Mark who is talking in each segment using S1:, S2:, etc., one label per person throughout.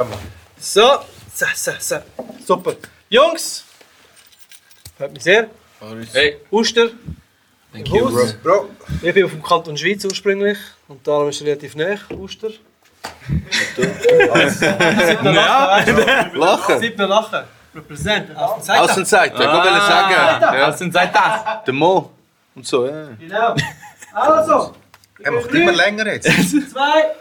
S1: Komm mal. So, so, so, so. Super. Jungs, freut mich sehr.
S2: Hey,
S1: Uster,
S2: thank
S1: you, bro.
S3: Bro,
S1: ich bin auf dem Kanton Schweiz ursprünglich und darum ist er relativ nah, Uster. Lachen!
S4: Lachen.
S1: Siebter Lachen! Represent!
S4: Aus
S1: Außenseiter!
S4: und Zeit, ich wollte sagen. Ja.
S2: sind seit das?
S4: Der Mo und so, ja.
S1: Genau! Also!
S3: er macht immer länger jetzt.
S1: Zwei!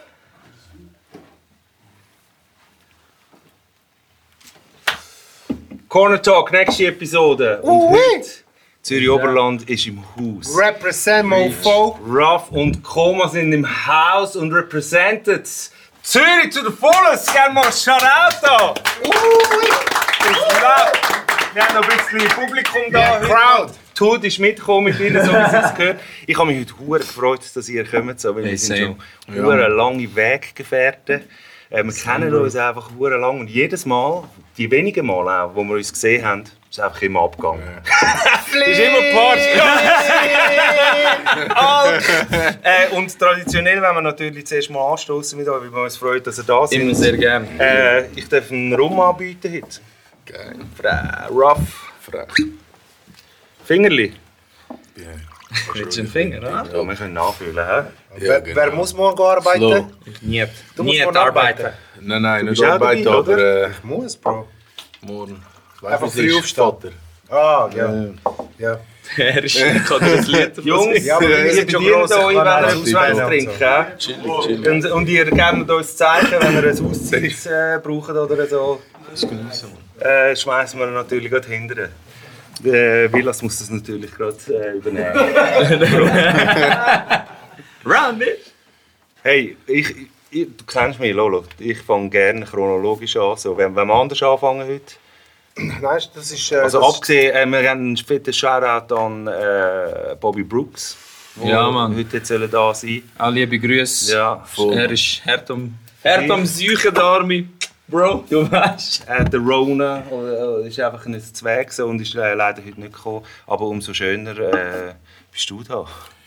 S5: Corner Talk, nächste Episode. Und heute, Zürich Oberland ist im Haus.
S3: Represent Mofo.
S5: Ruff und Koma sind im Haus und represented Zürich zu der Fullest. Gerne mal Shoutout! Ist Ruff. Wir haben noch ein bisschen Publikum da. heute.
S3: Crowd.
S5: Tod ist mitgekommen mit Ihnen, so wie Sie es gehört. Ich habe mich heute hure gefreut, dass ihr kommt, so, weil
S2: Hey,
S5: wir sind
S2: same.
S5: schon hure lange Weggefährten. Äh, wir kennen uns einfach hure lang und jedes Mal, die wenigen Mal auch, wo wir uns gesehen haben, ist einfach immer abgegangen. ist immer Party. äh, und traditionell wenn wir natürlich zuerst mal anstoßen mit euch, weil wir uns freuen, dass ihr da seid.
S2: Immer sehr gerne.
S5: Äh, ich darf einen Rum anbieten heute.
S4: Geil.
S5: Fra rough.
S4: Frech.
S5: Fingerli.
S2: Mit dem Finger, oder?
S5: Ja, wir können nachfüllen, hä?
S3: Wer, wer muss morgen arbeiten?
S2: Niet.
S3: Du musst
S2: Niet
S3: gewoon
S2: arbeiten.
S4: Nein, nein,
S5: bist
S4: nicht
S5: auch
S4: arbeiten,
S5: dabei,
S4: aber äh,
S3: Muss, Bro.
S4: morgen.
S3: Einfach früh aufstehen. Ah, ja.
S4: Eh,
S3: ja.
S2: Er ist das Lied.
S5: Jungs, äh,
S3: Ja, aber wir
S5: ihr
S3: sind schon
S5: bedient
S3: gross,
S5: euch, wenn
S3: ich
S5: ihr
S3: kann
S5: etwas
S3: alles einbauen
S5: wollt
S3: und
S5: trinken.
S4: Chillig,
S5: hä?
S4: chillig.
S5: Und, und ihr gebt uns Zeichen, wenn ihr ein Auszeit äh, braucht oder so. Äh, schmeißen wir ihn natürlich gerade hinterher. Der Villas muss das natürlich gerade äh, übernehmen.
S2: Round, bitch.
S5: hey, ich, ich, du kennst mich, Lolo. Ich fange gerne chronologisch an. So, wenn, wenn wir anders anfangen heute.
S3: Nein, das ist. Äh,
S5: Also
S3: das
S5: abgesehen, äh, wir haben einen fetten Shoutout an äh, Bobby Brooks. wo
S2: Ja, Mann.
S5: Heute jetzt sollen da sein.
S2: Alle liebe Grüße.
S5: Ja, voll.
S2: Er ist hart am, hart am Seuchen, der Arme. Bro, du weißt.
S5: Äh, der Rona äh, ist einfach ein Zweig so, und ist äh, leider heute nicht gekommen. Aber umso schöner äh, bist du da.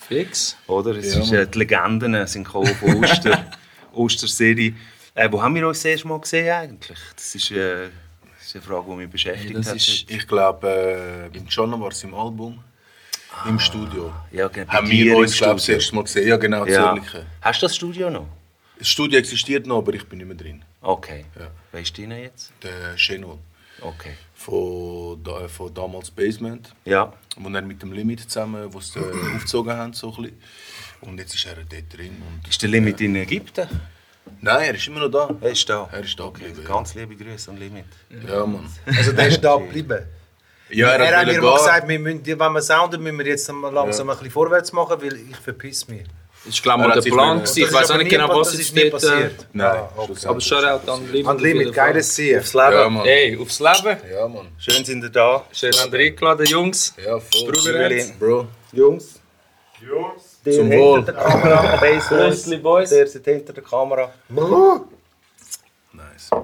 S2: Fix.
S5: Oder? Es ist, äh, die Legenden sind gekommen von Oster, Osterserie. Äh, wo haben wir uns das erste Mal gesehen eigentlich? Das ist, äh, das ist eine Frage, die mich beschäftigt
S2: das
S5: hat.
S2: ist-
S4: Ich glaube, äh, beim John war es im Album, im Studio.
S5: ja, genau, bei
S4: Haben
S5: dir
S4: wir
S5: im
S4: uns, glaube ich, das
S5: Studio.
S4: erste Mal gesehen. Ja, nou genau, das
S5: ja.
S4: Ehrliche.
S5: Hast du das Studio noch?
S4: Das Studio existiert noch, aber ich bin nicht mehr drin.
S5: Okay.
S4: Ja.
S5: Wer ist deiner jetzt?
S4: Der Shenol
S5: Okay.
S4: von, da, von damals Basement.
S5: Ja.
S4: wo er mit dem Limit zusammen, wo sie äh, aufgezogen haben, so ein bisschen. Und jetzt ist er dort drin. Und
S5: Ist der Limit in Ägypten?
S4: Nein, er ist immer noch da.
S5: Er ist da.
S4: Er ist da
S5: Okay.
S4: geblieben, ja.
S5: Ganz liebe Grüße an Limit.
S4: Ja, Mann.
S3: also, der ist da geblieben.
S4: Ja,
S3: Er, hat mir
S4: wollte
S3: immer
S4: gehen.
S3: gesagt, wir müssen, wenn wir sounden, müssen wir jetzt langsam ein bisschen vorwärts machen, weil ich verpiss mich.
S2: Das war,
S4: Er
S2: glaube
S4: hat
S2: ich, der
S4: sich
S2: Plan.
S4: nicht-
S2: gewesen. Ich
S3: Das ist
S2: weiß auch
S3: aber
S2: nicht
S3: nie-
S2: genau, was
S3: das ist
S2: jetzt
S3: nie
S2: steht. äh,
S3: passiert.
S4: Nein,
S3: Ah, okay.
S2: Aber Shoutout an Limit.
S3: An Limit, geiles Ziel.
S5: Aufs Leben.
S4: Ja, Mann.
S2: Hey, aufs Leben.
S4: Ja, Mann.
S5: Schön sind ihr da.
S2: Schön an der eingeladen, Jungs.
S4: Ja, voll.
S2: Brüderherz.
S4: Bro.
S5: Jungs. Jungs. Der
S4: Zum
S5: hinter
S4: Wohl.
S5: der Kamera. Baseball.
S2: Grüßli, Boys.
S5: Der sitzt hinter der Kamera.
S4: Nice.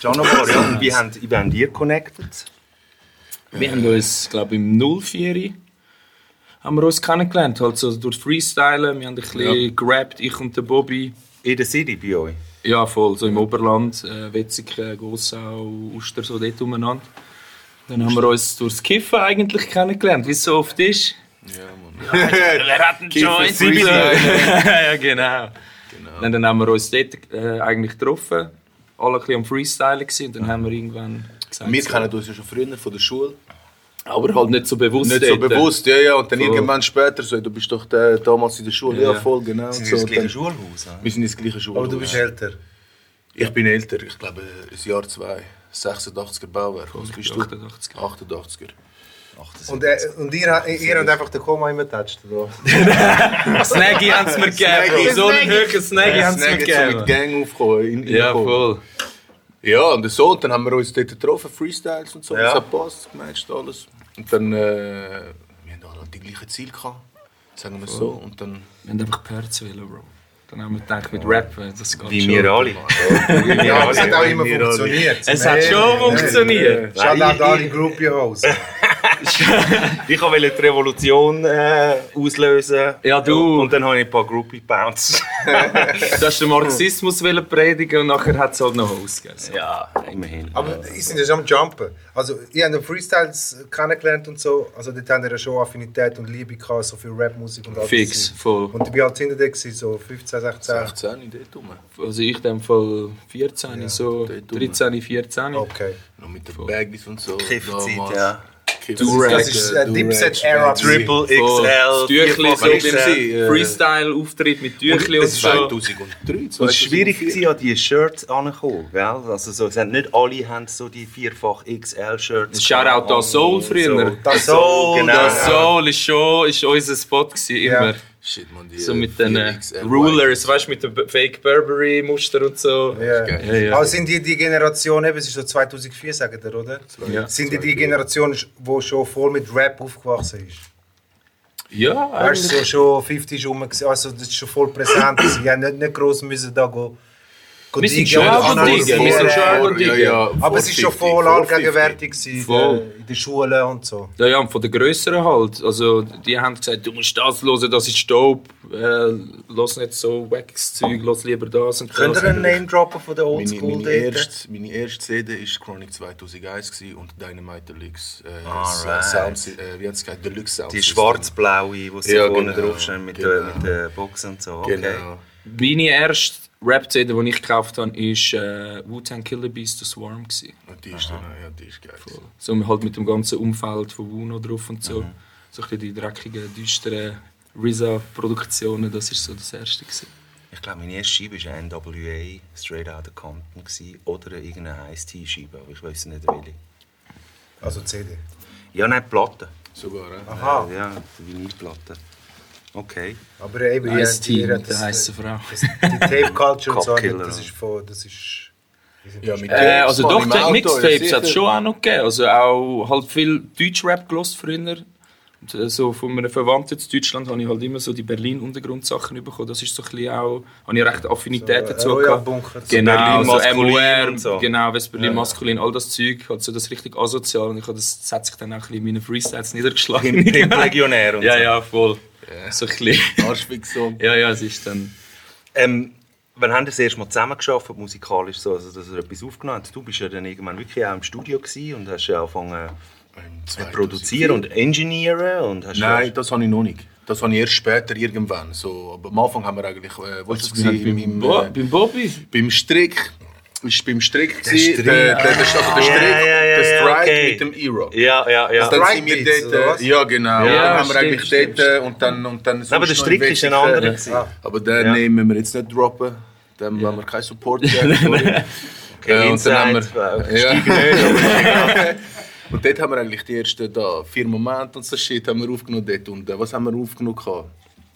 S5: Janobor, ja. Und wie haben, wie haben die connected?
S2: Wir haben uns, glaube ich, im 04 haben wir uns kennengelernt. Halt so durch Freestylen. Wir haben ein bisschen
S4: Ja.
S2: gerappt, ich und der Bobby.
S5: In der City bei euch?
S2: Ja, voll. So im Oberland, äh, Wetzigen, Gossau, Uster, so dort umeinander. Dann haben wir uns durchs Kiffen eigentlich kennengelernt, wie es so oft ist. Wer hat einen Joint? ja, genau. Dann, dann haben wir uns dort äh, eigentlich getroffen, alle ein bisschen am Freestylen gewesen. und dann haben wir irgendwann gesagt...
S4: Wir
S2: so,
S4: kennen uns ja schon früher von der Schule.
S2: Aber halt nicht so bewusst
S4: Nicht so
S2: dort.
S4: bewusst, ja, ja. Und dann
S2: Voll.
S4: irgendwann später so, du bist doch der, damals in der Schule.
S2: Ja,
S4: Ja,
S2: ja.
S4: voll, genau. und so. Und dann-
S5: Schulhaus. ja?
S4: Wir sind in der gleichen Schule.
S3: Aber du bist
S4: ja.
S3: älter.
S4: Ich bin älter, ich glaube ein Jahr, zwei. 86er Bauwerk. Was bist du?
S2: 88er.
S4: 88er.
S3: Und, äh, und ihr, ihr habt einfach den Koma immer getatscht. oder?
S2: Snaggy haben sie mir gegeben.
S4: Snaggy.
S2: So einen höheren Snaggy haben sie mir
S4: Snag jetzt so mit
S2: gegeben.
S4: Gang aufgekommen. In,
S2: Ja,
S4: reingekommen.
S2: voll.
S4: Ja, und so, und dann haben wir uns dort getroffen, Freestyles und so,
S5: Ja.
S4: ja. das hat gepasst, gematcht, alles. Und dann, äh, wir haben alle die gleichen Ziele gehabt, sagen wir es so, und dann,
S2: Wir haben einfach Perz wollen, Bro. Dann haben wir gedacht, mit Rap, äh, das geht
S5: Wie
S2: schon.
S5: wir alle.
S4: Ja,
S6: das hat auch immer funktioniert.
S2: Es hat schon funktioniert.
S6: Schaut auch da die Gruppe aus.
S5: Ich wollte die Revolution äh, auslösen.
S2: Ja, du.
S5: Und dann habe ich ein paar Groupie Bounce.
S2: Du hast den Marxismus wollen predigen und nachher hat es halt noch ausgegeben. So.
S5: ja, immerhin.
S6: Aber ich sind ja schon am Jumpen. Also, ich habe den Freestyles kennengelernt und so. Also, dort haben wir ja schon Affinität und Liebe gehabt, so für Rapmusik und alles.
S2: Fix, voll.
S6: Und ich war halt hinter dir, gewesen, so 15, 16.
S4: 16 in dort rum.
S2: Also ich in dem Fall 14, so
S4: dort
S2: 13, 14.
S6: Okay.
S4: Noch mit den Baggies und so.
S5: Kiffzeit,
S4: damals.
S5: ja.
S4: Kiff-
S2: Durag.
S4: Das
S6: Das
S4: ist-
S6: ist äh,
S4: Du rappst,
S6: Dipset-Era.
S5: Triple
S2: Voll.
S5: XL.
S2: Das Tüchli, so beim
S5: 4XL.
S4: äh,
S2: Freestyle-Auftritt mit Tüchli und
S4: Das war
S2: so.
S4: 2003,
S5: Und es war schwierig,
S4: 2004.
S5: gewesen, an diese Shirts anzukommen. Gell? Also so, es haben nicht alle haben so die vierfach XL-Shirts.
S2: Shoutout an Soul früher.
S5: Das so, genau.
S2: Das Soul ist schon ist unser Spot gewesen, immer.
S4: Shit, man, die
S2: So
S4: äh,
S2: mit den äh,
S4: 4XL
S2: Rulers, weißt du, mit dem B- Fake Burberry-Muster und so.
S6: Ja.
S4: Geil.
S2: ja.
S6: Aber sind die die Generation, eben, es ist so 2004, sagt ihr, oder?
S2: Ja.
S6: Sind die die Generation, die schon voll mit Rap aufgewachsen ist?
S2: Ja,
S6: Weißt
S2: eigentlich.
S6: du, so schon 50 rum, gewesen, also das ist schon voll präsent. gewesen. Ich habe nicht, nicht gross müssen da go, go
S2: Wir sind
S6: diggen
S2: schon
S6: und
S2: auch
S6: alles
S2: gediegen, wir sind schon
S6: lernen.
S2: auch
S4: Vor- ja, ja, vor
S6: Aber es ist schon
S4: 50,
S6: voll
S4: vor
S6: allgegenwärtig gewesen, äh,
S2: Voll.
S6: in der- in den Schulen und so.
S2: Ja, ja, und von den Grösseren halt. Also, die haben gesagt, du musst das hören, das ist Staub. Äh, lass nicht so wackes Zeug, lass lieber das und das.
S6: Könnt ihr einen Name droppen von der
S4: Meine,
S6: Oldschool
S4: meine,
S6: dort?
S4: erste, meine erste CD war Chronic 2001 gewesen und Dynamite Deluxe. Äh,
S5: Alright.
S4: S- Sound, äh, wie hat es geheißen? Deluxe Sound.
S5: Die
S4: System.
S5: schwarz-blaue, die sie
S4: Ja,
S5: vorne
S4: genau,
S5: draufstehen mit,
S4: genau.
S5: der, mit der Box und so. Okay.
S4: Genau.
S2: Meine erste Rap-CD, die ich gekauft habe, war äh, Wu-Tang Killer Beast, das Swarm. Gewesen.
S4: Und die ist, dann, ja, die ist geil.
S2: So, halt mit dem ganzen Umfeld von Wuno drauf und
S6: Mhm.
S2: so. So ein bisschen die dreckigen, düsteren RZA-Produktionen, das war so das erste. Gewesen.
S5: Ich glaube, meine erste Scheibe war NWA, Straight Outta Compton gewesen, oder irgendeine Ice-T-Scheibe, aber ich weiß nicht welche.
S6: Also CD.
S5: Ja, nein, die Platte.
S4: Sogar, äh?
S6: Aha.
S5: Ja, die Vinylplatte. Okay.
S6: Aber eben, ihr-
S2: Ice-T
S6: ihr-
S2: mit der heißen Frau.
S6: das- Die Tape Culture und so,
S5: Copkiller.
S6: das ist voll, das ist...
S4: Ja, mit
S2: Äh, also
S4: Tapes,
S2: doch,
S4: Mann, im
S2: die
S4: Auto,
S2: Mixtapes
S4: ja,
S2: hat es
S4: sicher.
S2: schon auch noch gegeben. Also auch halt viel Deutschrap gelost früher. Und, äh, So von einem Verwandten zu Deutschland habe ich halt immer so die Berlin-Untergrundsachen bekommen. Das ist so ein bisschen auch, habe ich recht Affinität
S6: So, äh,
S2: dazu
S6: Royal
S2: gehabt.
S6: Bunker, so
S2: genau,
S5: Berlin
S2: so
S5: maskulin
S2: MOR,
S5: und so.
S2: genau, West-Berlin maskulin, all das Zeug, halt so das richtig asozial. Und ich habe das, das hat sich dann auch ein bisschen in meinen Freestyles niedergeschlagen.
S5: Pimp Legionär und
S2: ja,
S5: so.
S2: ja, voll. So ein bisschen.
S4: Arschfixum.
S2: Ja, ja, es ist dann...
S5: Ähm, wann haben ihr das erste Mal zusammengearbeitet, musikalisch, so, also, dass ihr etwas aufgenommen habt? Du bist ja dann irgendwann wirklich auch im Studio gewesen und hast ja angefangen
S4: Ähm,
S5: zu produzieren und engineeren und hast
S4: Nein, das habe ich noch nicht. Das habe ich erst später irgendwann. So, aber am Anfang haben wir eigentlich. Äh, wo ist das gewesen? Im- im,
S2: Bo
S4: äh,
S2: beim Bobby?
S4: beim Strick. Ist beim Strick gewesen,
S6: Strick.
S4: der, der, der, also der, Strick,
S5: Ja, ja, ja,
S4: der
S5: ja,
S4: Strike
S5: okay.
S4: mit dem E-Rock.
S5: ja, ja, ja.
S4: Also dann
S6: Strike
S4: sind wir
S6: Beats,
S4: dort,
S6: oder
S4: äh,
S6: was?
S4: ja genau,
S2: Ja,
S4: dann haben
S2: stimmt,
S4: wir eigentlich
S2: stimmt,
S4: dort äh, und dann und dann
S5: aber der
S4: sonst noch
S5: Strick ist
S4: Wetzig,
S5: ein anderer
S4: äh,
S5: gewesen.
S4: ah. Aber den
S5: Ja.
S4: nehmen wir jetzt nicht droppen, dann wollen wir keinen Support geben. sorry. Äh, und dann haben wir,
S5: Inside,
S4: ja. und dort haben wir eigentlich die ersten da, vier Momente und so Shit haben wir aufgenommen dort und äh, was haben wir aufgenommen? gehabt?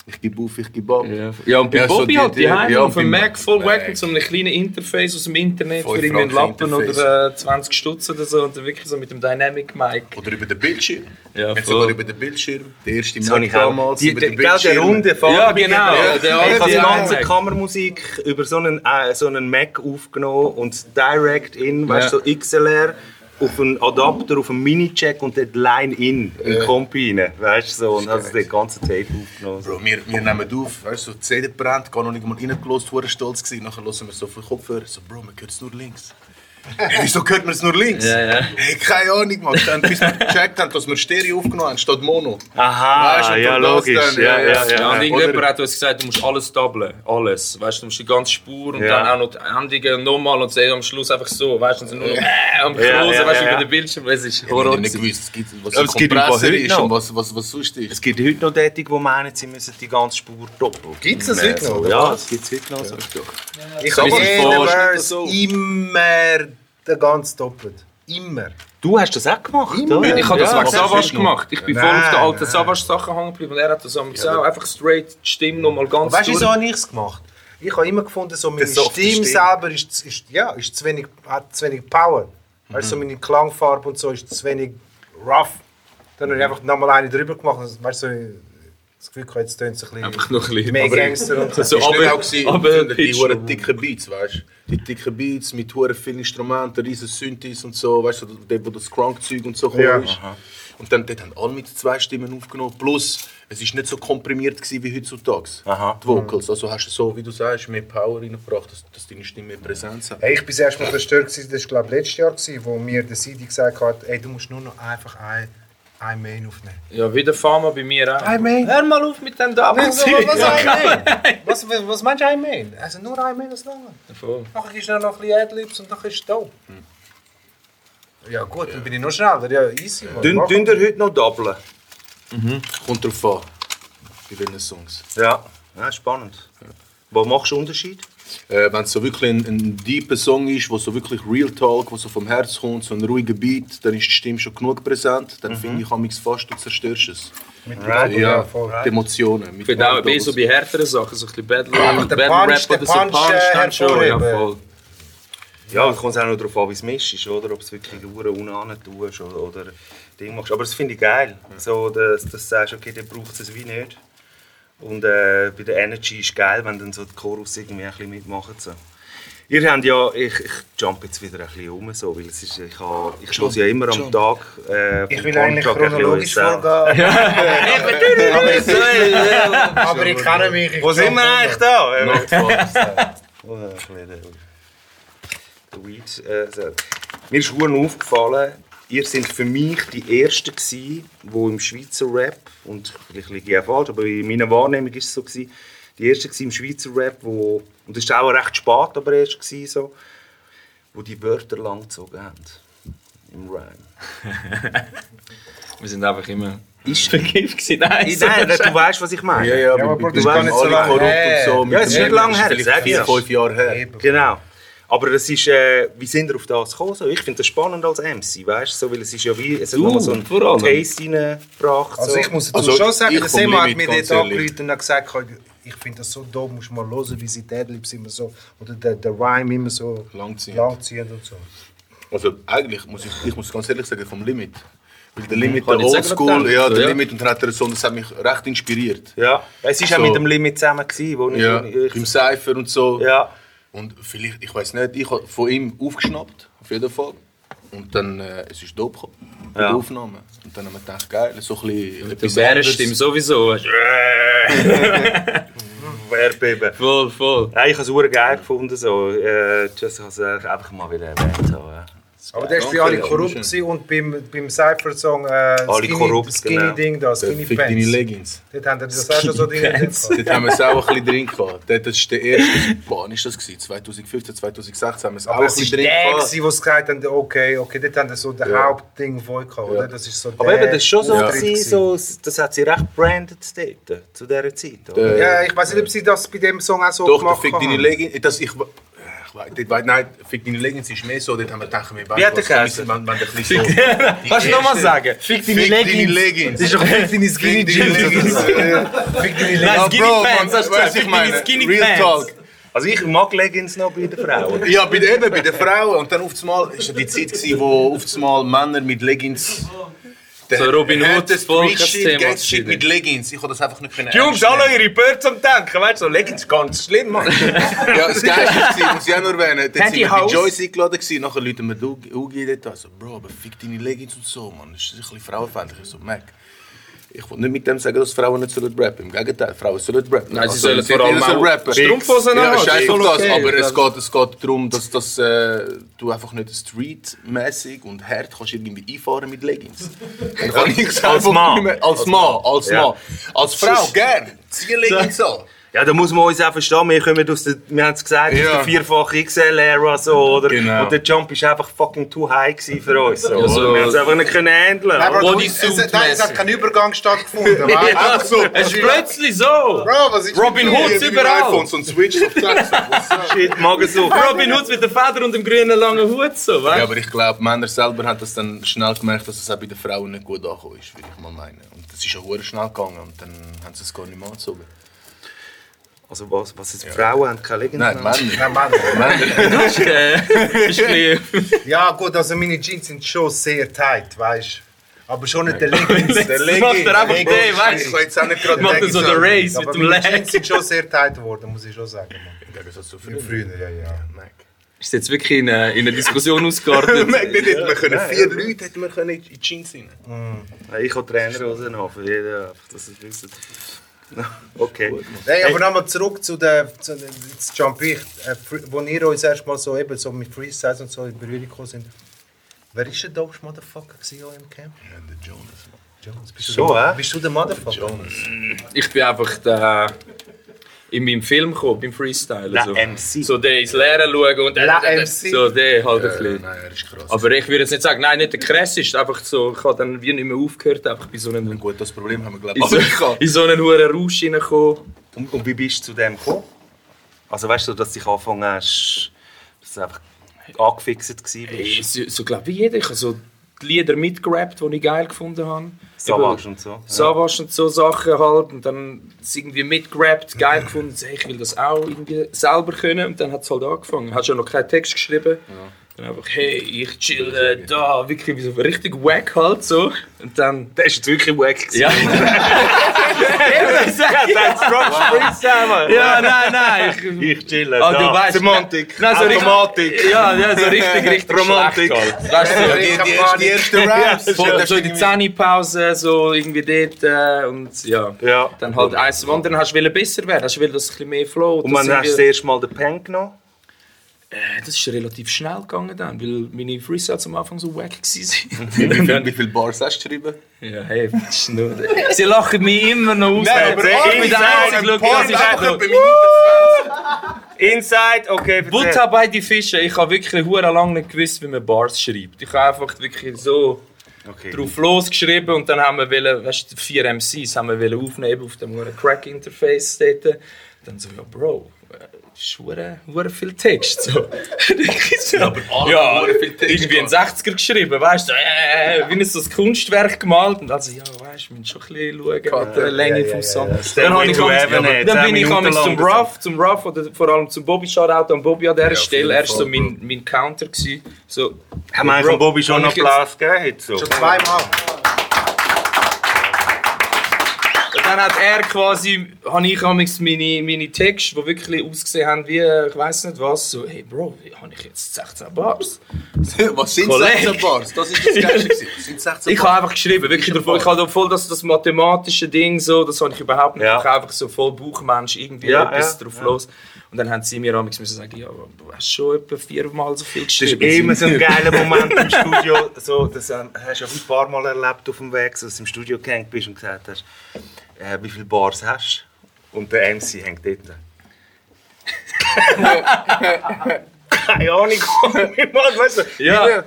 S4: Ich gebe auf, ich gebe ab.
S2: Ja, ja und bei
S4: Ja, so
S2: Bobby
S4: die-
S2: halt
S4: die-
S2: die Heim
S4: ja,
S2: auf
S4: beim
S2: dem Mac voll
S4: Mac.
S2: weg mit so einem kleinen Interface aus dem Internet
S4: Voll
S2: für irgendeinen
S4: Franken
S2: Lappen
S4: Interface.
S2: oder äh, 20 Stutz oder so und dann wirklich so mit dem Dynamic Mic.
S4: Oder über den Bildschirm.
S2: Ja,
S4: Jetzt
S2: voll.
S4: sogar über den Bildschirm. Der erste
S5: Das habe
S4: Mac
S5: ich auch.
S4: damals.
S5: Die,
S4: über
S5: die,
S4: den
S5: gell, die
S4: Bildschirm.
S5: runde Farbe.
S2: Ja, genau.
S5: Ja,
S2: der
S5: ich habe die
S2: alte
S5: ganze
S2: Mac.
S5: Kammermusik über so einen, äh, so einen Mac aufgenommen und direct in, weißt du, so XLR auf einen Adapter, auf einen Mini-Check und dort Line in, in den Kompi rein, weißt du, so, und habe den ganzen Tape aufgenommen. So.
S4: Bro, wir, wir nehmen auf, weißt du, so die CD brennt, gar noch nicht mal reingelost, hure stolz gewesen. Nachher hören wir so viel Kopfhörer, so Bro, man hört es nur links. Hey, wieso hört man es nur links?
S2: Ja, ja.
S4: Hey, keine Ahnung, Mann. Dann, bis wir gecheckt haben, dass wir Stereo aufgenommen haben, statt Mono.
S5: Aha,
S4: Weißt du, und
S5: ja,
S4: dann das
S5: logisch.
S4: dann,
S5: ja,
S4: ja,
S5: ja,
S4: ja.
S5: ja.
S2: Ja, und irgendjemand
S4: Oder-
S2: hat uns gesagt, du musst alles doublen, alles. Weißt du, du musst die ganze Spur und
S5: Ja.
S2: dann auch noch die Endungen und nochmal und sie am Schluss einfach so, weißt du, und sie nur noch äh, am Klosen,
S5: Ja, ja,
S2: weißt du,
S5: ja, ja.
S2: über den Bildschirm, es ist
S4: Ich
S2: Horror.
S4: hab nicht gewusst, es gibt, was
S5: Aber
S4: ein
S5: es gibt im Fall
S4: Kompressor
S5: heute
S4: ist
S5: noch.
S4: und was, was, was sonst ist.
S5: Es gibt heute noch Tätig, die meinen, sie müssen die ganze Spur doppeln.
S6: Gibt's das heute noch, oder
S5: Ja,
S6: was?
S5: das gibt es heute noch. So.
S6: Ich habe
S2: Bisschen
S6: jeden
S2: forscht.
S6: Vers immer den ganzen doppelt. Immer.
S5: Du hast das auch gemacht,
S6: Immer.
S5: oder?
S2: Ich habe das
S4: Ja,
S2: mit
S4: das
S2: Savas
S4: ist noch.
S2: gemacht. Ich bin
S6: Nein,
S2: voll auf der alten
S6: nein.
S2: Savas-Sachen hängen geblieben und er hat das am gesagt, einfach straight die Stimme nochmal ganz
S6: Weißt du,
S2: durch.
S6: wieso habe ich es gemacht? Ich habe immer gefunden, so meine Stimme,
S5: softe Stimme.
S6: selber ist, zu- ist, ja, ist zu wenig, hat zu wenig Power. Weißt du, so meine Klangfarbe und so ist zu wenig rough. Dann habe ich einfach nochmal eine drüber gemacht. Also, Weißt du, so, das Gefühl gehabt, jetzt tönt es ein
S2: Einfach
S6: bisschen
S2: noch ein bisschen.
S6: mehr
S2: aber-
S6: Gangster und so.
S2: So,
S4: Ist nicht
S2: aber-
S4: auch gewesen,
S2: aber-
S4: aber die
S2: Pitch-
S4: hohen dicken Beats, weißt du? Die dicken Beats mit hohen vielen Instrumenten, riesen Synthes und so, weißt du, dort, wo das Crunk-Zeug und so gekommen
S6: Ja.
S4: ist. Und dann dort haben alle mit zwei Stimmen aufgenommen. Plus, es war nicht so komprimiert gewesen wie heutzutage.
S5: Aha.
S4: Die Vocals. Also hast du so, wie du sagst, mehr Power reingebracht, dass, dass deine Stimme mehr Präsenz hat. Äh,
S6: Hey, ich war erst mal verstört, gewesen, das war glaube ich letztes Jahr, gewesen, wo mir der Sidi gesagt hat, ey, du musst nur noch einfach ein, ein Main aufnehmen.
S2: Ja, wie der Fama bei mir auch.
S6: Main?
S2: Hör mal auf mit dem da.
S6: Was, Also, was, ein Main? Was, was, was meinst du ein Main? Also nur ein Main ist lange.
S2: Voll.
S6: Nachher gibst du noch ein bisschen Adlibs und dann ist es da. Ja gut, dann bin ich noch schneller. Ja, easy, Mann.
S5: Dünn,
S6: Mach.
S5: dünn ihr heute noch doppeln?
S4: Kommt drauf an, bei welchen Songs.
S5: Ja. ja spannend. Wo machst du Unterschied?
S4: Äh, Wenn es so wirklich ein, ein deeper Song ist, wo so wirklich Real Talk, wo so vom Herz kommt, so ein ruhiger Beat, dann ist die Stimme schon genug präsent.
S2: Mhm.
S4: Dann finde ich, habe ich fast, du zerstörst es.
S6: Right,
S4: Ja,
S6: voll.
S4: die Emotionen. Mit
S2: Ich bin auch bei so bei härteren Sachen, so ein bisschen Battle,
S6: der
S2: Battle
S6: Punch,
S2: Rap
S6: der
S2: oder so
S6: Punch,
S2: Punch,
S6: äh,
S2: dann schon. Ja,
S6: hervorheben.
S2: voll.
S5: Ja, es kommt auch noch darauf an, wie es mischst, oder? Ob es wirklich Uhren unahne tust oder, oder Ding machst. Aber das finde ich geil. So, dass, dass du sagst, okay, der braucht es wie nicht. Und äh, bei der Energy ist geil, wenn dann so die Chorus irgendwie ein bisschen mitmachen. So. Ihr habt ja, ich, ich jump jetzt wieder ein bisschen um, so, weil es ist, ich, ha- ich höre ja immer am Tag. Äh, vom
S6: Ich will eigentlich
S5: Contract ein bisschen
S6: chronologisch
S5: euren Sound.
S6: vorgehen, aber ich kenne mich. ich
S5: Wo sind wir
S6: jump
S5: eigentlich da? Äh,
S4: Notfalls.
S5: Oder ein bisschen der- der Weed. Äh, so. Mir ist Huren aufgefallen, ihr seid für mich die Ersten, gewesen, die im Schweizer Rap, und vielleicht liege ich auch falsch, aber in meiner Wahrnehmung war es so, gewesen, die Ersten gewesen im Schweizer Rap, wo, und das war auch recht spät, aber erst gewesen, so, wo die Wörter lang gezogen haben. Im Rhyme.
S2: Wir sind einfach immer. Ist vergiftet gewesen. Nein, so-
S5: Nein, du weißt, was ich meine.
S4: Also Ja, ja,
S6: aber
S4: aber
S6: Bro,
S4: Bro,
S6: das ist gar nicht so lange her.
S4: korrupt und so. mit
S5: Ja, es ist
S4: dem
S5: nicht
S4: Leben.
S5: lange her,
S4: Das ist
S5: sag
S4: vielleicht vier,
S5: ich's.
S4: fünf Jahre her.
S6: Eben.
S5: Genau. Aber das ist, äh, wie sind ihr auf das gekommen? So, Ich finde das spannend als MC, weißt du? So, weil es ist ja wie, es hat
S2: Du,
S5: nochmal so einen
S2: vor allem.
S5: Taste reingebracht.
S6: Also
S5: so.
S6: ich muss dazu
S4: Also
S6: schon sagen,
S4: ich
S6: der
S4: vom
S6: Sema hat
S4: Limit,
S6: mir
S4: ganz
S6: dort
S4: ehrlich.
S6: angerufen und hat gesagt, ich finde das so doof, musst du mal hören, wie sie die Adlibs immer so, oder der, der Rhyme immer so
S4: Langziehen.
S6: langziehen und so.
S4: Also eigentlich muss ich, ich muss ganz ehrlich sagen, vom Limit. Weil der Limit,
S2: Mhm. Kann
S4: der
S2: ich sagen, was
S4: Oldschool,
S2: du
S4: ja,
S2: denkst,
S4: der
S2: ja.
S4: Limit und dann hat er so, das hat mich recht inspiriert.
S5: Ja, es war auch
S4: So.
S5: mit dem Limit zusammen, gewesen, wo
S4: Ja,
S5: ich... ich
S4: im Cypher und so.
S5: ja.
S4: Und vielleicht, ich weiß nicht, ich habe von ihm aufgeschnappt, auf jeden Fall. Und dann, äh, es ist dope gekommen, bei
S5: Ja.
S4: der Aufnahme. Und dann haben wir gedacht, geil, so ein bisschen
S2: Mit der Bärenstimme sowieso. weißt du.
S5: Werbeben.
S2: Voll, voll.
S5: Nein, ich habe es super geil gefunden. So. Äh, just, ich habe es einfach mal wieder erwähnt. So, äh.
S6: Aber der war
S4: danke,
S6: bei alle
S4: ja,
S6: korrupt
S4: schön.
S6: gewesen und beim, beim Cypher-Song äh,
S5: Alle
S6: Skinny,
S5: korrupt,
S6: Skinny
S5: genau.
S6: Ding da, Skinny
S4: Fick deine
S6: Pants.
S4: Leggings.
S6: Dort haben die das auch schon so drin.
S2: Pants.
S6: gehabt.
S4: Dort haben wir es auch ein bisschen drin gehabt. Dort, Das war der erste, wann war das? Gewesen? 2015, 2016 haben wir es auch ein
S6: Aber es war
S4: bisschen drin
S6: der,
S4: gehabt.
S6: gewesen, der gesagt hat, okay, okay, dort haben die so das
S4: Ja.
S6: Hauptding voll gehabt, oder? Das ist so
S5: Aber eben, das war schon so,
S4: Ja.
S5: gewesen, so, das hat sie recht brandet dort, zu dieser Zeit. Oder?
S4: Äh,
S6: Ja, ich weiß nicht, ob sie das bei dem Song auch so
S4: Doch, der
S6: gemacht
S4: Fick deine
S6: haben.
S4: Leggings. Das, ich, äh, ich weiß, dort, weiss- nein, Fick deine Leggings ist mehr so, dort haben wir gedacht, wir
S5: Wie hat der
S4: was- wenn, wenn der ein bisschen so.
S2: Kannst du nochmal sagen? Fick
S4: Fick deine Leggings. Das ist doch Fick deine Skinny Jeans.
S6: Fick deine Leggings.
S2: Nein, Skinny
S4: Bro,
S2: Pants, hast
S4: weißt
S2: du gesagt.
S4: du, ich
S2: Fick deine
S4: meine,
S2: Skinny
S4: Real
S2: Pants.
S4: Talk.
S5: Also ich mag Leggings noch bei den Frauen.
S4: Ja, bei der, eben, bei den Frauen. Und dann auf einmal, das war die Zeit, gewesen, wo auf einmal Männer mit Leggings...
S2: So Robin Hood, voll kein Thema
S4: Shit
S2: gewesen.
S4: mit Leggings. Ich konnte das einfach nicht können.
S5: Jungs, alle ihre Birds am Denken, weißt du, so Leggings ganz schlimm, Mann.
S4: Ja, das Geilste war, muss ich auch noch erwähnen, dort sind
S5: Handy
S4: wir bei
S5: House.
S4: Joyce eingeladen gewesen, nachher Leute mir Ugi dort an, so, Bro, aber fick deine Leggings und so, Mann, das ist ein bisschen frauenfeindlich. Ich so, Mac, ich will nicht mit dem sagen, dass Frauen nicht sollen rappen, im Gegenteil, Frauen sollen rappen.
S2: Nein, sie sollen vor allem
S4: jeder soll
S2: auch
S4: rappen.
S2: Strumpfhosen
S4: Ja,
S2: anhaben,
S4: scheiß
S2: ist
S4: auf
S2: voll
S4: das,
S2: okay. Also-
S4: aber es
S2: Das-
S4: geht, es geht darum, dass, dass äh, du einfach nicht streetmäßig und hart kannst irgendwie einfahren mit Leggings. Dann kann ich es
S5: Als
S4: einfach
S5: Mann.
S4: nicht mehr- Als Mann, als
S5: Ja.
S4: Mann. Als Frau, gern, zieh Leggings an.
S5: Ja, da muss man uns auch verstehen, wir kommen aus der, wir haben es gesagt, aus
S4: Ja.
S5: der vierfachen XL-Ära so, oder?
S4: Genau.
S5: Und der Jump war einfach fucking too high gewesen für uns. So.
S2: Ja, so-
S5: oder? wir haben es einfach nicht können handeln.
S6: Nein,
S5: oder?
S6: aber
S2: Body
S6: es-
S2: suit
S6: es- nein, es hat
S2: mäßig.
S6: kein Übergang stattgefunden. weißt du?
S4: Einfach so.
S2: Es ist plötzlich so.
S6: Bro, was ist
S2: Robin
S6: mit dir?
S2: Hood.
S4: Mit den
S2: überall.
S4: iPhones und Switch auf Taxi.
S5: Shit, Magensucht.
S2: Robin Hood mit der Feder und dem grünen langen Hut. So,
S4: Ja,
S2: weißt
S4: aber ich glaube, Männer selber haben das dann schnell gemerkt, dass es auch bei den Frauen nicht gut angekommen ist, würde ich mal meinen. Und das ist ja hure schnell gegangen und dann haben sie es gar nicht mehr angezogen.
S5: Also was, was jetzt, Frauen haben keine Leggings
S4: Nein,
S5: mehr?
S4: Männer.
S6: Nein, Mann.
S4: Männer.
S2: du? Ist, äh, ist ein bisschen-
S6: Ja gut, also meine Jeans sind schon sehr tight, weißt du. Aber schon nicht der Leggings.
S2: Der Leggings. Macht er einfach den, weißt
S6: Ich
S2: du?
S6: kann jetzt auch nicht gerade
S2: Macht er
S6: Leggings
S2: so den
S6: sagen.
S2: Race
S6: Aber
S2: mit dem
S6: meine
S2: Leg.
S6: Jeans sind schon sehr tight geworden, muss ich schon sagen. Mann.
S4: Im Gegensatz zu
S6: Im
S4: früher.
S6: Frühen, ja, ja.
S4: Mac.
S2: Ist jetzt wirklich in eine, in eine Diskussion ausgeartet?
S4: Mac, dort hätten wir können. Vier Leute hätten wir können in die Jeans rein.
S1: Nein, ich habe Trainer rausgenommen, jeder, einfach, dass ihr es wisst. Okay.
S6: Nein, aber nochmal zurück zu der, zu der jetzt jump ich, äh, fr- wo ihr uns erstmal so eben so mit Freestyles und so in Berührung gekommen sind. Wer ist der dopeste Motherfucker gewesen auch im Camp?
S4: Ja, der Jonas.
S6: Jones. Bist du,
S1: So,
S6: der,
S1: hä?
S6: bist du der Motherfucker?
S4: Jonas.
S2: Ich bin einfach der, in meinem Film gekommen, beim Freestyle.
S1: La
S2: so.
S1: MC.
S2: So der ins Leere schauen und
S6: La
S2: der,
S6: MC.
S2: So der halt ein
S4: Äh,
S2: bisschen.
S4: nein, er ist krass.
S2: Aber ich würde jetzt nicht sagen, nein, nicht der krasseste. Einfach so, ich habe dann wie nicht mehr aufgehört, einfach bei so einem.
S4: Gut, das Problem haben wir, glaube
S2: In so,
S4: ich, gehabt.
S2: in so einen hohen Rausch reingekommen.
S1: Und, und wie bist du zu dem gekommen? Also weißt du, dass du dich angefangen hast, dass du einfach angefixt gewesen
S2: Ey,
S1: bist?
S2: So, so glaube ich jeder. Ich habe so die Lieder mitgerappt, die ich geil gefunden habe.
S1: Savage
S2: Eben,
S1: und so.
S2: Savage und so Sachen halt. Und dann es irgendwie mitgerappt, geil gefunden. So, hey, ich will das auch irgendwie selber können. Und dann hat es halt angefangen. Hast ja noch keinen Text geschrieben. Dann einfach, hey, ich chill äh, da. Wirklich wie so richtig wack halt so. Und dann...
S1: Das ist wirklich wack.
S2: Ja. ja, nein, nein. Ich,
S1: Ich chille.
S2: Ah,
S1: da.
S2: du weißt.
S1: Semantik.
S2: Nein, so Also richtig-
S1: Automatik.
S2: Ja, ja, so richtig, richtig
S1: Romantik.
S2: schlecht halt. Weißt du, so,
S6: Ich hab
S4: die
S6: gar
S4: ersten-
S6: nicht-
S2: Vor, so in der Zähnepause, so irgendwie dort äh, und ja.
S1: Ja.
S2: Dann halt eins zum anderen hast du wollen besser werden, hast du wollen, dass es ein bisschen mehr flow.
S1: Und
S2: dass
S1: dann hast du das
S2: irgendwie-
S1: erste Mal den Pen genommen.
S2: Äh, Das ist relativ schnell gegangen dann, weil meine Freestyles am Anfang so wack waren.
S4: Wie viel- wie viele Bars hast du geschrieben?
S2: ja, hey, Schnur. Sie lachen mich immer noch aus.
S7: Nein, aber
S2: ich bin
S7: Inside
S2: der einzige
S7: und
S2: Schau, das
S7: Porn
S2: ist
S7: auch
S2: einfach
S7: Inside, okay,
S2: Butter bei die Fische. Ich habe wirklich hure lange nicht gewusst, wie man Bars schreibt. Ich habe einfach wirklich so...
S1: Okay.
S2: drauf losgeschrieben und dann haben wir wollen, weißt, du, vier MCs haben wir wollen aufnehmen auf dem hohen Crack Interface dort. Dann so ja Bro, äh, ist hure- hure viel Text so. ja, aber ja, ich bin ein 60er geschrieben, weißt du, äh, wie ein so ein Kunstwerk gemalt und also ja, weißt, du, wir müssen schon ein bisschen schauen mit der Länge
S6: ja, ja,
S2: vom Song.
S6: ja.
S2: Dann, hab ich
S1: Stairway to
S2: am-
S1: Heaven, ey,
S2: dann
S1: zehn
S2: bin ich
S1: Minuten
S2: am zum
S1: lang.
S2: Ruff, zum Ruff oder vor allem zum Bobby Shoutout an Bobby an dieser
S4: auf
S2: Stelle.
S4: jeden
S2: Er ist so
S4: Fall,
S2: mein, mein Counter gewesen. So,
S1: Haben wir eigentlich
S2: Bro,
S1: Bobby schon
S2: hab
S1: einen
S2: ich jetzt-
S1: Applaus gegeben? Jetzt so.
S6: Zweimal.
S2: Und dann hat er quasi, habe ich amigs meine, meine Texte, die wirklich ausgesehen haben wie, äh, ich weiß nicht was, so, hey Bro, wie habe ich jetzt 16 Bars?
S4: Was sind
S2: Kollege.
S4: 16 Bars? Das ist das Geilste. gewesen. Was sind 16
S2: Ich habe einfach geschrieben, wirklich davon, ich habe voll das, das mathematische Ding so, das habe ich überhaupt nicht,
S1: Ja.
S2: ich habe einfach so voll Buchmensch, irgendwie
S1: Ja,
S2: etwas
S1: ja,
S2: drauf los. Und dann haben sie mir amigs müssen sagen, ja, aber du hast schon etwa viermal so viel
S1: Das ist
S2: geschrieben.
S1: immer so ein geiler Moment im Studio. So, das ähm, hast du ja ein paar Mal erlebt auf dem Weg, so, dass du im Studio gehängt bist und gesagt hast, äh, wie viele Bars hast du? Und der MC hängt dort. Keine Ahnung, Mann, weißt du?
S2: Ja,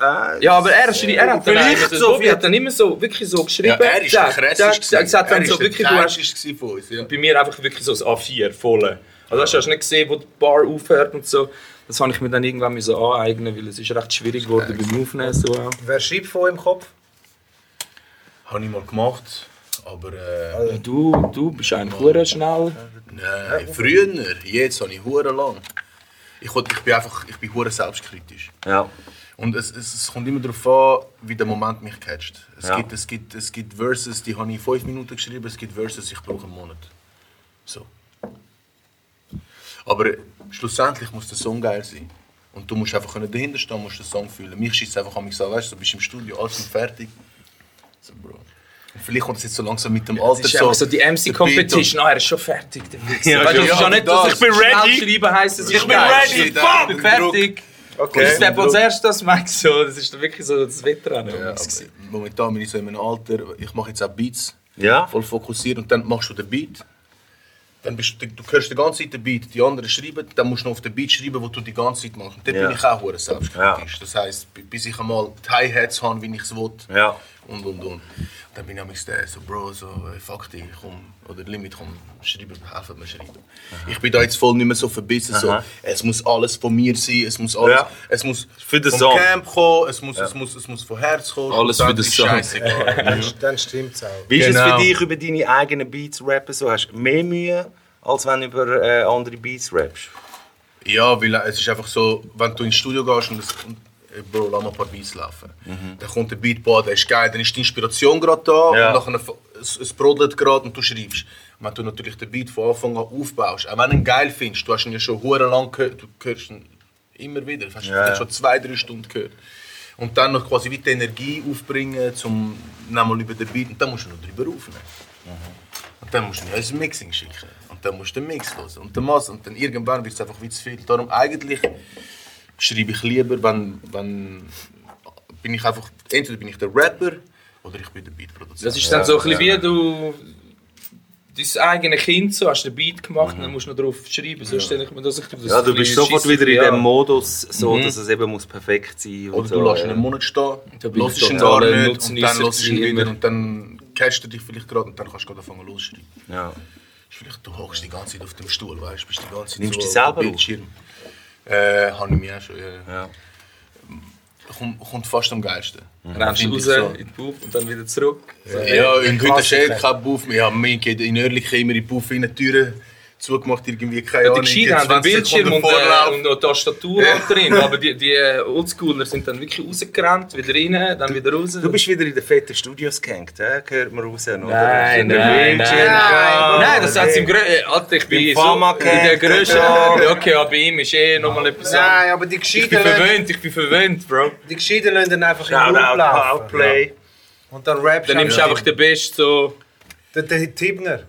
S1: Äh,
S2: ja, aber er, schrie, er hat dann,
S1: Vielleicht
S2: immer
S1: so
S2: so, Bobby
S1: viel.
S2: hat dann immer so, wirklich so geschrieben.
S4: Ja, er ist
S2: zack,
S4: der
S2: zack,
S4: krasseste.
S2: zack. Er hat dann so wirklich, du hast
S4: krasseste von uns. Ja.
S2: bei mir einfach wirklich so ein A4 voll. Also hast du hast nicht gesehen, wo die Bar aufhört und so. Das habe ich mir dann irgendwann müssen aneignen, weil es ist recht schwierig geworden beim Aufnehmen. So auch.
S6: Wer schreibt von im Kopf?
S4: Habe ich mal gemacht, aber äh,
S2: Du, du bist eigentlich hure schnell.
S4: nein, früher, jetzt habe ich hure lang. Ich, wollt- ich bin einfach, ich bin hure selbstkritisch.
S1: Ja.
S4: Und es, es, es kommt immer darauf an, wie der Moment mich catcht. Es,
S1: Ja.
S4: gibt, es, gibt, es gibt Verses, die habe ich in 5 Minuten geschrieben, es gibt Verses, ich brauche einen Monat. So. Aber schlussendlich muss der Song geil sein. Und du musst einfach können dahinter stehen, musst den Song fühlen. Mich schießt einfach an mich an, weißt du, du bist im Studio, alles sind fertig. So, Bro. Und vielleicht kommt es jetzt so langsam mit dem Alter
S2: Das ist einfach so die MC-Competition. Ah, er ist schon fertig. Der Wichser.
S1: Ja,
S2: weißt du,
S1: ja,
S2: das ist
S4: ja,
S2: ja nicht,
S4: das.
S2: dass ich bin ready. Schreiben heisst, es ist
S4: bin
S2: geil.
S4: ready,
S2: Shit,
S4: fuck,
S2: ich bin fertig. Okay. Ich steppe als erstes das Mike so. Das ist dann wirklich so das Wettrennen.
S4: Ja,
S2: Ja,
S4: äh, aber momentan bin ich so in meinem Alter, ich mache jetzt auch Beats.
S1: Ja?
S4: voll fokussiert und dann machst du den Beat. Dann bist du, du hörst die ganze Zeit den Beat, die anderen schreiben, dann musst du noch auf den Beat schreiben, wo du die ganze Zeit machst. Und dann
S1: Ja.
S4: bin ich auch hure selbstkritisch. Das heisst, bi- bis ich einmal die Hi-Hats habe, wie ich es will
S1: Ja.
S4: und und und. Dann bin ich am der so, Bro, so, ey, fuck dich, komm, oder Limit, komm, schreiben, helfen mir schreiben. Ich bin da jetzt voll nicht mehr so verbissen, so,
S1: Aha.
S4: es muss alles von mir sein, es muss alles,
S1: Ja.
S4: es muss
S1: Für den
S4: vom
S1: Song.
S4: Camp kommen, es muss, es, muss, es muss von Herz kommen.
S2: Alles für den Song.
S4: Scheißegal.
S6: Dann stimmt's auch.
S1: Wie ist es
S4: Genau.
S1: für dich, über deine eigenen Beats zu rappen? So, hast du mehr Mühe, als wenn du über äh, andere Beats rappst?
S4: äh, Ja, weil es ist einfach so, wenn du ins Studio gehst und, es, und Bro, lass mal ein paar Beats laufen. Dann kommt der Beat, boah, der ist geil, dann ist die Inspiration gerade da
S1: Mhm. Ja.
S4: und nachher f- es, es brodelt gerade und du schreibst. Und wenn du natürlich den Beat von Anfang an aufbaust, auch wenn du ihn geil findest, du hast ihn ja schon hure lang gehört, du hörst ihn immer wieder, du hast ihn
S1: Ja.
S4: vielleicht schon zwei, drei Stunden gehört. Und dann noch quasi wieder Energie aufbringen, um nochmal über den Beat, und dann musst du noch drüber aufnehmen. Und dann musst du ihn ins Mixing schicken. Und dann musst du den Mix hören. Und den Mass. Und dann irgendwann wird es einfach wie zu viel. Darum eigentlich schreibe ich lieber, wenn, wenn bin ich einfach, entweder bin ich der Rapper oder ich bin der Beatproduzent.
S2: Das ist dann so ein bisschen wie du dein eigenes Kind so, hast du einen Beat gemacht und dann musst du noch drauf schreiben. So stelle ich mir das, ich tue das
S1: Ja,
S2: ein
S1: du bist
S2: bisschen
S1: sofort
S2: scheissig,
S1: wieder in
S2: ja.
S1: dem Modus, so, dass es eben muss perfekt sein
S4: Oder
S1: und
S4: du
S1: so.
S4: lässt ihn einen Monat stehen,
S2: Da bin
S4: hörst
S2: ich äh,
S4: ihn gar
S2: totaler
S4: nicht und dann
S2: Nutznießer
S4: hörst du ihn
S2: gewesen
S4: wieder
S2: immer.
S4: und dann catchst du dich vielleicht gerade und dann kannst du gerade anfangen losschreiben.
S1: Ja.
S4: Ist Vielleicht du hockst die ganze Zeit auf dem Stuhl, weißt du, bist die ganze Zeit
S1: Nimmst
S4: so
S1: dich selber
S4: auf dem
S1: auf?
S4: Bildschirm. Äh, habe ich mich auch schon, ja. ja.
S1: Ja.
S4: Kommt, kommt fast am geilsten.
S2: Mhm. Rennst
S4: Finde
S2: raus
S4: ich so.
S2: in den Bauch und dann wieder zurück.
S4: Ja, in heute steht kein Buff mehr. Ja, mein geht in Örlikon immer in den Buff rein, die Türen zugemacht, irgendwie keine
S2: Ja, die
S4: Ahnung.
S2: Gescheiten haben einen
S4: 20
S2: Bildschirm und,
S4: Sekunden
S2: äh,
S4: Vorlauf.
S2: und noch Tastatur
S4: Ja.
S2: auch drin. Aber die, die Oldschooler sind dann wirklich rausgerannt, wieder rein, dann wieder raus.
S1: Du bist wieder in den fetten Studios gehängt, hä? gehört man raus, oder?
S2: Nein,
S1: Der
S2: nein, nein,
S1: Wildschirm,
S2: nein,
S1: ja.
S2: nein, das hat im Größten. Alter, ich bin
S1: Beim
S2: so
S1: Pharma
S2: in der
S1: kennt er
S2: Größe.
S1: schon.
S2: Okay, ja, bei ihm ist eh nochmal etwas anderes.
S6: Nein, aber die
S2: Ich bin
S6: Gescheiten lassen-
S2: verwöhnt, ich bin verwöhnt, Bro.
S6: die Gescheiten lassen dann einfach
S1: Shout
S6: in den
S1: out,
S6: Raum laufen.
S1: Outplay.
S6: Und dann rappst halt
S2: Dann nimmst du einfach den Besten so.
S6: Den, den Tibner.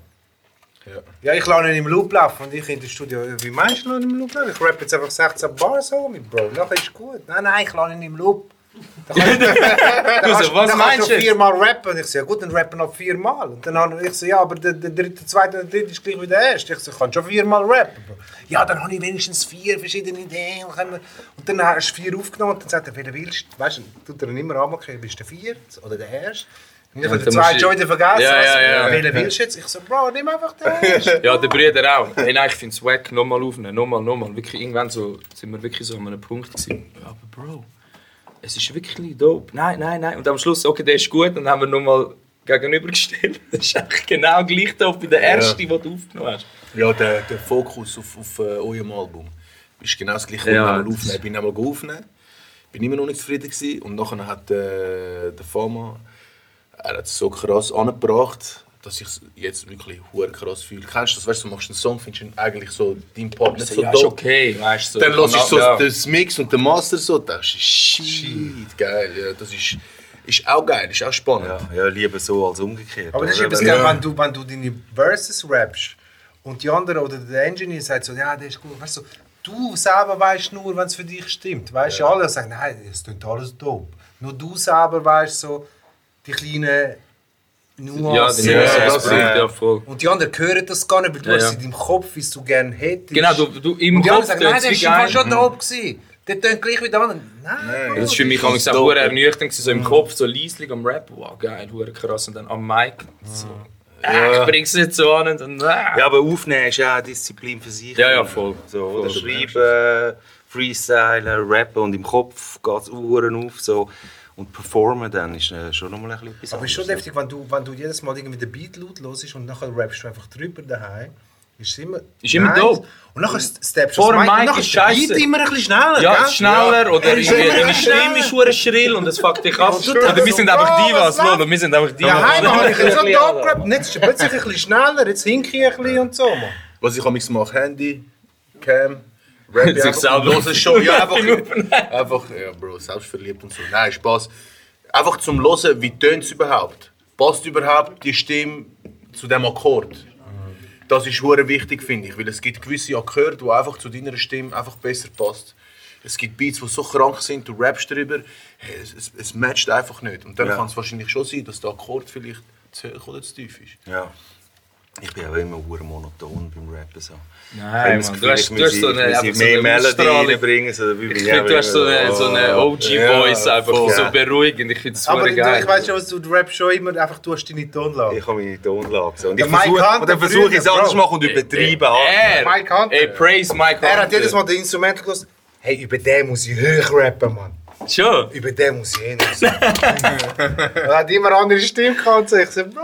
S6: Ja. ich lerne ihn im Loop laufen und ich in der Studio. Wie meinst du, ich lerne ihn im Loop laufen? Ich rappe jetzt einfach 16 Bars so mit Bro. Nachher ist gut. Nein, nein, ich lerne ihn im Loop. Dann kannst du- dann kannst,
S2: was
S6: dann kannst
S2: meinst
S6: du
S2: du?
S6: viermal rappen. Und ich sage, gut, dann rappen noch viermal. Und dann habe ich so, ja, aber der, der dritte, der zweite und der dritte ist gleich wie der erste. Ich so, ich kann schon viermal rappen. Bro. Ja, dann habe ich wenigstens vier verschiedene Ideen. Und, können wir- und dann hast du vier aufgenommen und dann sagt er, wer du willst, weißt du, tut er ihn immer an, okay, bist du der vierte oder der erste? Und ich
S2: Und
S6: habe den
S2: dann musst
S6: zweiten
S2: du-
S6: schon wieder vergessen.
S2: Ja, ja, ja.
S6: Also, Welchen willst du jetzt? Ich so, Bro, nimm einfach den.
S2: Ja, der Brüder auch. Hey, nein, ich finde es wack. Nochmal aufnehmen, nochmal, nochmal. Wirklich, irgendwann so, sind wir wirklich so an einem Punkt gewesen. Ja, aber Bro, es ist wirklich dope. Nein, nein, nein. Und am Schluss, okay, der ist gut. Dann haben wir nochmal gegenübergestellt. Das ist eigentlich genau gleich dope wie der erste, den du aufgenommen hast.
S4: Ja, der, der Fokus auf, auf äh, eurem Album ist genau das gleiche, wie ja,
S2: Ja, das-
S4: aufnehmen. Ich bin einmal aufnehmen, bin immer noch nicht zufrieden gewesen. und nachher hat äh, der Fama er hat es so krass angebracht, dass ich es jetzt wirklich hure krass fühle. Kennst du das? Weißt du, du machst einen Song, findest ihn eigentlich so dein Part nicht so
S2: ja, ist
S4: dope.
S2: okay. Weißt, so,
S4: Dann
S2: kann
S4: hörst du
S2: auch-
S4: so
S2: ja.
S4: das Mix und den Master so, das ist shit, geil. Ja, das ist, ist auch geil, ist auch spannend.
S1: Ja, ja, lieber so als umgekehrt.
S6: Aber das ist
S1: oder?
S6: eben das Geile, wenn du, wenn du deine Verses rappst und die anderen oder der Engineer sagt so, ja, der ist gut. Weißt du, du selber weißt nur, wenn es für dich stimmt. Weißt du, alle sagen, nein, es klingt alles dope. Nur du selber weißt so die
S2: Ja,
S6: kleinen Nuancen.
S2: den ja,
S4: Ja,
S2: das
S4: das-
S2: bringt ja voll.
S6: Und die anderen hören das gar nicht, weil du
S2: Ja,
S6: hast
S2: ja.
S6: in deinem Kopf, wie es du gerne hättest.
S2: Genau, du, du im
S6: Und die
S2: Kopf
S6: anderen sagen, nein,
S2: tönt's
S6: der
S2: wie
S6: ist im Fall
S2: geil. Mhm.
S6: schon dope gewesen. Der tönt gleich wie der andere. Nein,
S2: Das ist Mhm. für mich auch
S4: dope.
S2: so ernüchternd, gewesen, so im Kopf, so leislich am Rap, wow, geil, hure krass, und dann am Mic, so, äh, ich bring's nicht so an und dann, äh.
S1: Ja, aber aufnehmen ist auch eine Disziplin für sich.
S2: Ja, ja, voll.
S1: So, oder schreiben, freestylen, rappen und im Kopf geht es Uhren auf. So. Und performen dann ist äh, schon nochmal ein bisschen etwas
S6: Aber es ist schon
S1: anderes.
S6: deftig, wenn du, wenn du jedes Mal irgendwie den Beat laut hörst und nachher rappst du einfach drüber daheim, ist es immer.
S2: Ist immer dope.
S6: Und nachher steppst du
S2: Vor dem
S6: aufs Mic und
S2: Mic
S6: nachher
S2: ist
S6: der
S2: scheisse.
S6: Beat immer ein bisschen schneller.
S2: Ja,
S6: gell?
S2: es ist schneller oder
S6: Er ist
S2: irgendwie
S6: immer
S2: deine Stimme ist hure schrill und das fuckt dich ab.
S6: Ja,
S2: Aber wir sind einfach
S6: oh,
S2: Divas,
S6: was läuft?
S2: Lolo, wir sind einfach Divas.
S6: Daheim habe ich jetzt so
S2: Ja,
S6: dope gerappt. Und Jetzt ist er plötzlich ein bisschen schneller, jetzt hink ich ein bisschen und so. Mann.
S4: Was ich manchmal mache, Handy, Cam, Rap,
S2: Sich selber.
S4: Los ist schon, ja, einfach, einfach, ja, Bro, selbstverliebt und so. Nein, Spaß. Einfach zum Hören, wie tönt es überhaupt? Passt überhaupt die Stimme zu dem Akkord? Das ist hure wichtig, finde ich, weil es gibt gewisse Akkorde, die einfach zu deiner Stimme einfach besser passt. Es gibt Beats, die so krank sind, du rappst darüber, hey, es, es, es matcht einfach nicht. Und dann
S1: Ja.
S4: kann es wahrscheinlich schon sein, dass der Akkord vielleicht zu hoch oder zu tief ist.
S1: Ja. Ich bin auch immer hure monoton beim Rappen. So.
S2: Nein,
S1: ich
S2: Mann,
S1: habe
S2: du hast,
S1: das
S2: du hast eh, so
S1: Gefühl,
S2: eine,
S1: ich muss, ich muss
S2: einfach so
S1: mehr
S2: eine
S1: Melodie
S2: Ausstrahlung.
S1: reinbringen. So, da bin
S2: Ich
S1: auch
S2: finde, du hast so
S1: immer
S2: eine, so
S5: Oh,
S2: eine OG-Voice, einfach
S1: voll.
S2: so
S1: Ja.
S2: beruhigend, ich finde es
S6: Aber
S2: hure
S6: du, ich weiß
S2: geil.
S6: schon, was du rappst schon immer, einfach du hast deine Tonlage.
S1: Ich habe meine Tonlage. So. Und, ich
S6: Der Mike
S1: versuche,
S6: Hunter
S1: und dann versuche ich es
S6: früher,
S1: anders zu
S6: Bro.
S1: machen und übertreiben.
S2: Er,
S6: Mike Hunter.
S2: ey, praise Mike Hunter.
S6: Er hat jedes Mal den Instrument gelesen. Hey, über den muss ich hoch rappen, Mann.
S2: Schon?
S6: über den muss ich eh hin. er hat immer andere Stimme gehabt. und so. Ich so, Bro,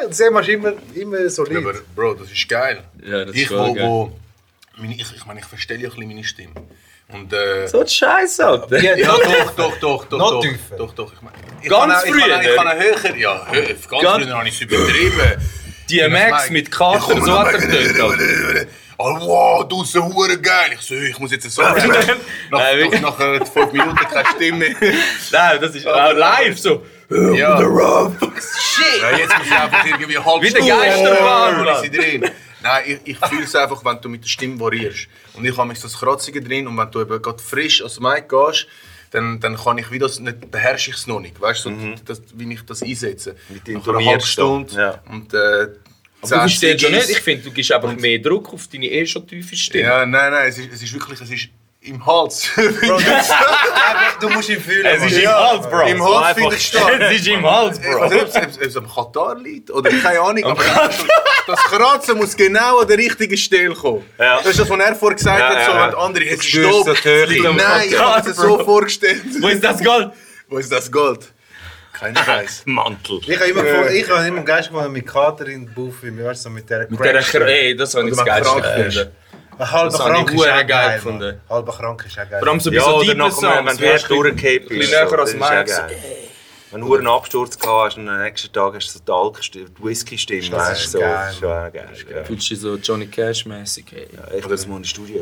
S6: ey. Und Sam ist immer, immer solid.
S4: Aber Bro, das ist geil.
S2: Ja, das
S4: ich,
S2: ist voll
S4: wo,
S2: geil.
S4: wo, meine, ich, ich meine, ich verstelle ja ein bisschen meine Stimme. Und, äh,
S2: So Scheiße, Alter.
S4: ja, doch, doch, doch, doch.
S6: Noch
S4: doch,
S6: tiefer.
S4: Doch, doch. Ich meine, ich
S2: Ganz
S4: kann, auch- Ich kann, auch- ich
S2: früher.
S4: kann auch höher. Ja, hö- ganz,
S2: Ganz-
S4: früher habe ich es übertrieben.
S2: Die Max mit Kater, so hat er getötet, Alter.
S4: Oh, wow, du bist so hure geil. Ich so, ich muss jetzt einen Song rappen. Nach,
S2: Nein,
S4: nach, nach fünf Minuten keine Stimme.
S2: Nein, das ist auch live so.
S4: ja. Shit. Ja, jetzt muss ich einfach irgendwie halb
S2: Wie der Geisterbahn,
S4: Wo
S2: Mann.
S4: ist sie drin? Nein, ich, ich fühle es einfach, wenn du mit der Stimme variierst. Und ich habe mich das Kratzige drin und wenn du eben gerade frisch aus dem Mic gehst, dann, dann kann ich wie das nicht, beherrsche ich es noch nicht. Weißt du, so
S2: Mhm.
S4: das, wie ich das einsetze. Nach
S5: Mit
S4: einer halben
S5: intonierst
S4: Stunde.
S5: du. Ja.
S4: Und, äh,
S2: Du verstehst ja nicht.
S4: Cigis.
S2: Ich finde, du gibst einfach mehr Druck auf deine eh schon tiefe Stimme.
S4: Ja, nein, nein, es ist, es ist wirklich, es ist im Hals.
S6: Du musst ihn fühlen. Mann.
S2: im Hals, Bro.
S4: Im Hals finde ich stark.
S2: Es ist im Hals,
S4: Ich weiß
S2: Bro.
S4: nicht, ob es- ob es- ob es am Katar liegt oder keine Ahnung, aber das Kratzen muss genau an der richtigen Stelle kommen.
S5: Ja.
S4: Das ist das, was er vorher gesagt
S5: Ja,
S4: hat, so
S5: ja, ja.
S4: wenn andere, jetzt
S5: spürst
S4: stopp,
S5: so die Höhe
S4: liegt-
S5: am
S4: nein, ich habe es so vorgestellt.
S2: Wo ist das Gold?
S4: Wo ist das Gold? Kein Preis.
S5: Mantel.
S6: Ich habe immer, gefragt- ich habe immer am geilsten gefunden mit Kater in den Buff, weißt du, so mit der
S2: Mit dieser Kr- Ey, das habe ich das
S4: Oder wenn
S2: Geilste.
S4: du krank bist.
S2: gefunden.
S6: Ein halber
S2: Das habe ich
S6: Krank ist
S2: huere
S6: auch
S2: geil
S6: geil.
S2: gefunden.
S6: Mann. Halber Krank ist auch geil.
S2: Vor allem so bei
S5: Ja,
S2: so
S5: oder
S2: deepen
S5: nachher, wenn
S2: Songs.
S5: du erst durchgekippt
S2: bisschen näher
S5: so,
S2: als
S5: das ist
S2: Mike.
S5: auch geil. Wenn du einen Absturz gehabt hast und am nächsten Tag hast du so die Alkstimme, die Whisky-Stimme, weißt du, so,
S6: geil.
S5: das ist schon auch geil. ja.
S2: Fühlst du dich so Johnny Cash-mäßig, ey.
S5: Ja, Ich muss mal in die Studie.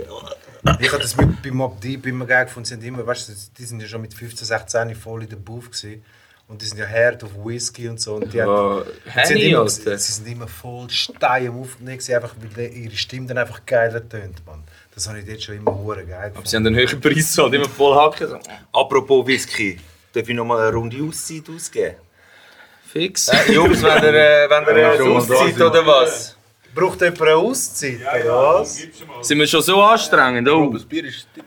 S6: Ich habe das mit bei Mob Deep immer geil gefunden. Sie sind immer, weißt du, die sind ja schon mit 15, 16 voll in der Buff gewesen. Und die sind ja hart auf Whisky und so. Und die
S2: Ja,
S6: haben, sie, sind
S2: Henny,
S6: immer,
S2: Alter.
S6: sie sind immer voll steil am Aufnehmen, einfach weil die- ihre Stimme dann einfach geiler tönt, Mann. Das habe ich dort schon immer hure geil
S2: Sie
S6: gefunden.
S2: haben einen höheren Preis, halt immer voll hacken. so.
S5: Apropos Whisky, darf ich nochmal eine runde Auszeit ausgeben?
S2: Fix.
S5: Jungs, wenn ihr, äh, wenn ihr
S4: schon
S5: eine
S4: mal da
S5: Auszeit
S4: sind.
S5: oder was?
S6: Braucht jemand eine Auszeit, oder was?
S2: Sind wir schon so anstrengend, oh.
S4: Das Bier ist tipptopp.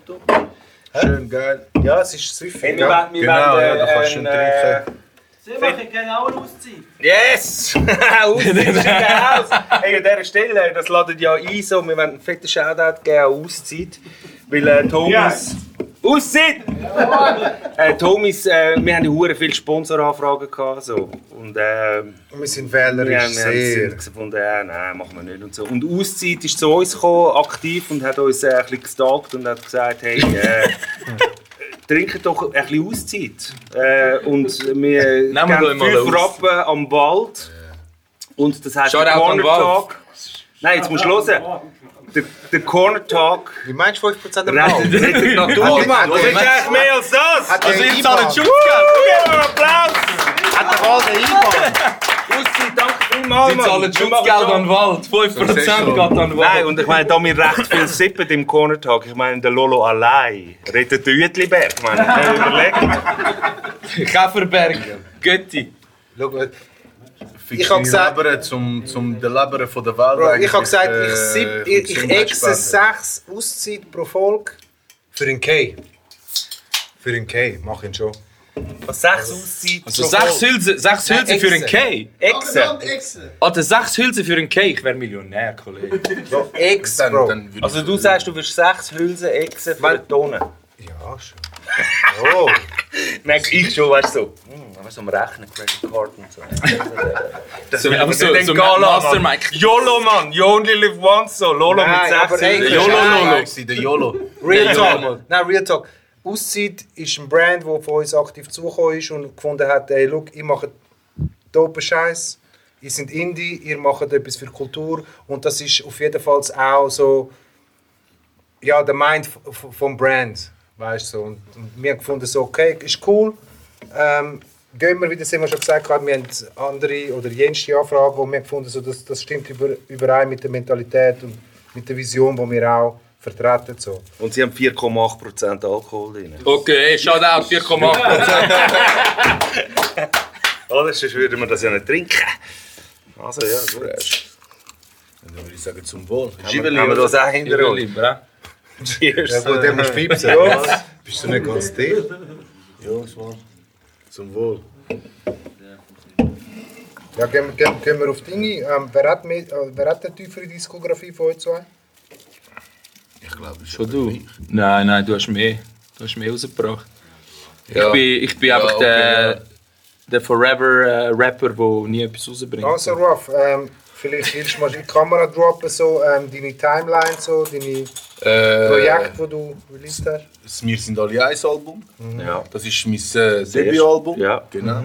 S4: Schön geil.
S6: Ja, es ist zu viel.
S5: Wir wollen- wir
S4: Genau,
S5: wollen,
S4: ja, da
S5: äh,
S4: kannst du schön
S5: ein, äh,
S4: trinken.
S8: Sie machen keine Auszeit.
S5: Yes! Auszeit in der Haus! Hey, an dieser Stelle, das ladet ja ein, so, wir wollen einen fetten Shoutout geben an Auszeit. Weil äh, Thomas... Auszeit! äh, Thomas, äh, wir haben ja hure viele Sponsoranfragen gehabt, so. Und äh,
S6: Wir sind
S5: wir haben, wir
S6: wählerisch, sehr.
S5: haben gefunden, äh, nein, machen wir nicht und so. Und Auszeit ist zu uns gekommen, aktiv, und hat uns äh, ein bisschen gestalkt und hat gesagt, hey, äh, trinkt doch ein bisschen Auszeit. Äh, und wir
S2: wir doch
S5: geben
S2: mal
S5: fünf
S2: aus.
S5: Rappen am Wald. Und das heißt
S2: Shoutout
S5: der Corner
S2: am Wald.
S5: Talk. Nein, jetzt musst du hören. Der, der Corner Talk
S6: Wie meinst du 5% am
S2: Genau.
S5: rettet
S6: Wald?
S5: rettet die Natur, Mann. Das ist eigentlich mehr als das.
S6: Hat
S2: Also,
S6: der
S2: ich zahle
S6: IBAN?
S2: Schutz, gell?
S5: Applaus!
S6: Hat der Wald einen IBAN?
S5: Auszeit, danke vielmals, Mann. Wir
S2: Sie zahlen
S5: machen
S2: Schutzgeld an
S5: schon-
S2: den Wald. 5% geht an den Wald.
S5: Nein, und ich meine, da wir recht viel sippen im Cornertag, ich meine, der Lolo allein rettet den Uetliberg, ich meine, überlegt.
S2: Käferberg, Götti.
S6: Schau,
S4: Ich
S6: hab
S4: habe
S6: gesagt-
S4: gesagt... Zum, zum Delabern von der Welt.
S6: Bro, ich habe gesagt,
S4: eigentlich,
S6: ich,
S4: äh,
S6: sieb, ich, ich
S4: Gesundheitsspender.
S6: exe sechs Auszeit pro Folge. Für den K. Für den K, mach ihn schon.
S5: Was sechs aussieht,
S2: Also sechs Hülsen, sechs Hülsen für einen K.
S5: Echsen.
S2: Alter, sechs Hülsen für einen K. Ich wäre Millionär, Kollege.
S6: Bro, Ex,
S4: Dann,
S6: Bro.
S4: dann würde
S5: Also du sagst, du wirst sechs Hülsen Echsen für eine Tonne.
S6: Ja, schon. Oh,
S5: Merk ich schon, weißt du, so, hm, weißt du, am Rechnen, Credit Card und so.
S2: So, aber so,
S5: den
S2: so
S5: Gala,
S2: Mastermind.
S5: YOLO, Mann, you only live once, so, Lolo
S6: Nein, aber
S5: mit sechs
S6: ey,
S5: Hülsen.
S4: Jolo,
S6: Jolo, Lolo.
S4: Lolo. Der Jolo.
S6: Real Talk. Nein, Real Talk. Auszeit ist ein Brand, der von uns aktiv zugekommen ist und gefunden hat, hey, look, ich mache dope Scheiß. Ihr seid Indie, ihr macht etwas für Kultur und das ist auf jeden Fall auch so ja, der Mind v- v- vom Brand, weißt du. Und, und wir haben gefunden, so, okay, ist cool. Ähm, gehen wir, wie das immer schon gesagt haben, wir haben andere oder jenste Anfragen und wir haben gefunden, so, das, das stimmt über, überein mit der Mentalität und mit der Vision, die wir auch vertreten. So.
S5: Und sie haben 4,8% Alkohol drin.
S2: Okay, Shoutout, 4,8%.
S5: Oder sonst würden wir Oh, das ja nicht trinken. Also ja, gut.
S4: Dann würde ich sagen, zum Wohl.
S5: Haben wir das auch hinter uns?
S2: Lieber,
S9: Dus,
S6: Ja
S5: Cheers.
S6: gut,
S9: eh,
S6: der muss piepsen. ja. Bist du nicht ganz dicht?
S4: Jungs, Mann. Zum Wohl.
S6: Ja, gehen, wir- gehen, gehen wir auf Dinge. Ähm, wer, hat mehr, äh, wer hat eine tiefere Diskografie von euch zwei?
S4: Ich glaube, es ist
S2: Schon du? Nein, nein, du hast mehr. Du hast mehr rausgebracht.
S4: Ja.
S2: Ich bin, ich bin
S4: Ja,
S2: einfach
S4: okay,
S2: der, der Forever-Rapper, der nie etwas rausbringt.
S6: Also Ruff, ähm, vielleicht willst du mal die Kamera droppen, so, ähm, deine Timeline, so, deine
S4: Äh,
S6: Projekt, das du released hast.
S4: das Wir sind alle eins Album.
S2: Ja.
S4: Das ist mein äh, Debütalbum.
S2: Ja.
S4: Genau.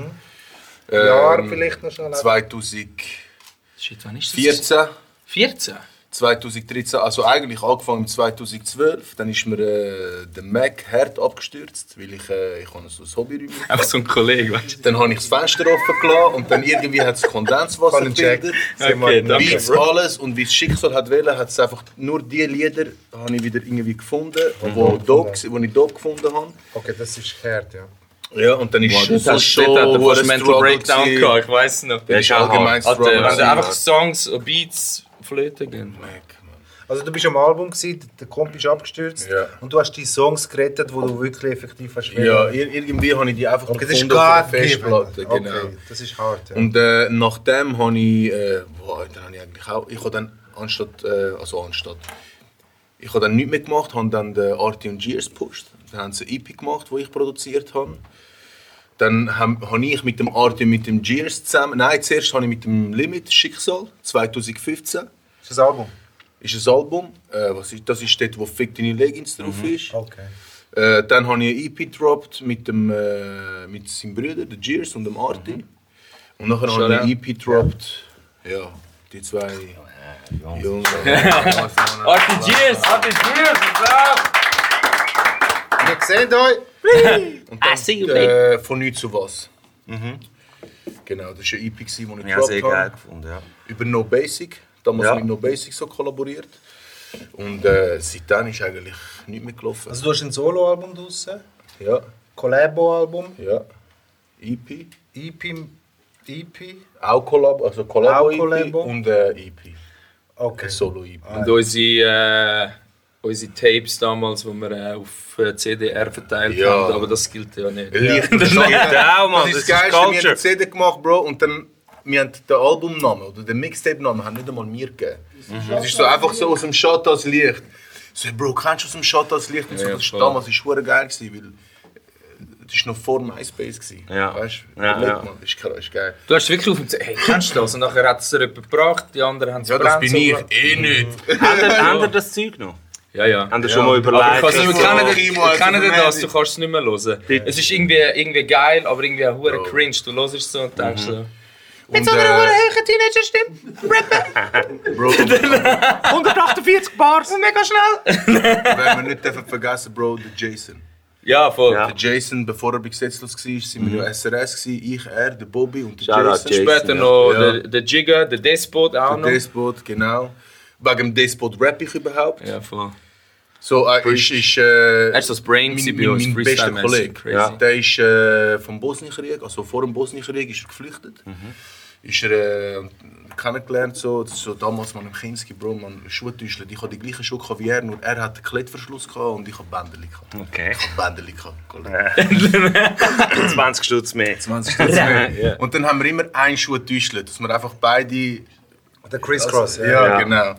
S6: Jahr
S4: Ähm,
S6: vielleicht noch schnell.
S4: 2014.
S2: Shit, wann ist das? 14?
S4: 2013, also eigentlich angefangen im 2012, dann ist mir äh, der Mac hart abgestürzt, weil ich, äh, ich habe so ein Hobby
S2: Einfach so ein Kollege, weißt
S4: Dann habe ich das Fenster offen gelassen und dann irgendwie hat es Kondenswasser gebildet.
S2: du? Okay,
S4: Wie
S2: danke.
S4: es alles und wie das Schicksal hat wollen, hat es einfach nur die Lieder habe ich wieder irgendwie gefunden, wo, dope, gsi- wo ich dope gefunden habe.
S6: Okay, das ist gehört, ja.
S4: Ja, und dann ist
S2: Boah, das
S4: so
S2: hast
S4: schon
S2: schon hat er fast
S4: ein
S2: Mental
S4: Struggle
S2: Breakdown
S4: gewesen.
S2: gehabt, ich weiss noch.
S4: Das ist allgemein
S2: Alter,
S4: Struggle
S2: wenn
S4: gewesen,
S2: dir einfach
S4: Mann.
S2: Songs und Beats flöten gehen.
S4: Mac, Mann.
S6: Also du bist am Album, gewesen, der Kumpel ist abgestürzt
S4: Ja.
S6: und du hast die Songs gerettet, die du wirklich effektiv hast.
S4: Ja, ir- irgendwie habe ich die einfach
S6: okay, das ist
S4: gefunden auf
S6: gar
S4: der Festplatte,
S6: Okay,
S4: genau.
S6: das ist hart, ja.
S4: Und äh, nachdem habe ich, äh, boah, dann habe ich eigentlich auch, ich habe dann anstatt, äh, also anstatt, ich habe dann nichts mehr gemacht, habe dann den Artie und Gears gepusht. Dann haben sie ein EP gemacht, wo ich produziert habe. Dann habe hab ich mit dem Artie und mit dem Gears zusammen, nein, zuerst habe ich mit dem Limit Schicksal, 2015,
S6: Das ist das Album?
S4: ist ein Album, äh, was ist, das ist dort, wo Fick deine Leggings drauf ist.
S6: Okay.
S4: Äh, dann habe ich ein EP gedroppt mit, dem, äh, mit seinem Bruder, der Gears und dem Arti. Und nachher habe ich ein EP gedroppt. Ja, die zwei Jungs.
S2: Artie Cheers!
S6: Wir sehen euch!
S4: Und dann, äh, von nichts zu was. Genau, das war ein EP, das
S1: Ja,
S4: ich
S1: sehr
S4: gedroppt
S1: geil
S4: habe.
S1: gefunden, ja.
S4: Über No Basic. Damals
S1: Ja.
S4: mit No Basic so kollaboriert. Und äh, seitdem ist eigentlich nichts mehr gelaufen.
S6: Also du hast ein Soloalbum draussen,
S4: Ja,
S6: Collabo-Album,
S4: ja. E EP.
S6: EP, EP.
S4: Auch Collab, also Collabo,
S6: Auch Collabo.
S4: EP und äh, EP.
S6: Okay.
S4: Solo-EP.
S2: Und unsere, äh, unsere Tapes damals, die wir äh, auf äh, CDR verteilt
S4: Ja.
S2: haben, aber das gilt ja nicht.
S4: Licht ja.
S1: Mann,
S4: Das ist
S1: das ist
S4: das Geilste, wir haben
S1: Culture.
S4: die CD gemacht, Bro, und dann, wir haben den Albumnamen oder den Mixtape-Namen haben nicht einmal mir gegeben. Es ist so einfach so aus dem Schatten als Licht. So, Bro, kennst du aus dem Schatten als Licht? Und so,
S2: Ja,
S4: das
S2: voll.
S4: war damals ist hure geil, gewesen, weil äh, das war noch vor MySpace. Gewesen,
S1: Ja.
S4: Weißt du?
S1: Ja,
S4: Überleg
S1: ja.
S4: mal, Das ist, krass, das ist geil.
S2: Du hast wirklich auf dem hey, kennst du das? Und nachher hat es dir jemand gebracht, die anderen haben es
S4: Ja, das bin ich eh nicht.
S1: Habt ihr- Habt ihr das Zeug noch?
S2: Ja, ja.
S1: Habt ihr schon mal überlegt?
S2: Also, wir
S4: Kimo,
S2: kennen, wir
S4: Kimo, also
S2: kennen
S4: der
S2: das,
S4: Mandy.
S2: du kannst es nicht mehr hören. Es ist irgendwie, irgendwie geil, aber irgendwie auch
S4: Oh.
S2: hure cringe. Du hörst es so und denkst
S4: Mhm.
S2: so.
S4: Mit so einer hohen Teenager-Stimme. eh, Bro, und wenn wir nicht dürfen vergessen, Bro, der Jason.
S2: Ja, voll.
S1: Ja.
S4: Der Jason, bevor er bei Gesetzlos war, waren wir ja SRS, gewesen, ich, er, der Bobby und der
S1: Shoutout,
S4: Jason.
S1: Jason.
S2: Später noch
S4: Ja.
S2: der, der Jigger, der Despot auch
S4: Der
S2: noch.
S4: Despot, genau. Wegen dem Despot rapp ich überhaupt.
S2: Ja, voll.
S4: So, äh, ist, ist, äh,
S2: Er ist das eh, Brain
S4: mein,
S2: gewesen bei
S4: mein,
S2: uns,
S4: mein bester
S2: Freestyle-mäßig,
S4: Kollege.
S2: crazy.
S4: Ja. Der ist äh, vom Bosnienkrieg, also vor dem Bosnienkrieg ist er geflüchtet.
S2: Mhm.
S4: Ist er äh, kennengelernt, so, so damals mit dem Kinski, Bro, man, Schuhtäuschler. Ich hatte die gleichen Schuhe gehabt wie er, nur er hatte einen Klettverschluss gehabt und ich hatte Bänder. gehabt.
S1: Okay.
S4: Ich hatte Bänder. gehabt, Kollege.
S1: 20 Stutz mehr.
S4: 20 Stutz mehr. Und dann haben wir immer einen Schuh getäuscht, dass wir einfach beide.
S6: Der Crisscross,
S4: ja,
S6: ja.
S4: genau.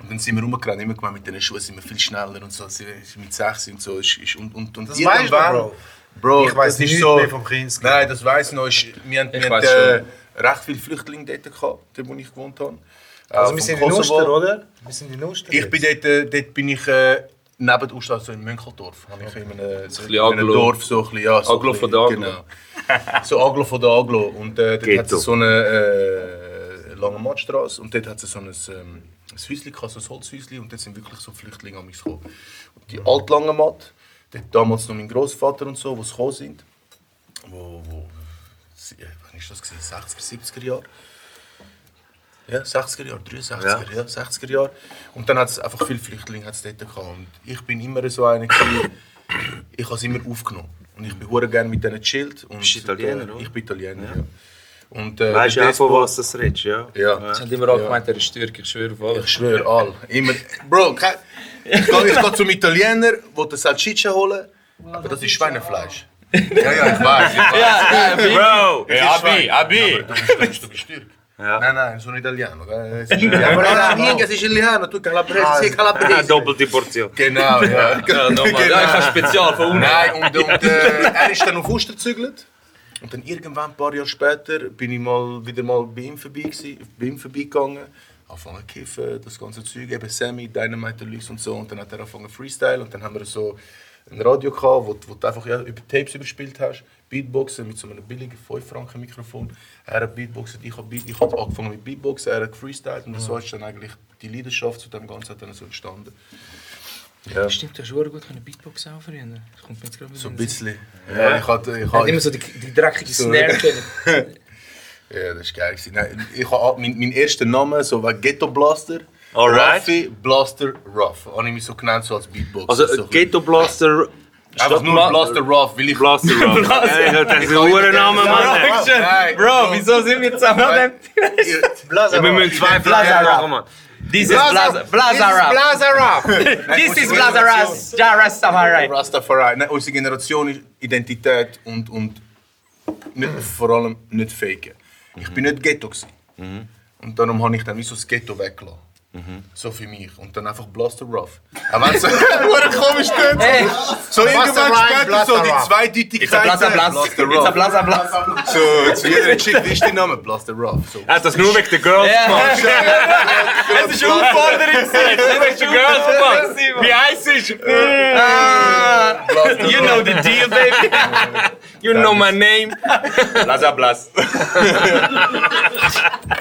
S4: Und dann sind wir rumgerannt, immer gemeint, mit diesen Schuhen sind wir viel schneller und so, sind wir mit 6 und so. Ist, ist, und, und, und
S6: Das weißt du, Bro.
S4: Bro,
S6: Ich weiss
S4: das ist
S6: nichts
S4: so,
S6: mehr vom Kinski.
S4: Nein, das weiss ich noch. Ist, wir haben, wir haben
S2: weiss
S4: äh, recht viele Flüchtlinge dort gehabt, dort wo ich gewohnt habe. Äh,
S6: Also wir sind in Uster, oder? Wir sind in Uster.
S4: Ich bin dort, äh, dort bin ich äh, neben Usta, also in Münkeldorf. Habe ich in einem, so in einem
S2: Aglo.
S4: Dorf so ein bisschen, ja, so
S2: Aglo
S4: ein
S2: von
S4: bisschen,
S2: der Aglo.
S4: Genau. So Aglo von der Aglo. Und äh, dort hat
S1: Ghetto.
S4: es so eine äh, lange Mattstrasse und dort hat es so ein, ähm, ein Häuschen, gehabt, so ein Holzhäuschen und dort sind wirklich so Flüchtlinge an mich gekommen. Und die alte lange Matt, dort damals noch mein Großvater und so, die gekommen sind, wo, wo, sie- äh, wann ist das gewesen? 60er, 70er Jahre. Ja, 60er Jahre, 63er, ja. 60er Jahre. Und dann hat es einfach viele Flüchtlinge hat's dort gehabt. Und ich bin immer so einer, gewesen, ich habe es immer aufgenommen. Und ich bin hure gerne mit denen chillt. Und,
S1: Bist du Italiener, oder?
S4: Ich bin Italiener, ja. Und, äh,
S1: Weißt du
S4: der
S1: auch, von
S4: Despot-
S1: was das redest, ja?
S4: Ja.
S2: Sie haben immer auch gemeint, er ist Türk, ich schwöre voll.
S4: Ich schwöre, all. Immer. Bro, kein, ich gehe zum Italiener, will den Salsiccia holen, aber das ist Schweinefleisch. Ja, ja, ich weiß. Ich weiß.
S1: Bro!
S4: Ja, Abi, Abi! Du bist, du bist, du bist Türk.
S1: Ja.
S4: Nein, nein, sono italiano. eh, siciliano. No, no, minchia, siciliano, tu
S1: Ah,
S4: calabrese, sei calabrese.
S1: Doppelte Portion.
S4: Genau, ja. Genau.
S2: Ja, nochmal, ja, ich habe Spezial von unten.
S4: Nein, und, und äh, er ist dann auf Oster gezügelt. Und dann irgendwann, ein paar Jahre später, bin ich mal wieder mal bei ihm, vorbei, gewesen- bei ihm vorbeigegangen. angefangen zu kiffen, das ganze Zeug, eben Sammy, Dynamite Deluxe und so. Und dann hat er angefangen zu freestylen und dann haben wir so ein Radio gehabt, wo, wo du einfach ja, über Tapes überspielt hast, Beatboxen mit so einem billigen 5-Franken-Mikrofon. Er hat Beatboxen, ich habe Beat, ich habe angefangen mit Beatboxen, er hat gefreestylt und so ist dann eigentlich die Leidenschaft zu dem Ganzen hat dann so entstanden. Ja,
S2: Stimmt, du hast schon gut können Beatbox auch früher. Das kommt mir jetzt gerade
S4: so ein
S2: in den Sinn.
S4: bisschen. Ja, ich hatte, ich
S2: Er hat
S4: hatte,
S2: immer so die, die dreckige Snare können.
S4: Ja, das war geil. gewesen. Nein, ich habe mein, mein ersten Name so war Ghetto Blaster.
S9: Alright.
S4: Raffi Blaster Ruff. Habe ich mich so genannt so als Beatbox.
S9: Also,
S4: so
S9: äh, Ghetto Blaster.
S4: Einfach
S9: Stopp,
S4: nur
S9: Ma-
S4: Blaster Ruff, weil ich.
S9: Blaster Rock. Ja, Das ist ein Uhrenname, Mann.
S4: Nein,
S2: Bro, wieso sind wir jetzt am
S4: Nein.
S9: Ja, Wir müssen zwei Blaser machen, Mann.
S2: Dieses Blazer. Blazer. This is Blazer Ras. Jaras Samarai.
S4: Rastafari. Nein, unsere Generation ist Identität und, und nicht,
S9: Mhm.
S4: vor allem nicht faken. Ich bin nicht Ghetto. gsi
S9: Mhm.
S4: Und darum habe ich dann wie so das Ghetto weggelassen. So für mich. Und dann einfach Blaster Rough. Aber wenn es so komisch tönt. So irgendwann später so die Zweideutigkeit.
S2: Blazer
S4: Blaster
S2: Blaster. Jetzt ein
S4: Rough.
S2: Blazer Blaster.
S4: So, zu jeder Chick, wie ist dein Name? Blaster Rough. So.
S9: Hat das nur wegen der Girls
S2: Ja.
S9: gemacht?
S4: Das ist Aufforderung.
S9: Nur wegen der Girls gemacht? Wie heiß ist? You know the deal, baby. You know my name. Blaser Blas.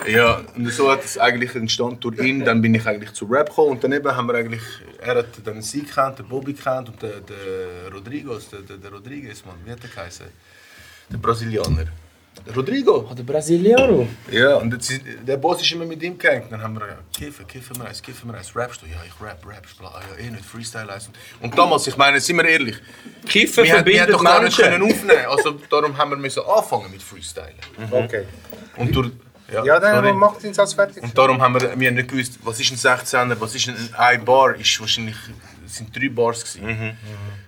S4: Ja, und so hat es eigentlich entstanden durch ihn. Dann bin ich eigentlich zu Rap gekommen und dann eben haben wir eigentlich, er hat dann sie gekannt, den Bobby gekannt und den, den Rodriguez, den, den, den Rodriguez, Mann, wie hat der geheißen? Der Brasilianer. Rodrigo!
S2: Der Brasiliano.
S4: Ja, und jetzt, sind- der Boss ist immer mit ihm gehängt. Dann haben wir ja, kiffen, kiffen wir eins, kiffen wir eins, rappst du? Ja, ich rap, rappst, bla, ja, eh nicht, Freestyle eins. Und damals, ich meine, sind wir ehrlich,
S2: Kiffen
S4: wir hätten wir hätten
S2: verbindet
S4: doch gar nicht können
S2: Menschen.
S4: aufnehmen Also darum haben wir müssen anfangen mit Freestyle.
S6: Okay.
S2: Mhm.
S4: Und durch...
S6: Ja, dann
S4: sorry.
S6: macht ihn als fertig.
S4: Und darum haben wir, wir haben nicht gewusst, was ist ein 16er, was ist ein, ein Bar, ist wahrscheinlich, es sind drei Bars gewesen.
S9: Mhm,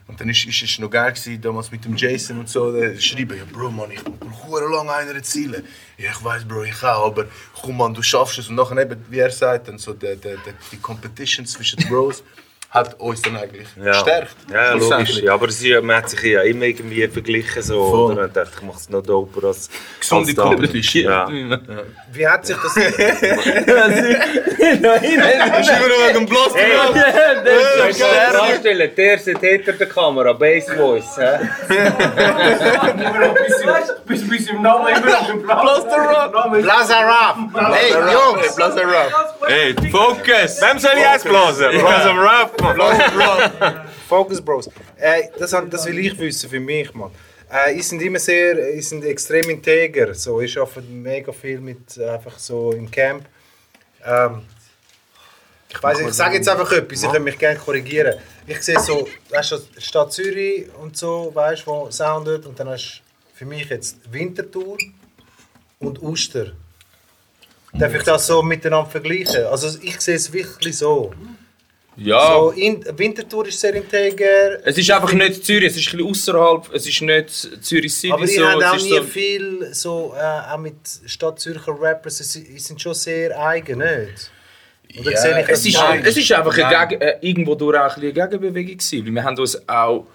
S4: Und dann ist, ist es noch geil gewesen, damals mit dem Jason und so, der schreiben, ja Bro, Mann, ich brauche lange einer Ziele. Ja, ich weiß, Bro, ich auch, aber komm Mann, du schaffst es. Und nachher eben, wie er sagt, dann so der, der, der, die Competition zwischen den Bros hat uns dann eigentlich gestärkt.
S9: Ja, logisch.
S4: Schlussendlich.
S9: Ja, aber sie, man hat sich ja immer irgendwie verglichen. So,
S4: Voll.
S9: oder? Und dachte, ich mache es noch doper als.
S4: Gesunde
S9: als die anderen.
S4: Competition.
S9: Ja.
S6: Wie hat sich das.
S1: Kannst du dir vorstellen, der ist hinter der Kamera, Bass Voice. hä?
S10: Bist du im Namen immer noch im Blaster
S6: Lazarab! Hey, Jungs!
S9: Hey, Focus! Wem soll ich eins blasen? Blasen am Rap, Mann.
S6: Focus Bros. Äh, das, han- das will ich wissen für mich, Mann. Äh, ich sind immer sehr, ich sind extrem integer. So, ich arbeite mega viel mit äh, einfach so im Camp. Ähm, ich weiß, ich sage jetzt einfach etwas. Ich könnte mich gerne korrigieren. Ich sehe so, weißt du, Stadt Zürich und so, weißt du, wo Soundet und dann hast du für mich jetzt Winterthur und Uster. Darf ich das so miteinander vergleichen? Also ich sehe es wirklich so.
S2: Ja.
S6: So, in, Winterthur ist sehr integer.
S2: Es ist einfach nicht Zürich, es ist ein bisschen außerhalb, es ist nicht Zürich City.
S6: Aber ich
S2: so,
S6: habe
S2: es
S6: auch
S2: ist
S6: nie
S2: so-
S6: viel so, äh, auch mit Stadtzürcher Rappers, sie sie sind schon sehr eigen, nicht? Oder
S4: Ja,
S6: sehe ich
S2: Es
S6: das
S2: ist,
S6: falsch?
S2: es ist einfach eine
S4: Nein.
S2: Geg äh, irgendwo durch auch ein bisschen eine Gegenbewegung gewesen, weil wir haben uns auch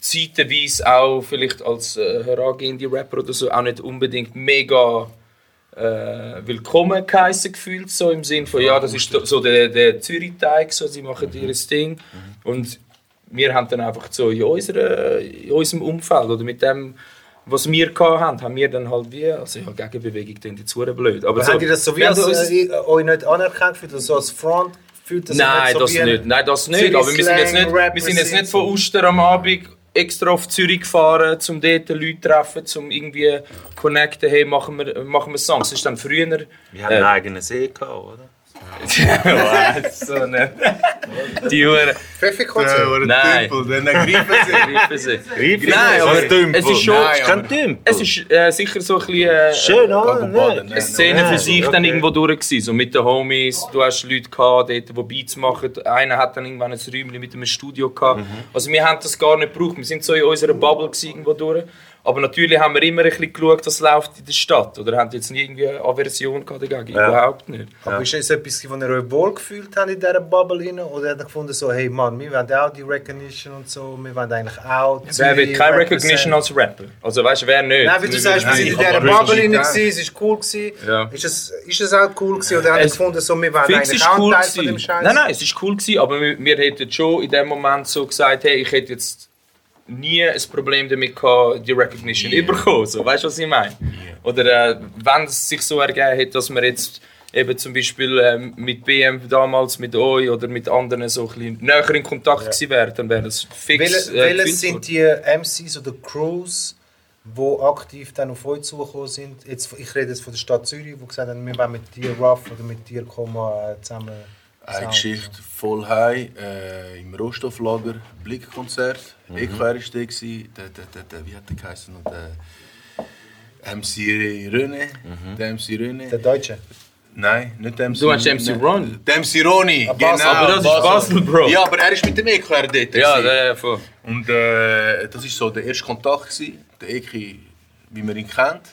S2: zeitweise auch vielleicht als äh, herangehende Rapper oder so auch nicht unbedingt mega äh, willkommen geheissen gefühlt, so im Sinn von, ja, das ist so der, der Zürich-Teig, so, sie machen
S6: Mhm.
S2: ihr Ding und wir haben dann einfach so in, unserer, in unserem Umfeld oder mit dem, was wir gehabt haben, haben wir dann halt wie, also ja, Gegenbewegung klingt jetzt verdammt blöd, aber
S6: Aber
S2: so,
S6: habt ihr das so wie
S2: wir haben
S6: als,
S2: uns-
S1: uh,
S6: äh, ihr-
S1: oh,
S6: euch nicht anerkannt fühlt, oder so als Front fühlt? dass ihr
S2: Nein,
S6: so
S2: das
S6: wie ein-
S2: nicht. Nein, das nicht.
S6: Zürich
S2: Aber wir sind jetzt
S6: Slang,
S2: nicht, wir sind jetzt
S6: Represent.
S2: nicht von Uster am Abend extra auf Zürich gefahren, um dort Leute zu treffen, um irgendwie connecten, hey, machen wir, machen wir Songs. Das ist dann früher...
S9: Wir haben einen eigenen See gehabt, oder?
S2: so ne. Die Hure...
S6: Pfefferkonzert.
S2: Nein.
S4: Dann greifen sie.
S2: Nein, aber es ist schon...
S4: Nein, aber-
S9: Kein Tümpel.
S2: Es ist äh, sicher so ein bisschen... Äh,
S9: Schön, oder?
S4: Baden,
S9: Nein.
S4: Baden,
S2: eine
S4: nein,
S2: Szene für sich dann irgendwo durch gewesen, so mit den Homies, du hast Leute gehabt, dort, die Beats machen, einer hat dann irgendwann ein Räumchen mit einem Studio gehabt, also wir haben das gar nicht gebraucht, wir sind so in unserer Bubble gewesen, irgendwo durch Aber natürlich haben wir immer ein bisschen geschaut, was läuft in der Stadt. Oder haben jetzt nie irgendwie eine Aversion gehabt dagegen? Überhaupt nicht.
S6: Aber ist das etwas, das ihr euch wohlgefühlt habt in dieser Bubble? Rein? Oder habt ihr gefunden, so, hey Mann, wir wollen auch die Recognition und so, wir wollen eigentlich auch...
S2: Wer will
S6: Zürich
S2: keine
S6: Also represent-
S2: Recognition als Rapper? Also weißt du, wer nicht?
S6: Nein, wie du sagst, wir sind in dieser Bubble rein, gewesen, es war cool. Gewesen.
S2: Ja.
S6: Ist, es, ist es auch cool gewesen? Oder habt ihr
S2: Es-
S6: gefunden, so, wir wollen
S2: Fix
S6: eigentlich
S2: ist
S6: auch
S2: cool
S6: Teil von dem
S2: gewesen.
S6: Scheiß?
S2: Nein, nein, es ist cool gewesen, aber wir, wir hätten schon in dem Moment so gesagt, hey, ich hätte jetzt nie ein Problem damit gehabt, die Recognition yeah. bekommen. So, weißt du, was ich meine? Oder äh, wenn es sich so ergeben hätte, dass wir jetzt eben zum Beispiel äh, mit BM damals, mit euch oder mit anderen so ein bisschen näher in Kontakt gewesen wären, dann wäre das fix
S6: Welche,
S2: äh,
S6: welche
S2: gefühlt
S6: sind die MCs oder Crews, die aktiv dann auf euch zugekommen sind? Jetzt, ich rede jetzt von der Stadt Zürich, die gesagt haben, wir wollen mit dir Ruff oder mit dir Komma äh, zusammen.
S4: Eine
S6: Sound.
S4: Geschichte voll high, äh, im Rohstofflager, Blickkonzert. Ich war erst da, gewesen, der, der, der, der, wie hat der geheißen? noch? Der MC Röne. Der MC
S6: Der
S4: Röne.
S6: Äh, Deutsche.
S4: Nein, nicht der MC
S2: Du meinst MC Ron?
S4: Der MC Roni, genau.
S6: Basel.
S2: Aber das ist Basel, Bro.
S4: Ja, aber er ist mit dem EQR dort.
S2: Ja,
S4: gewesen.
S2: der von.
S4: Und äh, das war so der erste Kontakt, gewesen, der Eki, wie man ihn kennt.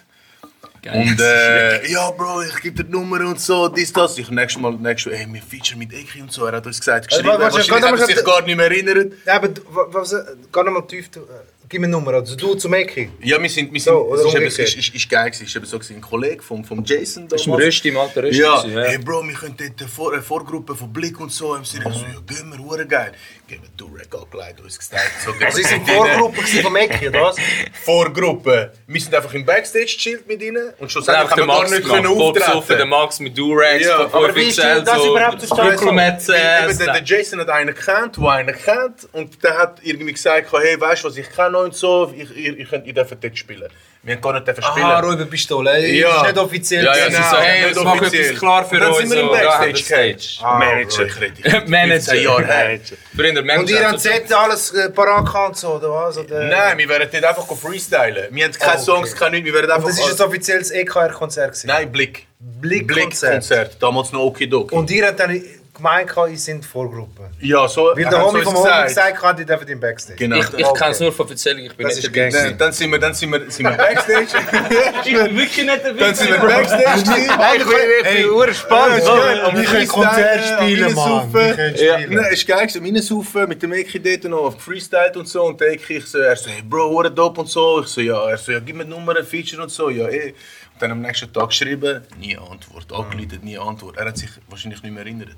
S4: Und äh, ja, Bro, ich gebe dir die Nummer und so, dies, das. Ich nächstes Mal, nächstes Mal, ey, wir feature mit Eki und so. Er hat uns gesagt, geschrieben,
S6: warte, warte,
S4: wahrscheinlich
S6: warte,
S4: hat er
S6: warte.
S4: sich gar nicht mehr erinnert.
S6: Ja, aber du- wa- was, äh, geh nochmal tief. du- äh, Gib mir eine Nummer, also du zum Ecke.
S4: Ja, wir sind, wir sind,
S6: So, oder
S4: es ist, eben, es
S6: umgekehrt.
S4: ist, ist, ist geil gewesen. Es ist eben so gewesen, ein Kollege von, von Jason
S2: Das war im Rösti, im alten Rösti.
S4: Ja,
S2: gewesen,
S4: hey Bro, wir können dort eine, Vor eine Vorgruppe von Blick und so. Und sie so, ja, gehen wir, hure geil. Gehen wir Durek angekleidet, uns gestylt. So, gehen
S6: Also
S4: wir
S6: ist eine
S4: dort hin.
S6: Vorgruppe gewesen vom Ecke, oder was?
S4: Vorgruppe. Wir sind einfach im Backstage chillt mit ihnen und schlussendlich
S2: Einfach
S4: haben wir gar
S2: der Max
S4: nicht
S2: gemacht.
S4: können
S2: Vollbesoffen, der
S4: auftreten.
S2: Max mit Durex,
S4: Ja,
S2: von
S4: aber
S2: 5
S6: wie ist
S2: XL,
S6: das
S2: so
S6: überhaupt zustande gekommen?
S2: Kuckelmetzen,
S4: Eben, der, der
S2: Snack.
S4: Jason hat einen gekannt, der einen kennt und der hat irgendwie gesagt, hey, weißt du was, ich kenne und so, ich, ihr, ihr, könnt, ihr dürft dort spielen. Wir haben gar nicht dürfen spielen.
S6: Ah, Räuberpistole. Ja.
S4: Ja.
S6: Ist nicht offiziell.
S2: Ja, ja,
S4: Genau,
S2: sie so, hey,
S4: nicht
S2: das macht
S4: offiziell.
S2: etwas klar
S4: Und
S2: für
S4: dann
S2: uns.
S4: sind wir im
S2: so, da haben wir
S4: Backstage.
S2: Stage.
S4: Manager. Ich rede
S2: Manager.
S4: 15 Jahre her.
S2: Brüder, Manager.
S6: Und ihr habt Z alles äh, parat gehabt und so, oder was? Oder?
S4: Nein, wir werden nicht einfach freestylen. Wir haben keine
S6: okay.
S4: Songs, keine nichts, wir werden
S6: Und
S4: einfach...
S6: das ist ein offizielles E EKR-Konzert gewesen.
S4: Nein, Blick.
S6: Blickkonzert.
S4: Blickkonzert. Damals noch Okidoki.
S6: Und ihr habt dann gemeint, gehabt, ihr seid Vorgruppe.
S4: ja, so
S6: Weil
S4: haben
S6: der
S4: sie
S6: Homie
S4: uns
S6: vom Homie gesagt hat, die dürfen im Backstage.
S4: Genau.
S2: Ich, ich kann es nur von Erzählung, ich bin
S6: Das
S2: nicht
S6: ist
S2: dabei.
S6: Gang.
S4: Dann, dann sind wir, dann sind wir, sind wir Backstage.
S1: Wirklich nicht der
S4: dann sind wir Backstage. gewesen.
S6: Ey, urspannend.
S4: am
S6: Wir können Konzert
S4: Freestylen, am
S6: spielen, Mann. Wir
S4: Reinsaufen.
S6: können
S4: eh, Ja.
S6: spielen.
S4: Nein, ist geil, gewesen, am Reinsaufen mit dem Eki dort und noch freestylt und so. Und der Eki, ich so, er so, hey Bro, hure dope und so. Ich so, ja, er so, ja, gib mir die Nummer, ein Feature und so. Ja, eh. Und dann am nächsten Tag geschrieben, nie Antwort.
S2: Mm.
S4: Angeleitet, nie Antwort. Er hat sich wahrscheinlich nicht mehr erinnert.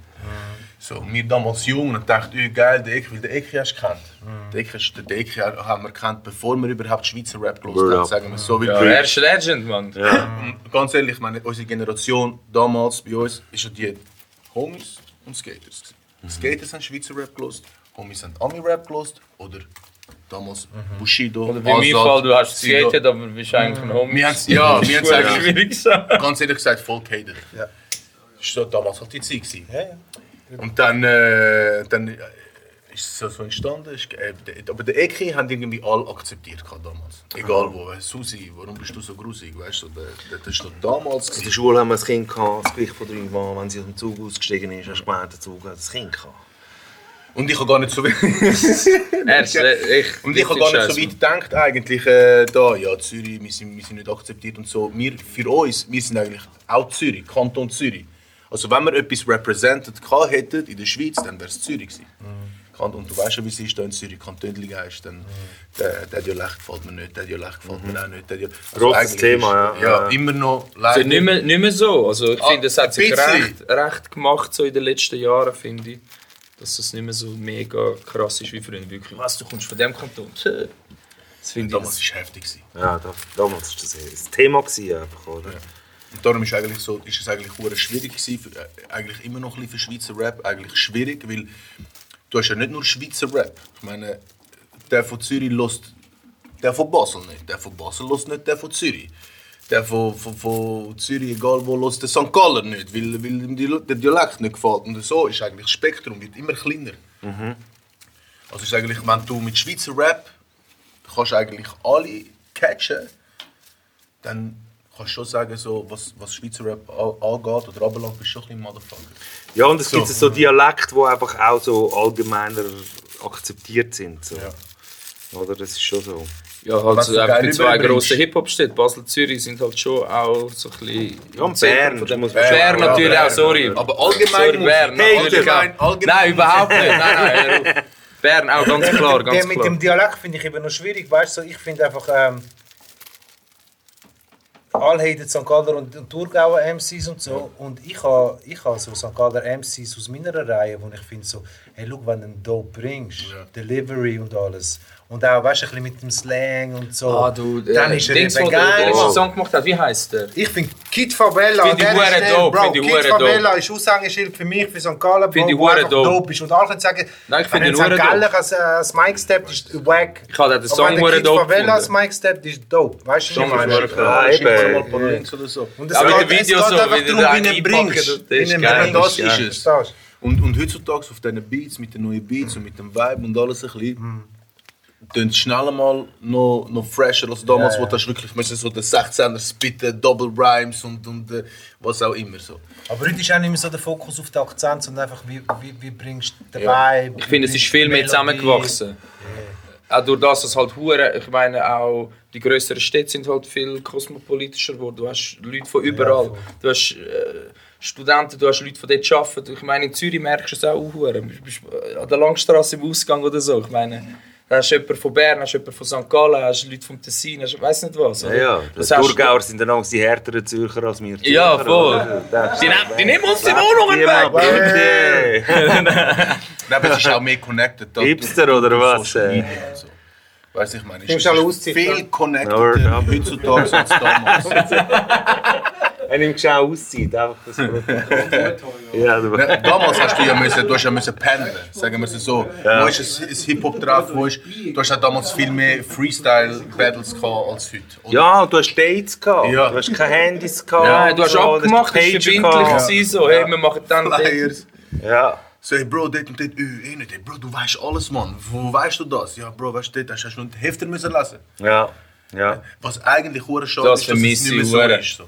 S4: So, wir damals jung und dachten, oh, geil, der Eki, weil der Eki hast du gekannt.
S2: Mm.
S4: Der Eki, ist- den Eki haben wir gekannt, bevor wir überhaupt Schweizer Rap gehört haben, sagen wir es so. Weil
S2: Ja, er ist Legend, Mann.
S4: Ähm, ganz ehrlich, ich meine, unsere Generation damals bei uns ist ja die Homies und Skaters. gewesen.
S6: Mhm.
S4: Skaters haben Schweizer Rap gelost, Homies haben Ami Rap gelost oder damals
S6: Mhm.
S4: Bushido.
S2: Oder bei mir
S4: Azad,
S2: Fall, du hast
S4: Sido.
S2: skated, aber du bist eigentlich ein Homie.
S4: Wir haben's- ja, wir haben's
S2: Das ist
S4: eigentlich-
S2: schwierig gesagt.
S4: Ganz ehrlich gesagt, voll gehatet.
S6: Ja.
S4: Das war damals halt die Zeit. gewesen.
S6: Ja, ja.
S4: Und dann, äh, dann äh, ist es so- so entstanden. Ist, äh, der- aber der Eki haben irgendwie alle akzeptiert gehabt damals. Egal wo. Äh, Susi, warum bist du so grusig? Weißt du, der, der, das war damals.
S5: In
S4: gewesen.
S5: der Schule haben wir ein Kind gehabt, das Gewicht von drei Mann. Wenn sie aus dem Zug ausgestiegen ist, hast du gemeint, der Zug hat ein Kind gehabt.
S4: Und ich habe gar nicht so wenig.
S2: Er ist, äh, ich,
S4: Und ich habe gar nicht so weit gedacht eigentlich, äh, da, ja, Zürich, wir sind, wir sind nicht akzeptiert und so. Wir, für uns, wir sind eigentlich auch Zürich, Kanton Zürich. Also wenn wir etwas represented gehabt hätten in der Schweiz, dann wäre es Zürich gewesen.
S5: Mhm.
S4: Kant- Und du weißt ja, wie es ist, da in Zürich Kantonliga heißt, dann der, der Dialekt gefällt mir nicht, der Dialekt gefällt mir auch nicht. Der Dialekt, also
S5: Mhm. Großes
S4: eigentlich
S5: Thema,
S4: ist,
S5: ja.
S4: Ja, immer noch leider.
S2: Also nicht, mehr, nicht mehr so. Also ich
S4: Ah,
S2: finde, es hat sich
S4: bisschen.
S2: recht, recht gemacht so in den letzten Jahren, finde ich. Dass das nicht mehr so mega krass ist wie früher. Wirklich, was, du kommst von dem Kanton? Tö. Das finde ich.
S4: Damals war es heftig. Gewesen.
S5: Ja, da, damals war das ein Thema. Gewesen, einfach, oder?
S4: Und darum ist, eigentlich so, ist es eigentlich hure schwierig gewesen, für, äh, eigentlich immer noch ein bisschen für Schweizer Rap eigentlich schwierig, weil du hast ja nicht nur Schweizer Rap. Ich meine, der von Zürich lost der von Basel nicht, der von Basel lost nicht der von Zürich. Der von, von, von Zürich, egal wo, lost der St. Galler nicht, weil, weil ihm die, der Dialekt nicht gefällt. Und so ist eigentlich das Spektrum wird immer kleiner. Also ist eigentlich, wenn du mit Schweizer Rap kannst eigentlich alle catchen, dann kannst du schon sagen, so, was, was Schweizer Rap a- angeht oder anbelangt, bist du schon ein bisschen Motherfucker.
S5: Ja, und es
S4: So.
S5: gibt so Dialekte, die einfach auch so allgemeiner akzeptiert sind. So. Oder? Das ist schon so.
S2: Ja, halt
S4: Was
S2: so
S4: du
S2: einfach die
S4: geil
S2: zwei
S4: rüberbringst.
S2: grossen Hip-Hop-Städte, Basel Zürich, sind halt schon auch so ein bisschen... Ja, und
S5: Bern, da muss man
S2: Bern
S4: schon-
S2: natürlich
S4: ja,
S2: auch, sorry.
S4: Aber allgemein
S2: Sorry,
S4: muss-
S2: Bern.
S4: Hey,
S2: natürlich
S4: allgemein-
S2: auch.
S4: allgemein
S2: Nein,
S4: muss-
S2: überhaupt nicht. Nein, nein, hör auf. Bern auch, ganz klar, ganz
S6: Der mit
S2: klar.
S6: dem Dialekt finde ich eben noch schwierig, weißt du, so, ich finde einfach ähm, Allheide, St. Galler und, und Thurgauer MCs und so und ich habe ich ha so St. Galler MCs aus meiner Reihe, wo ich finde so, hey, schau, wenn du einen Dope bringst, Delivery und alles und auch, weißt du, ein bisschen mit dem Slang und so,
S2: Ah, du,
S6: dann ist er
S2: Dings,
S6: eben
S2: wo der- der
S6: geil.
S2: letzten Song gemacht hat, wie heisst der?
S6: Ich finde Kid Favela
S2: Find ich
S6: an dieser
S2: hure
S6: Stelle,
S2: dope,
S6: Bro,
S2: find ich
S6: Kid
S2: hure
S6: Favela ist Aushängeschild für mich, für St. Gallen,
S2: Find
S6: Bro,
S2: ich
S6: wo
S2: hure
S6: einfach
S2: dope.
S6: dope ist. Und alle können sagen,
S2: Nein, ich find
S6: wenn ein
S2: ihn hure
S6: St. Gallen als, äh, als Mike steppt, ist wack.
S2: Ich habe den Song
S6: Aber wenn
S2: hure
S6: Kid
S2: dope
S6: Favela als
S2: gefunden.
S6: Mike steppt, ist dope. Weißt du, was ich meine?
S5: Ah, eben.
S6: Und
S2: Ja, mit dem
S6: es
S2: Video so,
S6: einfach
S2: wie der
S6: darum,
S2: einen
S6: wie ihn
S2: einpacken,
S6: bringst.
S2: das ist
S6: Wie ihn
S2: geil,
S6: bringst.
S2: das
S4: Das ist es.
S6: Verstehst
S4: Und, und heutzutage auf diesen Beats, mit den neuen Beats und mit dem Vibe und alles ein bisschen, tönt es schnell mal noch, noch fresher als damals, wo das wirklich müssen, so den 16er spitten, Double Rhymes und, und äh, was auch immer. So.
S6: du? Aber heute ist auch nicht mehr so der Fokus auf den Akzent, sondern einfach, wie, wie, wie bringst du den Vibe?
S2: Ich finde, es ist viel mehr zusammengewachsen. Auch durch das, dass halt Hure, ich meine auch die größeren Städte sind halt viel kosmopolitischer geworden. Du hast Leute von überall. du hast äh, Studenten, du hast Leute von dort die arbeiten. Ich meine, in Zürich merkst du es auch Hure. Du bist äh, an der Langstrasse im Ausgang oder so. Ich meine, da hast du jemanden von Bern, hast du jemanden von St. Gallen, hast du Leute vom Tessin, hast weiß nicht was.
S5: Ja,
S2: oder?
S5: ja. Die
S2: Das hast du-
S5: Thurgauer sind dann auch die härteren Zürcher als wir. Zürcher,
S2: Ja, voll.
S5: oder? Das-
S2: Die, nehm, die nehmen uns die Wohnungen weg!
S5: Hey.
S4: Nein, aber es ist auch mehr connected. da-
S5: Hipster oder
S4: durch
S5: was,
S4: Social
S5: äh?
S4: Media und so. Weißt du, ich meine, es
S6: Nimmst
S4: ist
S6: du alle Auszeit,
S4: viel
S5: Word
S4: connected
S5: up.
S4: heutzutage als damals.
S5: Er nimmt schnell Auszeit, einfach das Ja, du
S4: Ne, Damals hast du ja müssen, du hast ja müssen pendeln, sagen wir es so. Wo ist ein, ein Hip-Hop-Treff, wo ist, du hast ja damals viel mehr Freestyle-Battles gehabt als heute. oder?
S5: Ja, du hast Dates gehabt,
S4: Ja.
S5: du hast keine Handys gehabt.
S2: Nein, du hast
S5: so,
S2: abgemacht, es war
S5: Pager
S2: verbindlich,
S5: gehabt.
S2: gewesen, so, hey, wir machen dann...
S4: Flyers.
S5: Ja.
S4: So, hey, Bro, dort und dort, äh, eh nicht, hey, Bro, du weißt alles, Mann. Wo weißt du das? Ja, Bro, weißt du, dort hast du schon die Hefte müssen lassen.
S5: Ja. Ja.
S4: Was eigentlich hure schade
S2: Das
S4: ist, dass es
S2: vermisse
S4: nicht mehr
S2: ich
S4: so
S2: hure.
S4: ist. So.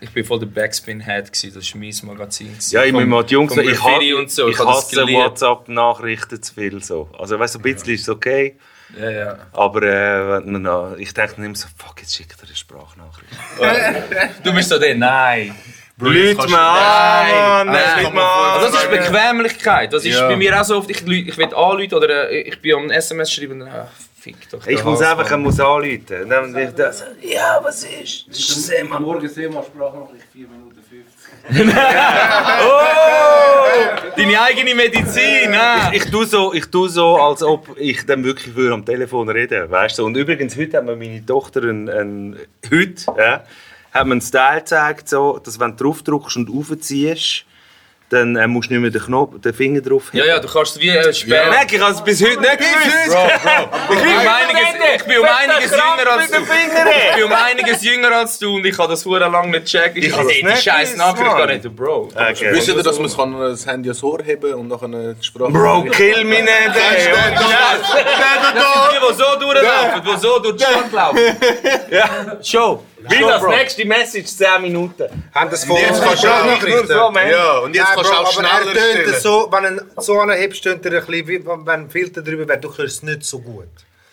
S2: Ich bin voll der Backspin-Head, gewesen, das war mein Magazin. gewesen.
S5: Ja, ich
S2: Vom-
S5: meine, mal die Jungs,
S2: vom
S5: ich,
S2: Graffiti
S5: ha-
S2: und so, ich
S5: ich
S2: hab das
S5: hasse
S2: geliebt.
S5: WhatsApp-Nachrichten zu viel. So. Also, weißt du, ein bisschen ist es okay,
S2: Ja, ja.
S5: aber äh, wenn- na, ich denke nicht mehr so, fuck, jetzt schickt er eine Sprachnachricht.
S2: Du bist so der, nein.
S4: Bro, jetzt kannst du-
S5: an,
S2: nein,
S5: Leute
S4: komm mal
S2: Aber
S4: vor.
S2: das ist Bequemlichkeit. Das ist
S4: Ja.
S2: bei mir auch so oft, ich, lü- ich will anrufen oder äh, ich bin am SMS schreiben und dann, ach, fick doch.
S5: Ich
S2: den
S5: muss
S2: Hals,
S5: einfach ich
S2: Mann.
S5: muss anrufen. Dann, ich das, ja, was ist? Das ist Sam.
S10: Morgen sehen wir Sprachnachricht 4 Minuten 50.
S2: Deine eigene Medizin, ah.
S5: Ich tue so, ich tue so, als ob ich dann wirklich würde am Telefon reden, weißt du? Und übrigens heute hat mir meine Tochter einen, einen heute, ja, hat mir einen Style gezeigt, so, dass wenn du drauf drückst und aufziehst, dann äh, musst du nicht mehr den Knopf, den Finger drauf.
S2: Ja, ja, du kannst wie äh, sperren.
S5: Merk, ich habe es bis heute nicht gewusst.
S2: Ich bin um einiges, ich bin um einiges jünger als du. Ich bin um einiges jünger als du und ich habe das hure lang nicht gecheckt. Ich habe die
S5: nicht
S2: scheiß
S5: gewusst,
S2: Nachricht
S5: Mann.
S2: gar nicht, Bro.
S5: Okay.
S4: Wisst ihr, dass man es kann das Handy ans Ohr heben und nachher eine Sprache...
S5: Bro, kill ne, mich nicht. ey.
S2: Die, die so durchlaufen, die so durch die Stadt laufen.
S5: Show. Wie das nächste Message 10 Minuten.
S6: Haben das vor
S4: Jetzt kannst du auch
S6: Nur so, man.
S4: Ja, und jetzt
S6: Nein,
S4: kannst du
S6: Bro,
S4: auch
S6: aber er
S4: schneller
S6: tönt
S4: stellen.
S6: so, wenn er so anhebst, tönt er ein bisschen, wie wenn wenn ein Filter drüber wäre, du hörst es nicht so gut.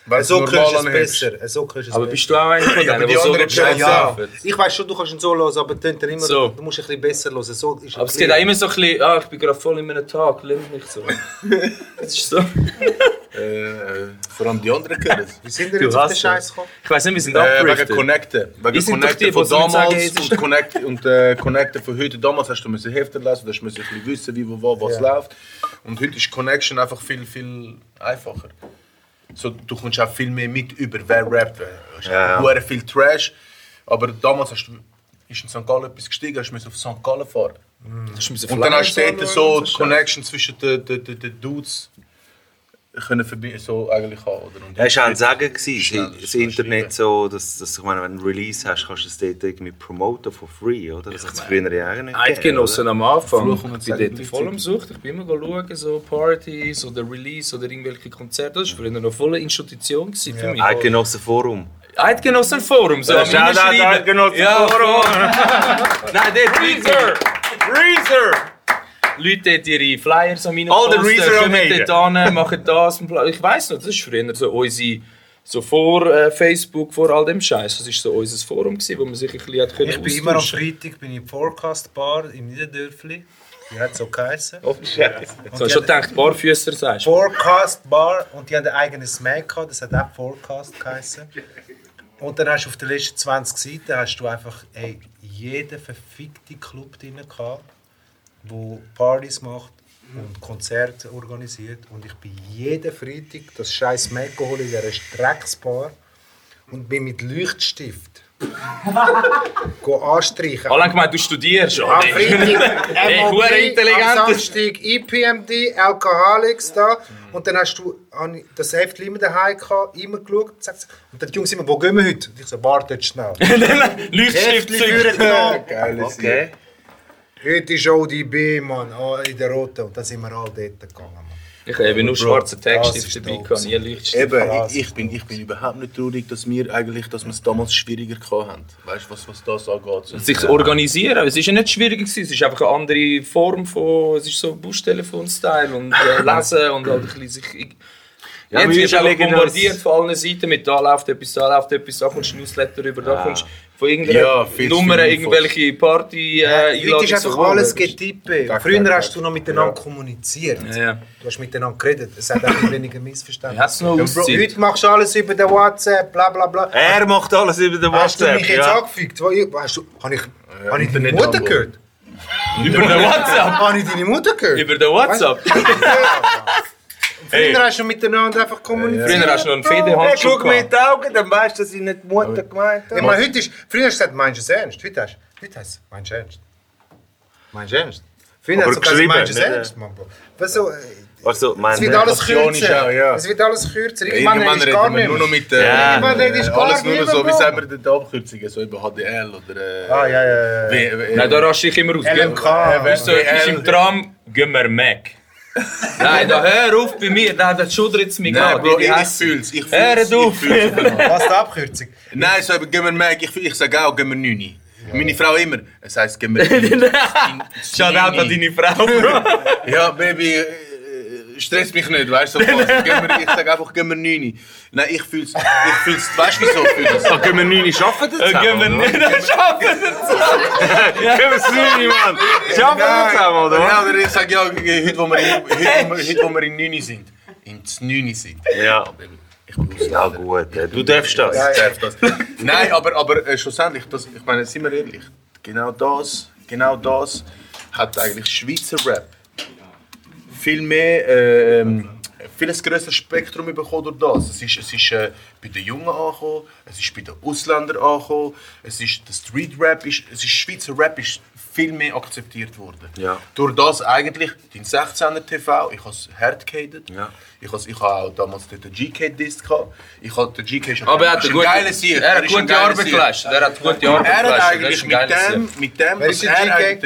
S4: Weil
S6: So
S4: normal
S6: hörst du es
S4: anhebst.
S6: besser. So hörst du es
S2: Aber
S6: besser.
S2: bist du auch einer von
S4: Ja, aber
S2: denen,
S4: die
S2: die so
S4: anderen
S2: durch die Stadt
S4: hören
S6: Ja,
S2: laufen?
S6: ich weiß schon, du kannst ihn so hören, aber tönt er immer,
S2: So.
S6: du musst ein bisschen besser hören. So ist er
S2: Aber es geht auch immer so ein bisschen, ah, ich bin gerade voll in einem Tag, lehnt mich so. Das ist so.
S4: Äh, äh, vor allem die anderen können es.
S6: Wie sind wir jetzt auf den Scheiß gekommen?
S2: Ich weiß nicht, wir sind
S4: Äh, wegen
S2: abgedriftet.
S4: Connecten.
S2: Wir
S4: Wegen
S2: sind doch die,
S4: Connecten von
S2: die sagen, hey,
S4: damals
S2: es ist-
S4: und, Connect und äh, Connecten von heute. Damals hast du müssen Hefte lesen, du hast müssen ein bisschen wissen, wie, wo, wo, was läuft. Und heute ist Connection einfach viel, viel einfacher. So, du kommst auch viel mehr mit über, wer rappt. wer. Du hast
S5: Ja.
S4: hure viel Trash. Aber damals hast du, ist in St. Gallen etwas gestiegen, hast du müssen auf St. Gallen fahren. Und dann hast du dort so die Connection zwischen den, den, den, den Dudes können verbi- so eigentlich haben. Oder? Und
S5: Das war auch ein Sagen, gewesen,
S4: Schnell,
S5: das Internet so, dass, dass ich meine, wenn du einen Release hast, kannst du es dort irgendwie promoten for free, oder? Das hat es früher ja auch nicht
S2: Eidgenossen am Anfang. Ich bin dort
S4: gleichzeitig.
S2: voll am Sucht. Ich bin immer schauen, so Partys oder Release oder irgendwelche Konzerte. Das war früher noch voll eine Institution gewesen für mich. Ah,
S5: oder? Eidgenossen Forum.
S2: Eidgenossenforum, so am
S5: Shoutout
S2: Hinschreiben. Ja,
S5: Eidgenossenforum.
S2: voll. Nein, dort Reezer! Leute dort ihre Flyers an meinen
S5: All the Reezer am
S2: kommen
S5: Hagen.
S2: dort hin, machen das. und bla- Ich weiss noch, das war früher so unsere So vor äh, Facebook, vor all dem Scheiß. Das war so unser Forum, gewesen, wo man sich ein bisschen hat können
S6: Ich bin immer am
S2: austauschen.
S6: Freitag bin ich in die Forecast Bar im Niederdörfli. Die hat so geheißen.
S2: Oh, Scheiße.
S6: Und
S2: So,
S6: die
S2: schon
S6: hat-
S2: gedacht, Barfüßer sagst du.
S6: Forecast Bar und die haben ein eigenes Mac gehabt, das hat auch Forecast geheißen. Und dann hast du auf den letzten 20 Seiten hast du einfach ey, jeden verfickten Club drin gehabt, wo Partys macht und Konzerte organisiert. Und ich bin jeden Freitag das scheiß Mac geholt in dieser Strecksbar und bin mit Leuchtstift go anstreichen.
S2: Alle haben gemeint, du studierst.
S6: Am
S2: oder?
S6: Freitag
S2: Ey,
S6: MOP,
S2: hure intelligent.
S6: am Samstag IPMD, Alkoholics da. Und dann hast du hab ich das Heftchen immer daheim gehabt, immer geschaut. zack, zack. Und dann die Jungs immer, wo gehen wir heute? Und ich so, wartet schnell.
S2: Leuchtstift
S6: Heftchen
S2: zünden.
S6: durchgenommen. Geil,
S5: Okay.
S6: Heute ist ODB, Mann, oh, in der Roten. Und dann sind wir alle dort gegangen. Mann.
S2: Ich habe nur schwarzen
S6: das
S2: Text
S6: ist
S2: dabei,
S6: doof.
S2: gehabt, nie Leuchtstift.
S4: Eben, ich, ich, bin, ich bin überhaupt nicht traurig, dass wir eigentlich, dass wir es damals schwieriger gehabt haben. Weißt du, was, was das angeht? So.
S2: Sich organisieren. Es war ja nicht schwieriger, gewesen. es ist einfach eine andere Form von. Es ist so Buschtelefon-Style und äh, lesen und halt ein bisschen sich.
S5: Ja, wir
S2: Jetzt wirst du einfach
S5: überlegen
S2: bombardiert
S5: uns-
S2: von allen Seiten mit da läuft etwas, da läuft etwas, da kommst du ein Newsletter über, da kommst du von irgendeiner
S4: Ja, viel zu
S2: Nummer,
S4: viel
S2: irgendwelche Party äh,
S6: Heute ist einfach alles Getippe. Früher
S4: tak,
S6: hast du noch miteinander kommuniziert.
S2: Ja, ja.
S6: Du hast miteinander geredet. Es hat einfach weniger Missverständnisse.
S2: Hast du noch
S6: Bro,
S2: Auszeit?
S6: heute machst du alles über den WhatsApp, bla bla bla.
S5: Er macht alles über den
S6: Hast du
S5: WhatsApp.
S6: mich jetzt
S5: ja.
S6: angefickt? Wo ich- Weißt du, habe ich, hab ich deine
S4: Internet
S6: Mutter
S4: Hamburg.
S6: gehört?
S2: Über den WhatsApp?
S6: Habe ich deine Mutter gehört?
S2: Über den WhatsApp?
S6: Früher hast du miteinander einfach kommuniziert.
S2: Früher hast du noch einen Federhandschuh
S1: Guck mir in
S2: gehabt.
S1: die Augen, dann weißt du, dass ich nicht die Mutter gemeint habe.
S6: Ich meine, heute ist, früher hast du gesagt, meinst du es ernst? Heute hast heute heißt es, meinst du ernst? Meinst du ernst? Früher
S5: Aber
S6: hast du gesagt,
S5: geschrieben,
S6: meinst du es
S5: nicht,
S6: ernst, Mann, Bro. Wieso, äh,
S5: Also,
S6: Es wird
S5: mein
S6: alles
S4: Passion ist
S6: kürzer.
S4: auch, ja.
S6: Es wird alles kürzer. Irgendwann
S4: Irgendwann
S6: redest du
S4: reden
S6: gar
S4: wir
S6: nicht
S4: nur noch
S6: mehr.
S4: mit äh,
S5: Ja.
S4: äh,
S6: Irgendwann redest du gar
S4: alles nur noch
S6: nicht
S4: so, wie
S6: mehr,
S4: sagen wir denn die Abkürzungen, so über HDL oder äh,
S6: Ah, ja, ja, ja.
S4: W- W-
S2: Nein, da raste ich immer aus.
S6: LMK.
S2: Weißt du, ich bin im Tram, gehen wir Mac. Nein, da hör auf bei mir, nein, das schudert es mich
S4: Nein,
S2: gerade.
S4: Bro,
S2: die
S4: ich, ich
S2: Hässe.
S4: fühl's, ich
S2: Hör
S4: fühl's.
S2: auf.
S4: ich fühl's.
S6: Was ist die Abkürzung?
S4: Nein, so, gehen wir Mac, ich, fühl- ich sag auch, gehen wir 9. Meine Frau immer, es heisst, gehen wir 9.
S2: Shoutout an deine Frau, Bro.
S4: Ja, Baby, äh, stresst mich nicht, weißt du? so voll. Gehen wir- Ich sag einfach, gehen wir 9. Nein, ich fühl's, ich fühl's, weißt du, wieso ich fühl's?
S5: Können wir neun schaffen das?
S2: Gehen wir nicht, das
S4: Oh,
S2: schaffen wir
S5: Können wir es neun, Mann? Schaffen wir
S4: Ah,
S5: das zusammen, oder?
S4: Ja, oder ich sag ja, heute, wo wir in, heute, wo wir- heute, wo wir in 9 sind. In 9 sind.
S5: Ja.
S4: Ich bin
S5: Ja,
S4: Ausländer.
S5: gut. äh, Du darfst das.
S4: Ich darf das. Nein, aber, aber äh, schlussendlich, das, ich meine, sind wir ehrlich, genau das, genau das hat eigentlich Schweizer Rap viel mehr, äh, ähm, vieles größeres Spektrum bekommen durch das. Es ist, es ist äh, bei den Jungen angekommen, es ist bei den Ausländern angekommen, es ist der Street Rap, ist, es ist Schweizer Rap ist viel mehr akzeptiert worden.
S5: Ja.
S4: Durch das eigentlich, dein 16er TV, ich habe es hart gehatet.
S5: Ja.
S4: Ich habe ich habe auch damals dort den GK-Disc gehabt. Ich habe, der GK ist
S2: Aber er hat
S4: ist ein
S2: eine gute,
S4: geiler Sieg.
S2: er hat
S4: ist ein
S2: gute
S4: geiler
S2: Arbeit
S4: Sieg.
S2: geleistet. Er hat gute Arbeit
S4: Er hat
S2: geleistet. das
S4: eigentlich
S2: ist ein
S4: mit
S2: geiler
S4: dem,
S2: Sieg.
S4: mit dem,
S6: Wer ist der
S4: er
S6: GK?
S4: eigentlich-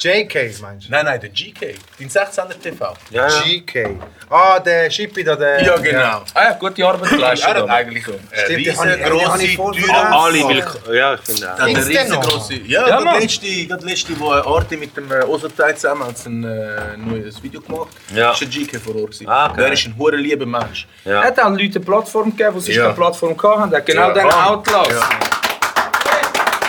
S4: der G-
S6: JK meinst du?
S4: Nein, nein, der GK. Dein 16er TV.
S5: Ja, ja.
S6: GK. Ah, der Schippi da, der...
S4: Ja, genau.
S2: Er hat gute Arbeit geleistet.
S4: Er hat
S2: damals.
S4: eigentlich eine
S6: Stimmt, die habe ich- die habe ich
S4: riesengroße
S6: vorhin
S4: Tür.
S6: vergessen.
S5: Alle willkommen. Ja, ich finde auch.
S4: Dann der
S6: Gibt's den noch?
S4: riesengroße. Ja,
S2: Ja,
S4: ja
S2: Mann.
S4: gerade letzte, gerade letzte, wo äh, Arti mit dem äh, Oserteil zusammen hat ein äh, neues Video gemacht.
S5: Ja.
S4: Ist ein GK vor Ort gewesen.
S5: Ah, geil.
S4: Der ist ein hure lieber Mensch.
S2: Er hat auch Leuten eine Plattform gegeben, die sonst
S4: Ja.
S2: keine Plattform hatten. Er hat genau
S4: Ja.
S2: den
S4: Ja.
S2: outlassen.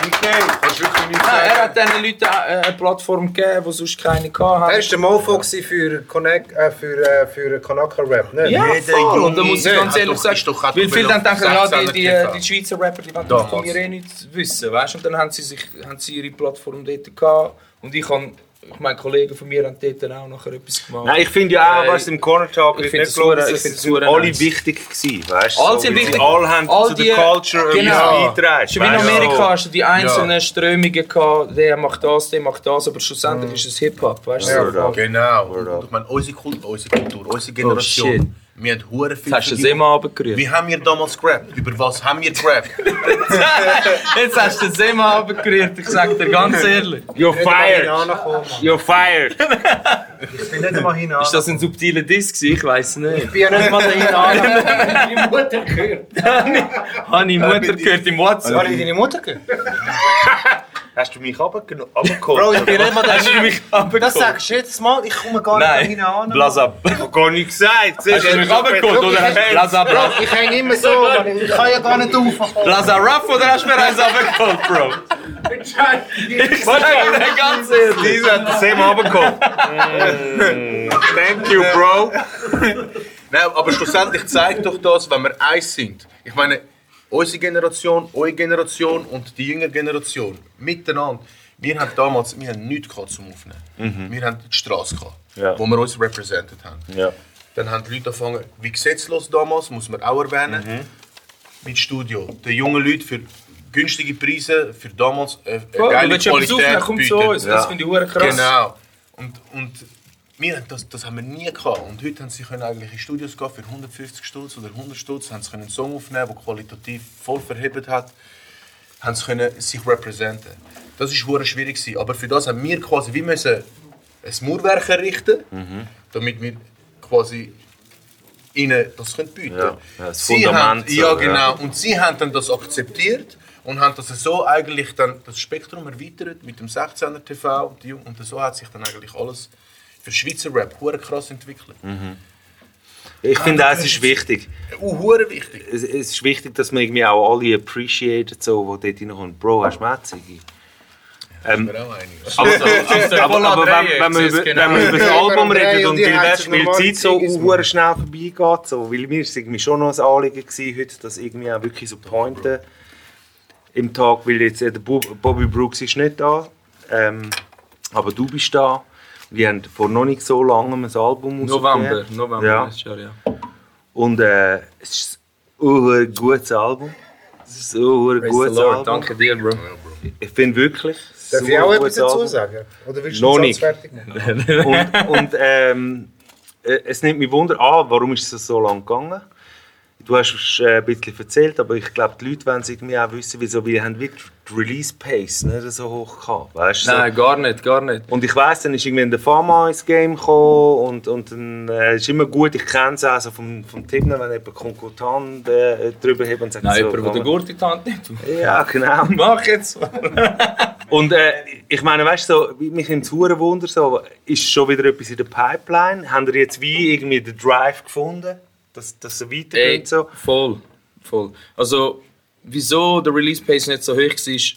S4: Okay. Hast du wirklich nichts
S2: Nein, Er
S4: sagen?
S2: hat diesen Leuten äh, eine Plattform gegeben, die sonst keine hatten.
S6: Er war der Mofo gewesen für, Connect, äh, für, äh, für Kanaka Rap, ne?
S2: Ja,
S4: Jeder
S2: voll.
S4: Junge
S2: Und da muss ich
S4: hat
S2: ganz ehrlich
S4: doch-
S2: sagen,
S4: ist doch- hat
S2: weil
S4: doch
S2: viele dann denken, ja, die, eh,
S4: 16er TV.
S2: die, die Schweizer Rapper, die wollen das von mir eh nichts wissen, weißt? Und dann haben sie, sich, haben sie ihre Plattform dort gehabt und ich habe, ich meine, Kollegen von mir haben dort dann auch nachher etwas gemacht.
S5: Nein, ich finde ja auch,
S2: Äh,
S5: weißt du, im Corner Talk
S2: ich
S5: wird
S2: finde
S5: nicht
S2: es
S5: gelogen,
S2: super- ich
S5: dass
S2: finde es
S5: es sind
S2: super
S5: alle
S2: nice.
S5: wichtig gewesen, weißt du.
S2: Alle
S5: so,
S2: sind
S5: weil sie
S2: wichtig.
S5: Alle haben
S2: All
S5: zu der
S2: die-
S5: Culture
S2: Genau.
S5: etwas beitragen.
S2: Schon wie in
S5: weißt du,
S2: Amerika
S5: so.
S2: hast du die einzelnen Strömungen gehabt, der macht das, der macht das, aber schlussendlich ist es dus Hip-Hop, weißt du?
S5: Ja,
S2: so.
S4: Genau.
S5: Oder?
S4: Und ich meine, unsere Kultur, unsere, Kultur, unsere Generation.
S2: shit.
S4: wir haben hure viel
S2: Jetzt hast du
S4: von
S2: es
S4: dir-
S2: immer runtergerührt.
S4: Wie haben wir damals gerappt? Über was haben wir gerappt?
S2: Jetzt hast du es immer runtergerührt, ich sag dir ganz ehrlich.
S5: You're fired.
S6: Hinankommen.
S5: You're fired.
S6: Ich bin nicht mal hinan.
S2: Ist das ein subtiler Diss gewesen? Ich weiß nicht.
S6: Ich bin ja nicht mal hinan.
S10: Meine Mutter gehört.
S2: Habe ich Mutter gehört im WhatsApp.
S6: Habe ich deine Mutter gehört?
S1: Hast du mich runtergenommen? Bro,
S6: Bro, ich bin nicht mal der
S1: Hast du mich runtergenommen?
S6: Das sagst du jetzt mal, ich komme gar nicht
S2: Nein,
S6: an meine
S2: blass ab.
S1: Ich hab gar nicht gesagt. Siehst
S2: Hast du
S1: du,
S2: mich runtergeholt oder blass ab? Bro?
S6: Ich hänge immer so, weil ich kann ja gar nicht aufkommen.
S2: Blass ab Raff oder hast du mir eins runtergeholt, Bro? Ich sag dir ganz ehrlich.
S1: Lisa hat das Thema runtergenommen.
S4: Thank you, Bro. Mm. Nein, aber schlussendlich zeigt doch das, wenn wir eins sind. Ich meine, unsere Generation, eure Generation und die jüngere Generation miteinander. Wir haben damals wir haben nichts gehabt zum Aufnehmen. Wir haben die Straße gehabt,
S5: Ja.
S4: wo wir uns represented haben.
S5: Ja.
S4: Dann haben die Leute angefangen, wie gesetzlos damals, muss man auch erwähnen, mit Studio. Den jungen Leuten für günstige Preise, für damals äh, eine
S2: Du
S4: geile
S2: willst etwas
S4: Qualität
S2: aufnehmen, komm zu
S4: bieten.
S2: uns. Das finde ich hure krass.
S4: Genau. Und, und wir haben das, das haben wir nie gehabt. Und heute haben sie können eigentlich in Studios gehen für 150 Stutz oder 100 Stutz, haben sie können einen Song aufnehmen, der qualitativ voll verhebt hat, haben sie können sich representen. Das ist hure schwierig gewesen. Aber für das haben wir quasi wie müssen ein Mauerwerk errichten, damit wir quasi ihnen das können bieten.
S5: Ja, ja, das
S4: Sie Haben,
S5: Fundament
S4: ja
S5: so,
S4: genau.
S5: ja.
S4: Und sie haben dann das akzeptiert und haben das so eigentlich dann das Spektrum erweitert mit dem 16er TV und, die, und so hat sich dann eigentlich alles für Schweizer Rap hure krass entwickelt.
S5: Mhm. Ich finde auch, es ist wichtig.
S4: Uh, hure wichtig.
S5: Es, es ist wichtig, dass man irgendwie auch alle appreciated, so, wo dort reinkommt. Bro, hast du Metzige? Ähm,
S4: Mir auch einig.
S5: aber, aber, aber wenn, wenn man über, wenn man über das Album
S6: Andrei
S5: redet
S6: und
S5: und
S6: die
S5: die
S6: heizen
S5: Westspiel
S6: normale
S5: Zeit so
S6: Ziggis,
S5: hure schnell vorbeigeht, so, weil mir ist irgendwie schon noch ein Anliegen gewesen, heute, dass irgendwie auch wirklich so Pointen im Tag, weil jetzt äh, der Bu- Bobby Brooks ist nicht da, ähm, aber du bist da. Wir haben vor noch nicht so langem ein Album
S2: November,
S5: rausgegeben.
S2: November
S5: Ja.
S2: letztes Jahr, ja.
S5: Und äh, es ist ein urhuere gutes Album. Es ist ein urhuere
S2: Praise
S5: gutes
S2: the Lord,
S5: Album.
S2: danke dir, Bro.
S5: Ich finde wirklich. es ist
S6: Darf
S5: ein
S6: ich auch
S5: urgutes
S6: etwas dazu
S5: Album.
S6: sagen? Oder willst
S5: Noch
S6: du das
S5: nicht.
S6: fertig machen?
S5: Und, und ähm, äh, es nimmt mich Wunder an, warum ist es so lange gegangen? Du hast äh, ein bisschen erzählt, aber ich glaube, die Leute wollen es irgendwie auch wissen, wieso wir haben wirklich die Release-Pace nicht so hoch gehabt. Weißt, du, so.
S2: Nein, gar nicht, gar nicht.
S5: Und ich weiss, dann ist irgendwie in der Pharma ins Game gekommen und, und dann äh, ist immer gut, ich kenne es also vom, vom Tippen, wenn jemand kommt, gut die Hand äh, drüber hebt und sagt
S2: Nein,
S5: so.
S2: jemand, der den
S5: komm.
S2: Gurt in die Hand nimmt.
S5: Ja, genau.
S2: Mach jetzt!
S5: Und äh, ich meine, weißt du, so, mich nimmt es hure Wunder, so, ist schon wieder etwas in der Pipeline? Habt ihr jetzt wie irgendwie den Drive gefunden, dass, dass es weitergeht?
S2: Ey,
S5: So?
S2: voll, voll. Also, wieso der Release-Pace nicht so hoch war,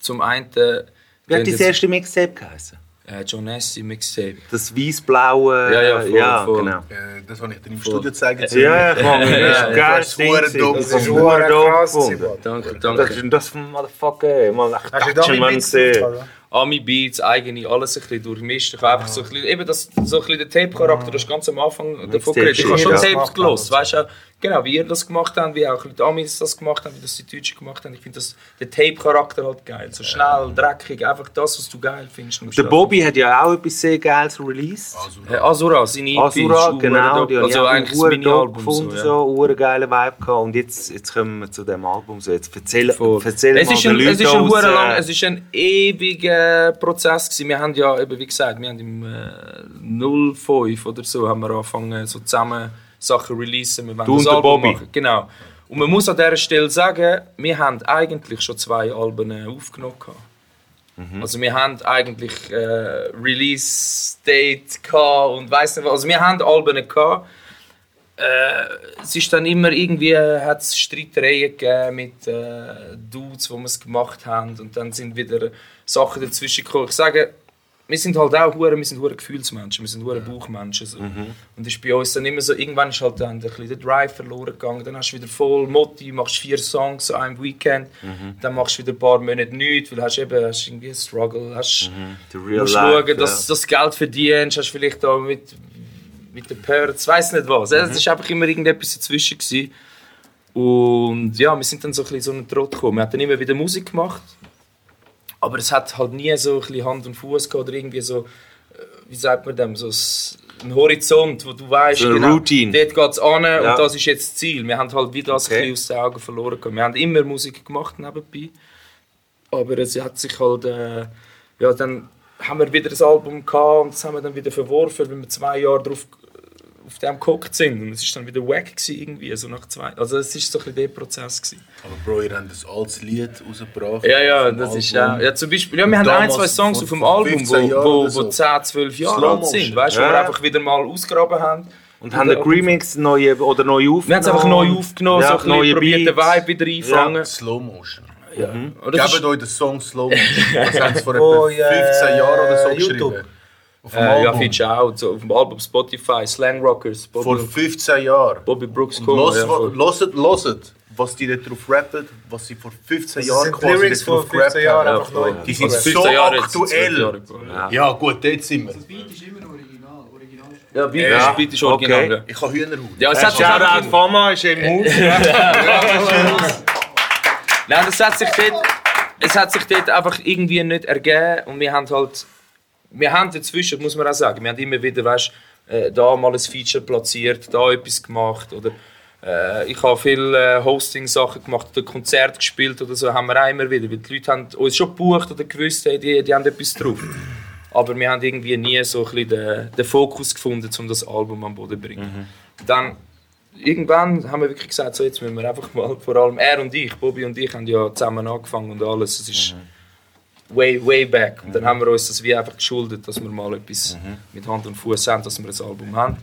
S2: zum einen... äh,
S5: Wie hat
S2: wenn
S5: das
S2: jetzt-
S5: erste Mixtape geheißen?
S2: Äh, John Nessie Mixtape.
S5: Das weiß-blaue.
S2: Ja, ja, voll, voll.
S5: genau.
S4: Äh, das habe ich dir im Studio gezeigt.
S5: Ja, ja, komm, das ist ein
S4: das
S5: geiles
S4: ist
S5: Ding.
S4: hure dumm.
S5: Das
S6: Das ist
S5: ist
S6: hure
S5: hure dumm
S6: krass.
S5: gefunden.
S6: gewesen,
S2: Danke,
S5: Das ist
S2: danke.
S5: denn das für ein Motherfucker, ey? Mal echt
S6: Hast du da
S5: Action, man
S6: mit
S5: sehen.
S6: oder?
S2: Ami Beats, eigene, alles ein bisschen durchmischt. Ich habe einfach so ein bisschen, eben das, so ein bisschen den Tape-Charakter, das ist ganz am Anfang
S5: Mixtape
S2: davon geredet. Ich habe
S5: ist
S2: schon
S5: ja.
S2: Tapes gelost, weißt du auch, genau, wie ihr das gemacht habt, wie auch ein bisschen die Amis das gemacht haben, wie das die Deutschen gemacht haben. Ich finde das- den Tape-Charakter halt geil. So schnell, dreckig, einfach das, was du geil findest.
S5: Der Bobby hat ja auch etwas sehr geiles released.
S2: Hey, Azura, seine EP.
S5: Asura,
S2: ist
S5: genau,
S2: verdammt-
S5: die
S2: Also
S5: habe ich
S2: eigentlich
S5: auch
S2: ein
S5: einen Dope
S2: Mini-Album. So,
S5: gefunden,
S2: ja.
S5: so einen geilen Vibe gehabt. Und jetzt, jetzt kommen wir zu dem Album. So, jetzt erzähl,
S2: Voll.
S5: erzähl
S2: es
S5: mal
S2: ist
S5: den
S2: ein,
S5: Leuten
S2: es ist ein
S5: aus,
S2: hure
S5: äh,
S2: lang, es ist ein ewiger Prozess gewesen. Wir haben ja, eben wie gesagt, wir haben im äh, 05 oder so haben wir angefangen, so zusammen Sachen releasen. Wir wollen
S5: Du und
S2: das
S5: der
S2: Album
S5: Bobby.
S2: machen. Genau. Und man muss an dieser Stelle sagen, wir haben eigentlich schon zwei Alben äh, aufgenommen. gehabt.
S5: Mhm.
S2: Also wir haben eigentlich äh, Release Date gehabt und weiß nicht was. Also wir haben Alben gehabt. Äh, es ist dann immer irgendwie äh, hat's Streitereien gegeben mit äh, Dudes, wo wir es gemacht haben und dann sind wieder Sachen dazwischen gekommen. Ich sage, wir sind halt auch hure, wir sind hure Gefühlsmenschen, wir sind hure Bauchmenschen so. Und ist bei uns dann immer so, irgendwann ist halt dann ein bisschen der Drive verloren gegangen, dann hast du wieder voll Motti, machst vier Songs an einem Weekend, dann machst du wieder ein paar Monate nichts, weil hast eben hast irgendwie einen Struggle, hast
S5: the
S2: Du
S5: real
S2: musst
S5: life,
S2: schauen, dass du das Geld verdienst, hast vielleicht auch mit, mit den Perks, weiß nicht was.
S5: Mhm.
S2: Es war einfach immer irgendetwas dazwischen. Gewesen. Und ja, wir sind dann so ein bisschen in so einen Trott gekommen. Wir haben dann immer wieder Musik gemacht, aber es hat halt nie so ein bisschen Hand und Fuß gehabt oder irgendwie so, äh, wie sagt man dem, so s- ein Horizont, wo du weißt, genau,
S5: So eine Routine.
S2: dort geht es an
S5: Ja.
S2: und das ist jetzt das Ziel. Wir haben halt wie das
S5: Okay.
S2: ein bisschen aus den Augen verloren. gehabt. Wir haben immer Musik gemacht nebenbei, aber es hat sich halt... Äh, ja, dann haben wir wieder ein Album gehabt und das haben wir dann wieder verworfen, weil wir zwei Jahre drauf äh, auf dem gehockt sind. Und es war dann wieder wack gewesen irgendwie, also nach zwei. Also es war so ein bisschen der Prozess. Gewesen.
S4: Aber Bro, ihr habt ein altes Lied rausgebracht.
S2: Ja, ja, das ist ja. Ja, zum Beispiel, ja, wir haben ein,
S4: Damals
S2: zwei Songs
S4: vor
S2: auf dem Album,
S4: 15
S2: wo,
S4: Jahren
S2: wo,
S4: oder
S2: wo
S4: so.
S2: 10, 12 Jahre
S4: Slow
S2: alt sind,
S4: Motion.
S2: weißt du, wo
S5: Ja.
S2: wir einfach wieder mal ausgraben haben.
S5: Und haben den Remix neu oder neu aufgenommen?
S2: Wir haben es einfach neu aufgenommen,
S5: Ja,
S2: so ein bisschen
S5: neue
S2: probiert, den
S5: Beats. Äh,
S2: Vibe wieder einfangen.
S4: Slow Motion.
S2: Oder das
S4: Gebt
S2: ist-
S4: euch den Song Slow Motion. Das haben sie vor etwa 15 Jahren oder so geschrieben. Auf dem
S2: Äh, ja,
S4: Album.
S2: findest du auch. So, auf dem Album Spotify, Slang Rockers, Bobby,
S4: vor 15 Jahren.
S2: Bobby Brooks
S4: Und
S2: Como,
S4: los,
S2: ja, voll.
S4: loset, loset, was die da drauf rappen, was sie vor 15 Jahren
S6: sind Lyrics
S4: da
S6: von
S4: drauf gerappt
S6: 15 Jahren
S4: haben.
S6: einfach neu.
S4: Die sind
S2: Also
S4: so
S2: 15 Jahre jetzt,
S4: aktuell.
S2: 12 Jahre gegangen.
S4: ja. gut, dort sind wir.
S2: Ja, Beat ja. ist, Beat ist original. ja.
S4: Ich habe Hühnerhaut.
S2: Ja, es hat sich auch
S1: Shoutout Fama ist im Haus.
S2: Nein, das hat sich dort, es hat sich dort einfach irgendwie nicht ergeben und wir haben halt, wir haben dazwischen, muss man auch sagen, wir haben immer wieder, weißt, äh, da mal ein Feature platziert, da etwas gemacht oder äh, ich habe viel äh, Hosting-Sachen gemacht oder Konzerte gespielt oder so, haben wir auch immer wieder, weil die Leute haben uns schon gebucht oder gewusst, hey, die, die haben etwas drauf. Aber wir haben irgendwie nie so ein bisschen den, den Fokus gefunden, um das Album am Boden zu bringen. Dann irgendwann haben wir wirklich gesagt, so jetzt müssen wir einfach mal, vor allem er und ich, Bobby und ich, haben ja zusammen angefangen und alles. Es ist way, way back. Und dann haben wir uns das wie einfach geschuldet, dass wir mal etwas mit Hand und Fuß haben, dass wir ein Album haben.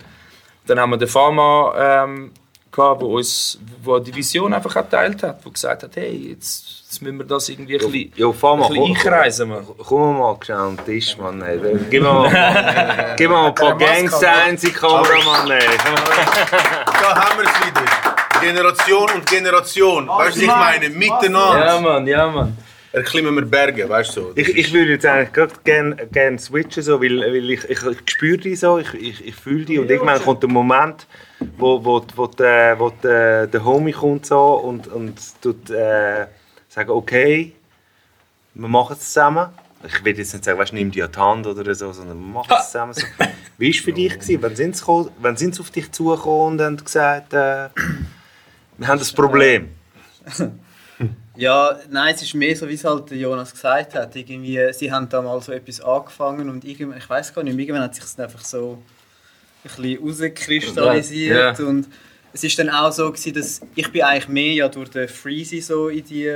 S2: Dann haben wir den Pharma ähm, gehabt, wo uns, wo die Vision einfach auch geteilt hat, wo gesagt hat, hey, jetzt, jetzt müssen wir das irgendwie ein bisschen,
S5: Ja, fahr mal.
S2: ein bisschen einkreisen. Man.
S5: Komm mal schnell an den Tisch, Mann. Ey. Gib mir mal, gib mir mal ein paar Gangsteins in die Kamera, Mann. Ey.
S4: Da haben wir es wieder. Generation und Generation. weißt du, was ich meine? Miteinander.
S2: Ja, Mann, ja, Mann.
S4: Erklimmen wir Berge, weißt du. So.
S5: Ich, ich würde jetzt eigentlich gerade gerne gern switchen, so, weil, weil ich, ich, ich spüre dich so, ich, ich, ich fühle dich und irgendwann kommt der Moment, wo, wo, wo, der, wo der, der Homie kommt so und, und tut, äh, sagen, okay, wir machen es zusammen. Ich will jetzt nicht sagen, weißt, nimm dir an die Hand oder so, sondern wir machen es zusammen. So. Wie war es für dich? Gewesen? Wann sind sie gekommen- Wann sind sie auf dich zugekommen und haben gesagt, äh, wir haben das Problem?
S11: Ja, nein, es ist mehr so, wie es halt der Jonas gesagt hat. Irgendwie, sie haben da mal so etwas angefangen und irgendwann, ich weiß gar nicht, irgendwann hat sich das einfach so ein bisschen rauskristallisiert.
S2: Ja.
S11: Und es ist dann auch so, gewesen, dass ich bin eigentlich mehr ja durch den Freezy so in die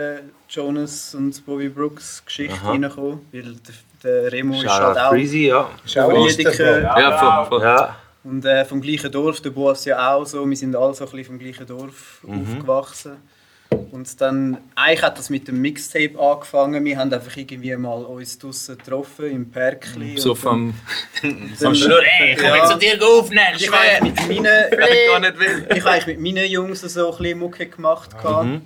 S11: Jonas und Bobby Brooks Geschichte reingekommen, weil der, der Remo ist halt
S5: Shoutout
S11: auch
S5: Freezy, ja.
S11: Politiker.
S2: Ja, voll, voll.
S5: ja.
S11: Und äh, vom gleichen Dorf, der Boas ja auch so, wir sind alle so ein bisschen vom gleichen Dorf
S2: Mhm.
S11: aufgewachsen. Und dann, eigentlich hat das mit dem Mixtape angefangen, wir haben einfach irgendwie mal uns draussen getroffen, im Perkli.
S2: So
S11: und
S2: vom...
S11: dann, dann,
S2: Hey,
S11: komm jetzt zu
S2: dir aufnehmen,
S11: ich habe eigentlich mit meinen,
S2: nicht will.
S11: ich habe eigentlich mit meinen Jungs so ein bisschen Mucke gemacht. Mhm.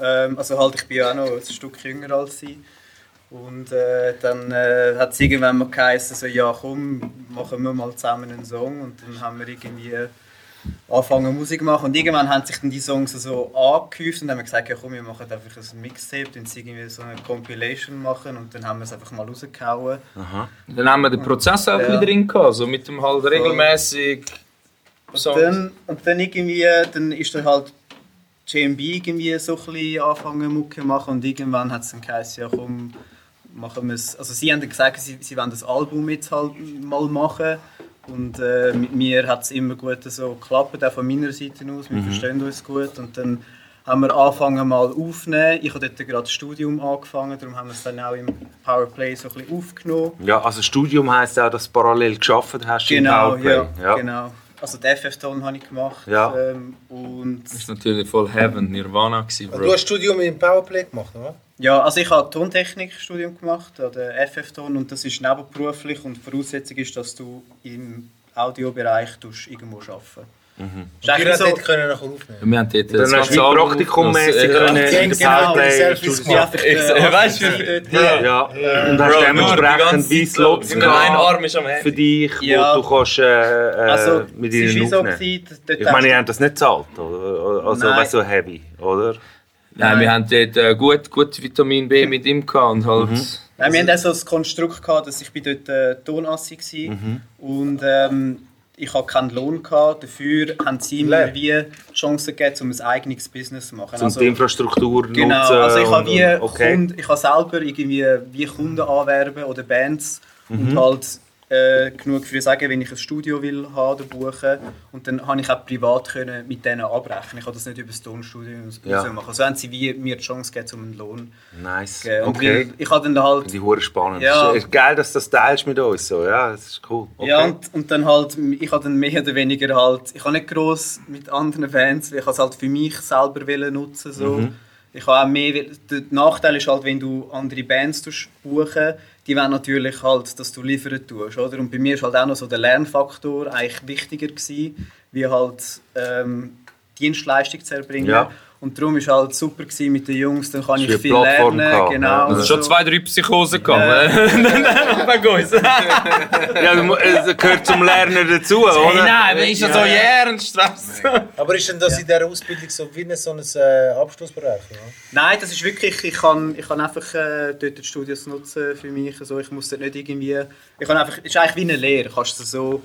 S11: Ähm, also halt, ich bin ja auch noch ein Stück jünger als sie. Und äh, dann äh, hat es irgendwann mal geheißen, so, ja komm, machen wir mal zusammen einen Song. Und dann haben wir irgendwie angefangen Musik zu machen. Und irgendwann haben sich dann die Songs so angehäuft und haben gesagt, ja komm, wir machen einfach ein Mixtape, dann irgendwie so eine Compilation machen. Und dann haben wir es einfach mal rausgehauen.
S2: Dann haben wir den Prozess auch
S11: Ja.
S2: wieder drin gehabt, so mit dem halt regelmäßig Songs.
S11: Dann, und dann irgendwie, dann ist dann halt JMB irgendwie so ein bisschen angefangen Mucke zu machen und irgendwann hat es dann geheißen, ja komm, machen wir es. Also sie haben dann gesagt, sie, sie wollen das Album jetzt halt mal machen und äh, mit mir hat es immer gut so geklappt, auch von meiner Seite aus, wir verstehen uns gut und dann haben wir angefangen mal aufzunehmen. Ich habe dort gerade das Studium angefangen, darum haben wir es dann auch im Powerplay so ein bisschen aufgenommen.
S5: Ja, also Studium heisst auch, dass du parallel geschafft hast
S11: Genau,
S5: im Powerplay.
S11: ja,
S5: ja.
S11: genau. Also den FF-Ton habe ich gemacht
S5: Ja.
S11: ähm, und
S2: Das war natürlich voll Heaven, Nirvana, gewesen, Bro.
S6: Du hast Studium im Powerplay gemacht, oder?
S11: Ja, also ich habe Tontechnikstudium gemacht an der FF-Ton und das ist nebenberuflich und die Voraussetzung ist, dass du im Audiobereich tust, irgendwo arbeiten musst. Mhm.
S6: Wir
S11: Ist
S6: so.
S11: eigentlich so,
S6: können nachher aufnehmen.
S2: wir haben dort äh,
S5: Dann hast du wie praktikummäßig können in der
S11: genau,
S5: Powerplay
S6: Selfies
S5: Studium
S11: ja, einfach, äh,
S2: Weißt du,
S5: Ja. Und hast dementsprechend wie Slots
S2: Ein
S5: gehabt
S2: Arm ist am Handy.
S5: für dich,
S11: Ja.
S5: wo du kannst, äh, äh,
S11: also
S5: mit
S11: es ist wie
S5: ihnen
S11: so
S5: aufnehmen.
S11: gewesen, dort
S5: ich meine, ihr habt das nicht gezahlt, oder? Also,
S11: Nein.
S5: weißt du, so heavy, oder? Um
S2: Nein, wir haben dort äh, gut, gut Vitamin B mit ihm gehabt und halt...
S5: Mhm.
S11: Nein, wir haben auch so das Konstrukt gehabt, dass ich bin dort äh, Tonassi war
S5: Mhm.
S11: und ähm, ich hatte keinen Lohn, gehabt, dafür haben sie mir wie die Chance gegeben, um ein eigenes Business zu machen. Also,
S5: Um die Infrastruktur
S11: Genau,
S5: nutzen.
S11: also ich
S5: und-
S11: habe wie
S5: und- okay. Mhm.
S11: Kunden, ich habe selber irgendwie wie Kunden anwerben oder Bands und halt äh, genug für sagen, wenn ich ein Studio will haben oder buchen. Und dann habe ich auch privat können mit denen abrechnen. Ich habe das nicht über das Tonstudio so
S5: Ja.
S11: machen. Also haben sie wie mir die Chance gegeben, um einen Lohn
S5: Nice.
S11: zu geben. Und
S5: Okay.
S11: weil Ich habe dann halt
S5: Die Hure spannend.
S11: Ja.
S5: Ja. Ist geil, dass du das teilst mit uns. So. Ja, das ist cool. Okay.
S11: Ja, und, und dann halt, ich habe dann mehr oder weniger halt, ich habe nicht gross mit anderen Bands, weil ich habe es halt für mich selber wollen nutzen so.
S5: Mhm.
S11: Ich habe auch mehr, will- der Nachteil ist halt, wenn du andere Bands tust buchen, die wollen natürlich halt, dass du liefern tust, oder? Und bei mir ist halt auch noch so der Lernfaktor eigentlich wichtiger gewesen, wie halt ähm, Dienstleistung zu erbringen.
S2: Ja.
S11: Und darum ist halt super gewesen mit den Jungs, dann kann
S2: Hast
S11: ich
S2: du eine
S11: viel
S2: Plattform
S11: lernen,
S2: gehabt,
S11: genau.
S2: ja. Es sind
S5: Also-
S2: schon
S11: so.
S2: zwei, drei Psychosen gehabt. ne?
S11: Äh.
S2: Wegen uns.
S5: Ja, du mu- es gehört zum Lernen dazu,
S2: Hey,
S11: genau
S5: oder?
S2: nein, man ist ja so
S5: Jährenstrasse.
S6: Aber ist denn das in dieser Ausbildung so wie ein, so ein äh, Abschlussbereich? Ja?
S11: Nein, das ist wirklich, ich kann, ich kann einfach äh, dort die Studios nutzen für mich. Also ich muss dort nicht irgendwie, ich kann einfach, es ist eigentlich wie eine Lehre, kannst du es so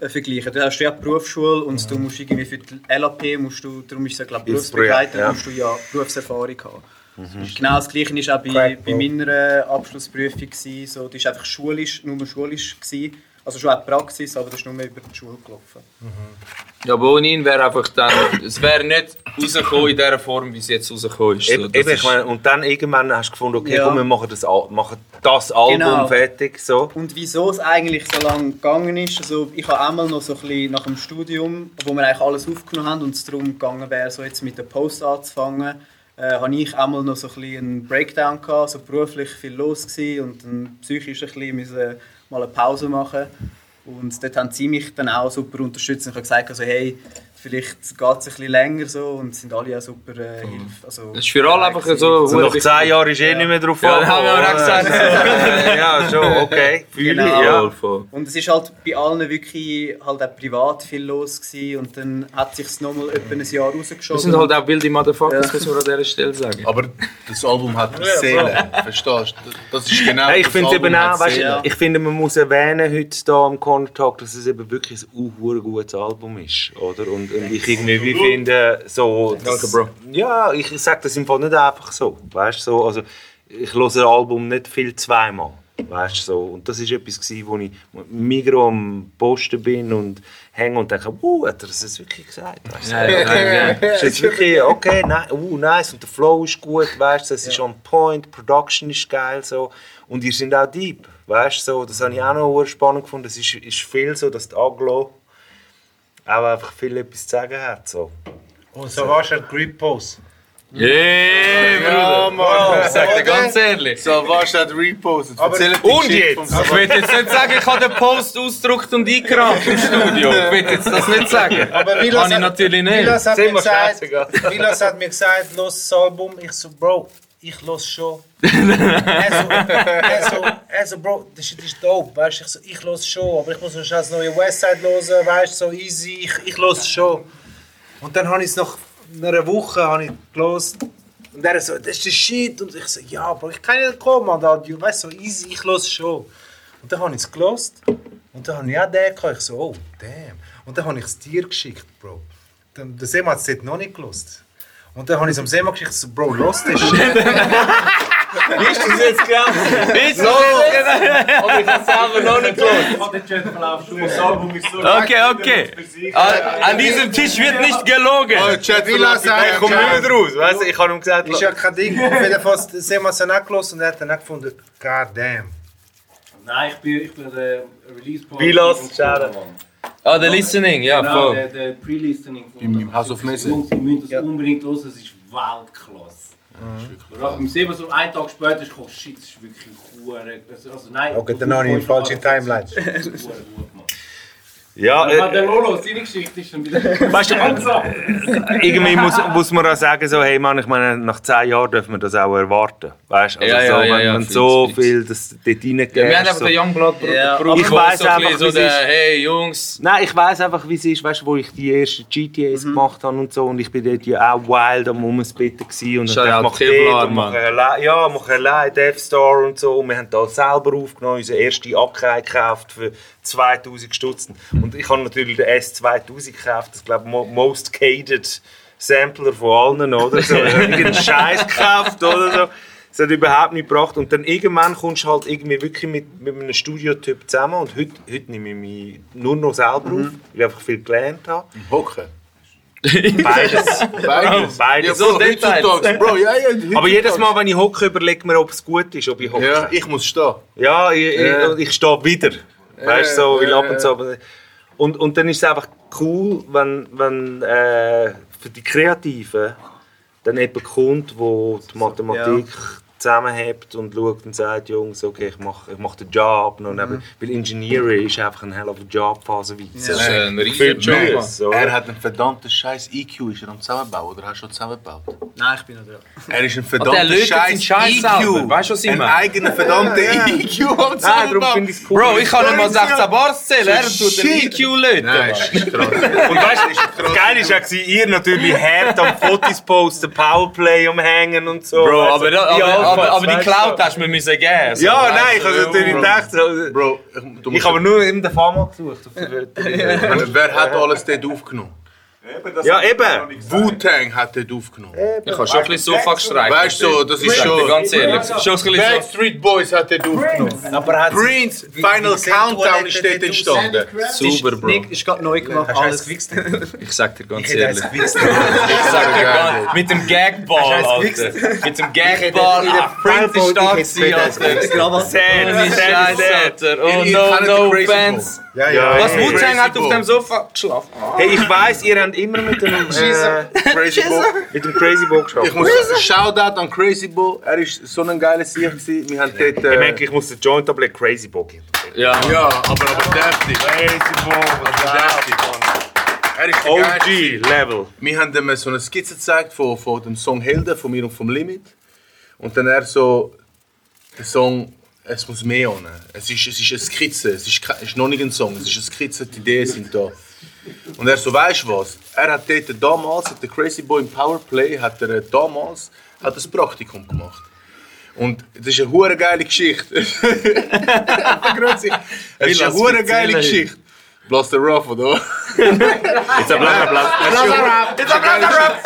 S11: äh, vergleichen. Du hast ja die Berufsschule und du musst irgendwie für die LAP, musst du, darum ist es ja glaube ich
S5: Mhm. Ins Projekt,
S11: berufsbegleitend,
S5: ja.
S11: musst du ja Berufserfahrung haben.
S5: Mhm.
S11: Genau das gleiche war auch bei, bei meiner Abschlussprüfung. Gewesen, so, die war einfach schulisch, nur schulisch. Gewesen. Also schon auch die Praxis, aber das ist nur über die Schule gelaufen.
S2: Ja, aber ohne ihn wäre einfach dann. Es wäre nicht rausgekommen in der Form, wie es jetzt rausgekommen ist. So,
S5: Eben,
S2: das
S5: eben, ich
S2: ist-
S5: meine, und dann irgendwann hast du gefunden, okay,
S11: Ja.
S5: komm, wir machen das, Al- machen das Album
S11: Genau.
S5: fertig. So.
S11: Und wieso es eigentlich so lange gegangen ist, also ich habe einmal noch so ein bisschen nach dem Studium, wo wir eigentlich alles aufgenommen haben und es darum gegangen wäre, so jetzt mit der Post anzufangen, äh, habe ich einmal noch so ein bisschen einen Breakdown gehabt, so beruflich viel los gewesen und dann psychisch ein bisschen müssen mal eine Pause machen. Und dort haben sie mich dann auch super unterstützt und haben gesagt, also, hey, vielleicht geht es ein bisschen länger so und sind alle auch super äh, Hilfe. Also,
S2: Das ist für alle einfach so.
S5: So nach 10 Jahren ist eh nicht mehr drauf
S2: Ja, das haben wir auch gesagt.
S5: Ja, schon, okay. Fühle
S11: Genau.
S5: ich, ja.
S2: Voll.
S11: Und es ist halt bei allen wirklich halt auch privat viel los gewesen und dann hat sich noch mal etwa ein Jahr rausgeschoben.
S2: Das sind halt auch wilde Motherfuckers,
S11: Ja.
S2: muss man an dieser Stelle sagen.
S4: Aber das Album hat eine Seele, verstehst du? Das ist genau
S5: Hey, ich
S4: das
S5: finde
S4: Album
S5: eben
S4: hat
S5: auch, weißt,
S4: Seele.
S5: du, ich finde, man muss erwähnen heute hier am Contact, dass es eben wirklich ein unhuere gutes Album ist, oder? Und, und ich irgendwie wie finde, so...
S2: Danke, Bro.
S5: Ja, ich sage das im Fall nicht einfach so, weißt du, so, also ich höre ein Album nicht viel zweimal, weißt du, so. Und das ist etwas gewesen, wo ich mit Migros am Posten bin und hänge und denke, uh, hat er das jetzt wirklich gesagt? Weißt du?
S2: Ja, ja, ja.
S5: Ist jetzt wirklich, okay, ni uh, nice und der Flow ist gut, weißt du, es ist on point, die Production ist geil so und ihr sind auch deep, weißt du, so, das habe ich auch noch sehr spannend gefunden, es ist, ist viel so, dass die Aglo auch einfach viel etwas zu sagen hat, so.
S6: Und so warst du ein Grip Pose.
S2: Yeah, Bruder.
S4: Mann.
S2: ich sag dir ganz ehrlich.
S4: So, was hat repostet?
S6: Aber-
S4: Erzähl die
S2: Und
S4: Geschichte
S2: jetzt?
S4: vom-
S2: Ich will jetzt nicht sagen, ich habe den Post ausgedruckt und eingerahmt im Studio. Ich will jetzt das nicht sagen.
S6: Aber Vilas
S2: Kann ich
S6: hat-
S2: natürlich
S6: Vilas
S2: nicht.
S6: hat, mir
S5: Sind wir
S6: gesagt,
S5: scheißegal.
S6: Vilas hat mir gesagt, los das Album. Ich so, Bro, ich los schon. er, so, er, so, er so, Bro, das shit ist dope, weißt du? Ich so, ich los schon, aber ich muss noch das neue Westside hören, weißt du, so easy, ich, ich los schon. Und dann habe ich es nach einer Woche habe ich gelost. Und er so, das ist der Shit. Und ich so, ja, Bro, ich kann nicht kommen an das Radio, weißt du, so easy, ich los schon. Und dann habe ich es gelost. Und dann habe ich auch den gehabt. Ich so, oh, damn. Und dann habe ich es dir geschickt, Bro. Dann, der Seema hat es dort noch nicht gelost. Und dann habe ich es am Seema geschickt, so, Bro, los den Shit.
S7: Bist du jetzt glaubt? Bist du
S2: Aber ich habe es selber noch nicht gehört. Okay, okay. An, an diesem Tisch wird nicht gelogen.
S4: Chat
S6: Vilas
S4: verlassen.
S6: hat-
S4: Hey, komm
S6: Chat.
S4: nicht raus.
S5: Weißt du, ich habe ihm gesagt,
S6: Ist ja kein Ding. Auf jeden Fall, der Seema hat es dann auch gelost und er hat dann auch gefunden, god damn.
S10: Nein, ich bin, ich bin der Release Party.
S5: Wie los, Schade.
S2: Ah, der Listening, ja,
S10: Genau, der,
S2: voll.
S10: der Pre-Listening von
S4: Im House of Messe.
S10: Jungs, ihr müsst das unbedingt hören, es ist Weltklasse. Mhm. Im Silber so einen Tag später ist gekommen, shit, das ist wirklich hure. Also, also nein,
S6: Okay, dann habe ich eine falsche Timeline.
S5: Ja,
S10: Aber
S5: äh,
S10: der Lolo, seine Geschichte ist dann wieder
S5: Weißt du,
S10: ganz anders.
S5: irgendwie muss, muss man auch sagen, so, hey Mann, ich meine, nach 10 Jahren dürfen wir das auch erwarten, weißt du, also
S2: Ja, ja,
S5: so,
S2: ja,
S5: wenn
S2: ja,
S5: man
S2: fix,
S5: so
S2: fix.
S5: viel das dort reingegeben
S2: Wir haben
S5: hast,
S2: einfach
S5: so.
S2: den Youngblood Bruder.
S11: Ja,
S2: Bruder,
S5: ich weiss
S2: so ein bisschen
S5: einfach,
S2: so
S5: wie's
S2: der,
S5: ist.
S2: hey Jungs.
S5: Nein, ich weiß einfach, wie es ist, weißt, wo ich die ersten GTAs
S2: Mhm.
S5: gemacht habe und so. Und ich bin dort ja auch wild am Rumspitten gewesen und
S2: Shout
S5: hab gedacht,
S2: out
S5: mach
S2: Kevlar,
S5: dort und mach
S2: Mann.
S5: allein, ja, mach allein Death Star und so. Und wir haben da selber aufgenommen, unsere erste Akke gekauft für 2000 Stutzen. Und ich habe natürlich den S2000 gekauft, das glaube ich mo- most cated Sampler von allen, oder? So, irgendeinen Scheiß gekauft, oder so. Es hat überhaupt nichts gebracht. Und dann irgendwann kommst du halt irgendwie wirklich mit, mit einem Studiotyp zusammen. Und heute, heute nehme ich mich nur noch selber auf, weil ich einfach viel gelernt habe.
S4: Hocken.
S5: Beides.
S4: Beides.
S5: Beides.
S4: Ja, so Details. Bro, ja, ja,
S5: Aber jedes Mal, wenn ich hocke, überlege mir, ob es gut ist, ob ich hocke.
S4: Ja, ich muss stehen.
S5: Ja, ich,
S4: Ja.
S5: ich, ich stehe wieder. Weißt du, so, weil
S4: ja,
S5: ab und zu. aber- Und, und dann ist es einfach cool, wenn, wenn äh, für die Kreativen dann jemand kommt, wo die Mathematik zusammenhebt und schaut und sagt, Jungs, okay, ich mache ich mach den Job noch. Mhm. Weil Engineering ist einfach ein hell of a Job phasenweise.
S2: Das ist ein riesen
S5: Viel
S2: Job.
S5: Mühe,
S2: Mann.
S5: so.
S4: Er hat einen verdammten scheiß IQ. Ist er am Zusammenbauen oder hast du schon zusammengebaut?
S11: Nein, ich bin noch dran.
S4: Er ist ein
S2: der
S4: verdammter
S2: lötet
S4: scheiß E
S2: seinen Scheiß
S4: IQ.
S2: selber. Weißt du, was ich
S4: Ein
S2: meine?
S4: eigener verdammter IQ am Zusammenbauen.
S5: ich es
S2: Bro, ich kann nicht mal 16 Bars zählen, er tut den
S4: Shit.
S2: IQ löten.
S4: Nein,
S2: Mann.
S4: ist krass.
S5: Und weißt du, das Geile war ja, ihr natürlich hart am Fotos posten, Powerplay umhängen und so.
S2: Bro,
S5: Weißt du,
S2: aber,
S5: Alphas,
S2: aber, aber, aber die
S5: weißt du.
S2: Cloud hast du mir müssen geben. So,
S5: Ja,
S2: weißt
S5: nein,
S2: du,
S5: ich habe natürlich
S2: Bro.
S5: gedacht. so,
S4: Bro, ich- du
S5: Ich
S4: musst...
S5: habe nur eben den Fama gesucht. auf der Welt.
S4: Wer hat alles dort aufgenommen?
S5: Ja, eben.
S4: Wu-Tang hat dort aufgenommen.
S2: Ich habe schon ein bisschen Sofa gestreift.
S4: Weißt du, das ist
S2: Ich sag dir
S4: schon...
S2: ganz ehrlich, schon ein bisschen so.
S4: Backstreet Boys hat dort aufgenommen.
S11: Aber er hat
S4: Prince, Final Countdown ist dort entstanden.
S2: Sauber, Bro.
S11: Nick ist gerade neu gemacht, alles.
S2: Ich sag dir ganz ehrlich. Ich sag dir ganz mit dem Gagball, Alter. Mit dem Gagball. Ah, Prince ist stark gewesen, Alter. Ohne Scheiße, Alter. Oh,
S4: Ihr- ihr
S2: no,
S4: kennt
S2: no,
S4: den Crazy
S2: Bands.
S4: Ja,
S2: Was Wu-Tang hat
S4: Crazy
S2: auf dem
S4: Boy.
S2: Sofa geschlafen.
S5: Hey, ich weiss, ihr habt immer mit dem, äh,
S4: Crazy Boy.
S5: mit dem Crazy Boy geschafft.
S4: Ich muss Shoutout an Crazy Bo. Er ist so ein geiler Sieg. gewesen. Wir haben dort.
S5: Ich
S4: Äh,
S5: merke, ich muss den Joint ablegen. Crazy Boy. geben.
S2: Ja.
S4: ja, aber aber deftig. Crazy Bo. Aber deftig. Er ist der Geilste.
S5: OG-Level.
S4: Wir haben ihm so eine Skizze gezeigt von, von dem Song Helden, von mir und vom Limit. Und dann er so. Der Song. Es muss mehr ohne. Es ist, es ist eine Skizze. Es ist, ke- es ist noch nicht ein Song. Es ist eine Skizze. Die Ideen sind da. Und er so, weißt du was? Er hat dort damals, hat der Crazy Boy im Powerplay, hat er damals hat ein Praktikum gemacht. Und das ist eine hure geile Geschichte. Grüß dich. Es ist eine hure geile Geschichte. Blaster Ruff, oder?
S5: Jetzt hab ich
S4: It's a Blaster Ruff!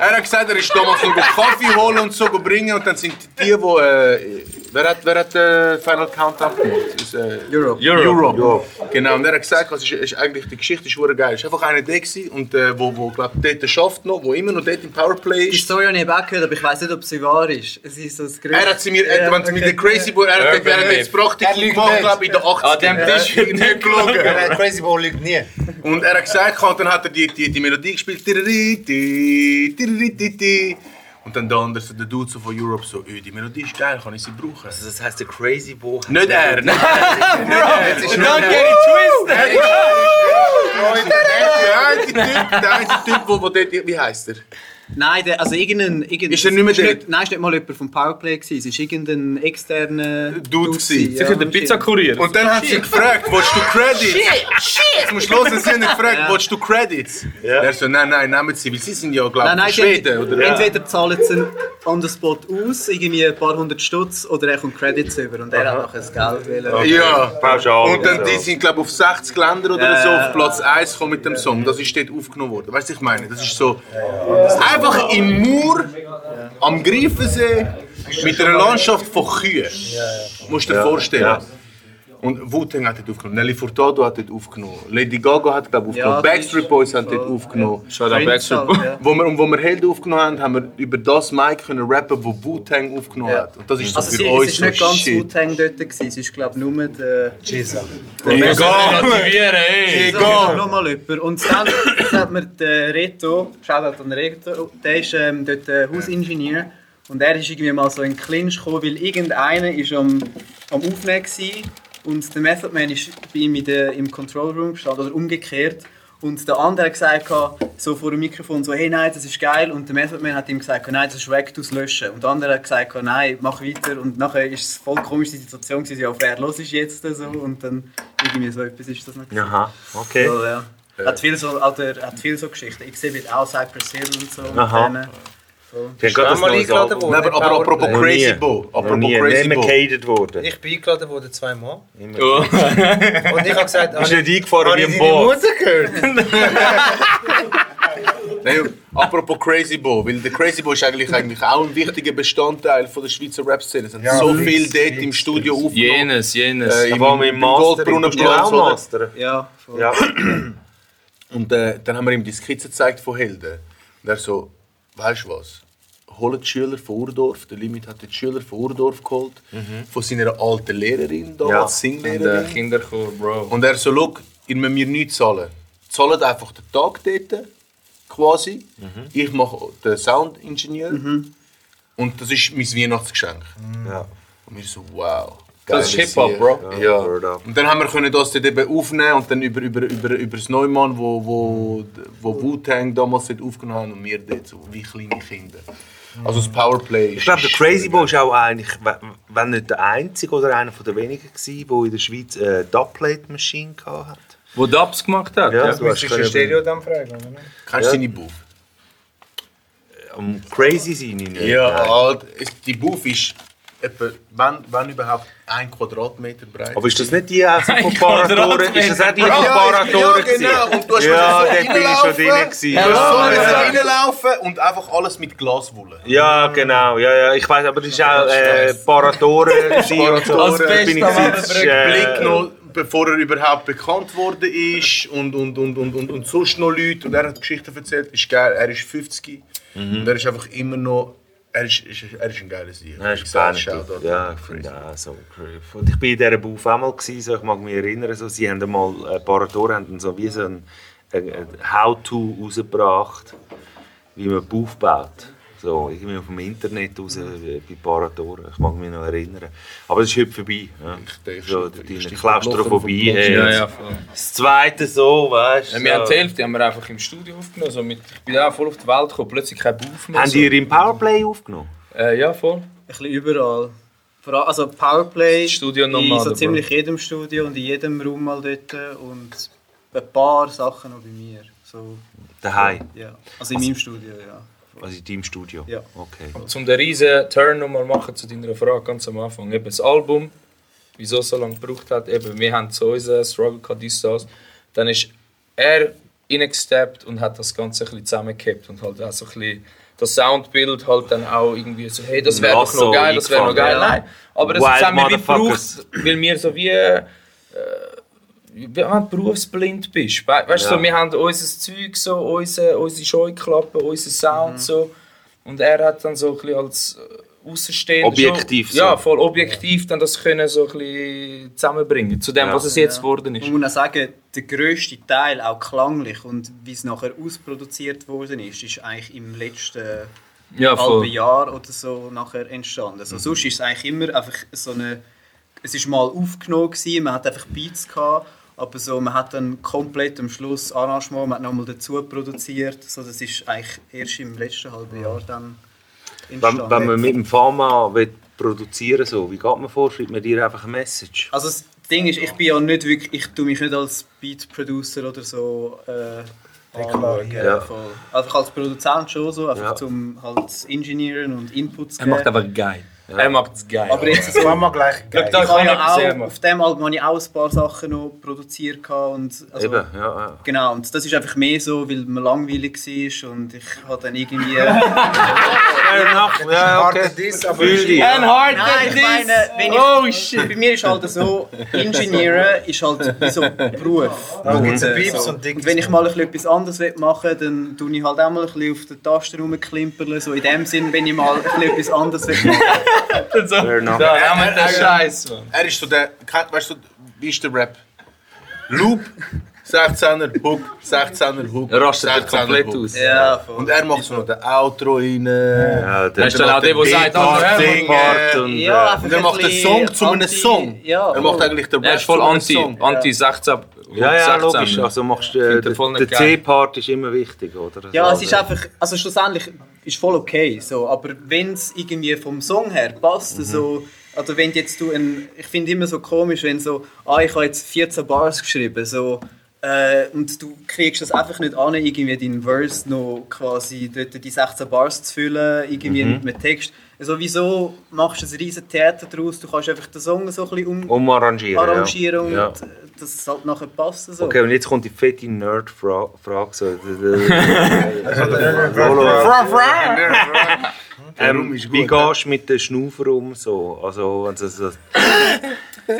S4: Er hat gesagt, er ist damals nur Kaffee holen und so bringen und dann sind die, die, äh, wer hat, wer hat äh, Final Countdown gemacht? Ist, äh,
S11: Europe.
S4: Europe. Genau, und er hat gesagt, es ist, ist eigentlich, die Geschichte ist hure geil. Es war einfach einer der gewesen und äh, wo, wo glaub, dort schafft noch, wo immer noch dort im Powerplay
S11: Die
S4: ist.
S11: Story habe ich eben auch gehört, aber ich weiß nicht, ob sie wahr ist. Es ist so ein Gerücht.
S4: Er hat sie mir,
S11: Ja,
S4: äh, wenn sie mir
S11: okay.
S4: den Crazy Boy, er hat, er hat jetzt Praktikum gemacht, glaube in den 80ern.
S2: An dem Ah, Tisch wird nicht gelogen.
S6: Nein, Crazy Boy liegt nie.
S4: Und er hat gesagt, und dann hat er die, die, die Melodie gespielt. Tiriri, ti, tiriri, ti, ti. Und dann der andere, so der Dude so von Europe, so, «Ey, die Melodie ist geil, kann ich sie brauchen?
S5: Das heisst, der Crazy Boy.
S4: Nicht er, nicht er.
S2: Don't get it twisted.
S4: Der einzige Typ, der einzige Typ, wo, wo dort, wie heisst er?
S11: Nein, der, also irgendein, irgendein...
S4: Ist er nicht mehr
S11: es ist
S4: dort?
S11: nicht- Nein, es ist nicht mal jemand vom Powerplay. gewesen. Es ist irgendein externer...
S4: Dude gewesen.
S11: gewesen, ja.
S2: Der Pizzakurier.
S4: Und dann hat sie gefragt, willst du Credits? Shit, shit! Musst los, sie haben ihn gefragt, willst du Credits? Er so, nein, nein, nehmen sie, weil sie sind ja, glaube
S11: Nein,
S4: ich, von
S11: nein, die-
S4: Schweden, oder?
S11: entweder zahlen sie ihn on the spot aus, irgendwie ein paar hundert Stutz, oder er kommt Credits über und er hat nachher das Geld wollen.
S4: Ja.
S5: Pauschal.
S4: Und dann die sind, glaube ich, auf 60 Länder oder so
S11: also. ja.
S4: auf Platz 1 gekommen mit dem Song. Das ist dort aufgenommen worden. Weißt du, ich meine? Das ist so. Das ist einfach im Mur am Greifensee mit einer Landschaft von Kühen. Musst du dir vorstellen. Und Wu-Tang hat dort aufgenommen, Nelly Furtado hat dort aufgenommen, Lady Gaga hat glaube ich aufgenommen,
S11: Ja,
S4: Backstreet Boys haben dort aufgenommen.
S2: Schau, der
S11: Prince
S2: Backstreet
S11: auch,
S2: Boy.
S11: ja.
S4: Wo wir, und wo wir Held aufgenommen haben, haben wir über das Mic können rappen, wo Wu-Tang aufgenommen
S11: Ja.
S4: hat. Und das ist so
S11: Also
S4: für
S11: sie,
S4: uns
S11: es war nicht
S4: so
S11: ganz
S4: shit.
S11: Wu-Tang dort, gewesen, es ist glaube ich nur äh, der...
S2: Relativieren, ey.
S11: Egal! Nochmal jemand. Und dann dann hat mir der Reto, Shoutout an Reto, der ist ähm, dort äh, Hausingenieur. Und er ist irgendwie mal so in den Clinch gekommen, weil irgendeiner ist am, am Aufnehmen war und der Method Man ist bei ihm in der, im Control Room gestanden, oder umgekehrt. Und der andere hat gesagt, so vor dem Mikrofon, so, hey, nein, das ist geil. Und der Method Man hat ihm gesagt, nein, das ist weg, du es löschen. Und der andere hat gesagt, nein, mach weiter. Und nachher ist es voll komische Situation, gewesen, ja, wer los ist jetzt? So. Und dann irgendwie so etwas ist das noch. gewesen.
S5: Aha, okay.
S11: Ja, ja. Hat viel so, oder, hat viel so Geschichten. Ich sehe mit auch Cypress Hill und so.
S5: Aha.
S11: Und
S5: Ich bin gerade das
S7: mal
S5: neue
S7: eingeladen
S5: Album.
S7: worden?
S4: Nein, aber, aber apropos
S5: Noch nie.
S4: Crazy Bo,
S5: Noch
S4: apropos
S5: nie.
S4: Crazy
S5: Nicht mehr
S4: Bo.
S5: gehatet worden.
S7: Ich bin eingeladen worden zweimal.
S2: Oh.
S5: Immer.
S7: Und ich habe gesagt,
S5: Ist
S12: ah,
S7: habe ich
S5: nicht eingefahren
S7: habe
S5: wie
S7: ich
S5: ein
S7: deine
S5: Boot.
S7: Mutter gehört?
S4: Nein, apropos Crazy Bo, weil der Crazy Bo ist eigentlich, eigentlich auch ein wichtiger Bestandteil von der Schweizer Rap-Szene. Es haben
S2: Ja,
S4: so
S2: fix,
S4: viel dort im Studio aufgenommen.
S2: Jenes, jenes.
S5: Eh,
S4: Äh,
S2: Da waren
S4: Im
S2: wir im
S4: im
S2: Mastering.
S4: Goldbrunnenplatz.
S2: Bist du auch
S4: oder?
S2: Master?
S11: Ja,
S4: ja. Und äh, dann haben wir ihm die Skizze gezeigt von Helden. Und er so, weißt du was? Holt die Schüler von Urdorf. Der Limit hat die Schüler von Urdorf geholt. Von seiner alten Lehrerin damals,
S2: Mhm. Ja.
S4: Singlehrerin.
S2: Und, äh, Kinderchor, Bro.
S4: Und er so, schau, ihr müsst mir nichts zahlen. Zahlt einfach den Tag dort, quasi.
S2: Mhm.
S4: Ich mache den Soundingenieur. Und das ist mein Weihnachtsgeschenk. Und wir so, wow.
S2: Das
S4: geile
S2: ist Hip-Hop,
S4: Sieg.
S2: Bro.
S4: Ja. Und dann haben wir können das dort eben aufnehmen und dann über, über, über, über das Neumann, wo, wo, wo Wu-Tang damals dort aufgenommen haben und wir dort so wie kleine Kinder. Also das Powerplay
S5: Ich glaube, der Crazy Boy ist auch eigentlich, we- wenn nicht der einzige oder einer von der wenigen gewesen, der in der Schweiz eine Dubplate eh, Machine gehabt hat.
S2: Wo Dubs gemacht hat.
S5: Ja,
S2: du hast können-
S7: dann fragen, oder?
S4: Kennst du seine Buff?
S5: Am Crazy sein ich nicht.
S4: Ja,
S5: Nein.
S4: alt. Es- die Buff ist etwa, wenn, wenn überhaupt, ein Quadratmeter breit.
S5: Aber ist das nicht dus die auch so von
S4: Ein
S5: Paratoren?
S4: Quadratmeter.
S5: Ist das auch die von
S4: Ja, ja,
S5: Paratoren?
S4: nou, genau.
S5: gewesen?
S4: Und du hast müssen
S5: ja,
S4: so
S5: dort bin ich schon
S4: reinlaufen.
S5: drin. gewesen.
S4: Du hast so müssen
S5: ja.
S4: reinlaufen und einfach alles mit Glaswolle.
S5: Ja, genau. Ja, ja. Ich weiß, aber das ist auch äh, Paratoren. gewesen und so.
S4: Als
S5: Bin ich
S4: Beste
S5: gewesen.
S4: am
S5: Das ist, äh,
S4: Blick noch, bevor er überhaupt bekannt worden ist und, und, und, und, und, und sonst noch Leute. Und er hat Geschichten erzählt, ist geil. Er ist 50
S2: Mhm.
S4: und er ist einfach immer noch. Er ist, ist, er ist ein geiler Sieger.
S5: Nein,
S4: Ich
S5: ist
S4: sag,
S5: gar nicht.
S4: Shoutout.
S5: Ja, ich finde auch so crazy. Und ich war in dieser Buff auch mal, gewesen, so, ich mag mich erinnern, so, sie haben einmal ein paar Tore haben so wie so ein, ein, ein How-To rausgebracht, wie man Buff baut. So, irgendwie auf dem Internet raus, äh, bei Paratoren, ich mag mich noch erinnern. Aber das ist heute vorbei. Ja. so, die die Klaustrophobie.
S2: Ja,
S5: Äh,
S2: ja, voll.
S5: das zweite so, weißt
S2: Ja, wir haben
S5: so.
S2: die Hälfte haben wir einfach im Studio aufgenommen. So mit, ich bin auch voll auf die Welt gekommen, plötzlich kein Buff mehr.
S5: Haben
S2: so.
S5: die ihr im Powerplay aufgenommen?
S2: Äh, ja, voll. Ein
S11: bisschen überall. Vor allem, also Powerplay
S2: Studio
S11: in
S2: Nomade,
S11: so
S2: Bro.
S11: ziemlich jedem Studio und in jedem Raum mal dort und ein paar Sachen noch bei mir. So.
S5: Daheim?
S11: Ja, also in meinem Studio, ja.
S5: Also in deinem Studio?
S11: Ja.
S5: Okay.
S2: Aber um den riesen Turn nochmal machen zu deiner Frage ganz am Anfang. Eben das Album, wieso es so lange gebraucht hat. Eben, wir haben so unseren Struggle gehabt, dies, das. Dann ist er reingesteppt und hat das Ganze ein bisschen zusammengehabt und halt auch so ein bisschen das Soundbild halt dann auch irgendwie so, hey, das wäre doch
S5: Lasso
S2: noch geil, das wäre noch geil.
S5: eingefangen.
S2: Nein, aber das
S5: Wild
S2: haben wir wie
S5: Motherfuckers.
S2: gebraucht, weil wir so wie... Äh, wenn du berufsblind bist, we weißt du,
S1: Ja.
S2: so, wir haben unser Zeug, so, unsere, unsere Scheuklappen, unseren Sound so. Und er hat dann so ein bisschen als äh, Außenstehender
S5: Objektiv,
S2: schon,
S5: so.
S2: ja, voll objektiv dann das können so ein bisschen zusammenbringen zu dem, was es jetzt geworden ist.
S11: Man muss auch sagen, der grösste Teil, auch klanglich und wie es nachher ausproduziert worden ist, ist eigentlich im letzten
S2: Ja, voll.
S11: halben Jahr oder so nachher entstanden. Also
S2: Mhm.
S11: Sonst ist es eigentlich immer einfach so eine... Es ist mal aufgenommen, gewesen, man hat einfach Beats gehabt, aber so, man hat dann komplett am Schluss Arrangement, man hat nochmal dazu produziert. So, das ist eigentlich erst im letzten
S2: Mhm.
S11: halben Jahr dann
S5: Wenn,
S11: entstanden.
S5: wenn man mit dem Pharma will produzieren so, wie geht man vor? Schreibt man dir einfach eine Message?
S11: Also das Ding ist, ich bin ja nicht wirklich, ich tue mich nicht als Beat Producer oder so äh,
S5: Deklarieren.
S11: anlegen,
S5: Ja.
S11: voll. Einfach als Produzent schon so, einfach
S2: Ja.
S11: zum halt zu Ingenieren und Inputs zu
S2: Er macht
S11: geben.
S2: einfach geil. Er macht es geil.
S11: Aber jetzt so
S2: Mama
S11: gleich
S2: geil.
S11: Ich habe ja
S2: sehr
S11: auch
S2: machen.
S11: auf dem Album habe ich auch ein paar Sachen noch produziert gehabt und also,
S5: Eben, ja, ja.
S11: Genau, und das ist einfach mehr so, weil man langweilig war und ich habe dann irgendwie...
S5: Fair enough, ja, okay. Fühl dich.
S12: halt
S11: Nein, ich meine, wenn ich,
S2: oh shit!
S11: Bei mir ist halt so, Ingenieur ist halt wie so ein Beruf.
S6: Da gibt's
S11: äh,
S6: Pieps
S11: so.
S6: und Dickes.
S11: Wenn ich mal ein bisschen etwas anderes will machen dann tue ich halt auch mal ein bisschen auf den Tasten rumklimpern. So in dem Sinn, wenn ich mal ein bisschen etwas anderes will machen
S5: Fair enough.
S2: Ja, ja, mit der Scheiß, Mann.
S4: Er ist so der. kein- Weißt du, wie ist der Rap? Loop, 16er Hook, 16er Hook.
S2: Er rastet halt
S4: 16er
S2: komplett
S4: Hook.
S2: aus. Ja, voll.
S4: und er macht so noch den Outro rein. Ja,
S2: der- Hast du dann auch den, der sagt, oh, hör mal. Part und, äh, Ja, einfach
S4: und er macht
S2: ein
S4: den Song zu einem
S2: anti-
S4: Song.
S2: ja,
S4: er macht
S2: voll.
S4: eigentlich den
S2: Er
S4: Rap
S2: ist voll
S4: zu einem
S2: anti-
S4: Song.
S2: anti- 16.
S5: Ja, ja,
S2: 16.
S5: logisch. Also machst du, äh,
S2: Findet er
S5: der,
S2: voll nicht
S5: der
S2: geil.
S5: C-Part ist immer wichtig, oder?
S11: Ja,
S5: So, äh,
S11: es ist einfach, also schlussendlich ist voll okay, so, aber wenn es irgendwie vom Song her
S5: Mhm.
S11: passt, so, oder wenn jetzt du ein, ich finde immer so komisch, wenn so, ah, ich habe jetzt 14 Bars geschrieben, so, Äh, und du kriegst das einfach nicht an, irgendwie deinen Verse noch quasi dort die 16 Bars zu füllen, irgendwie
S5: Mhm.
S11: mit einem Text. Also wieso machst du ein riesen Theater draus? Du kannst einfach den Song so ein bisschen um
S5: Umarrangieren, Oh, ja.
S11: arrangieren und
S5: Ja.
S11: dass es halt nachher passt. So.
S5: Okay, und jetzt kommt die fette Nerd-Frage. So.
S11: Fra- fra-
S5: ähm, wie
S4: ne?
S5: gehst du mit den Schnaufer um? So? Also, wenn sie so-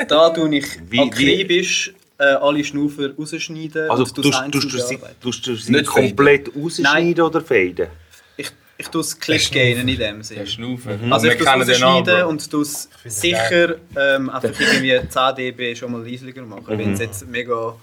S11: Da tue ich
S5: Wie- wie-
S11: akribisch äh, alle Schnaufer rausschneiden.
S5: also
S11: und
S5: du
S11: tu's
S5: tust,
S11: einzeln
S5: tust, du sie,
S11: bearbeiten.
S5: tust du sie
S11: Nicht
S5: komplett rausschneiden oder faden?
S11: Ich, ich tue es clickgainen in dem Sinne.
S5: Schnaufen.
S11: Also
S5: Mhm. Wir
S11: ich tue
S5: kennen den
S11: es
S5: Namen,
S11: rausschneiden
S5: Bro.
S11: und tue es
S5: find den
S11: sicher ähm, einfach irgendwie 10 dB schon mal leisiger machen,
S5: Mhm.
S11: wenn du es jetzt mega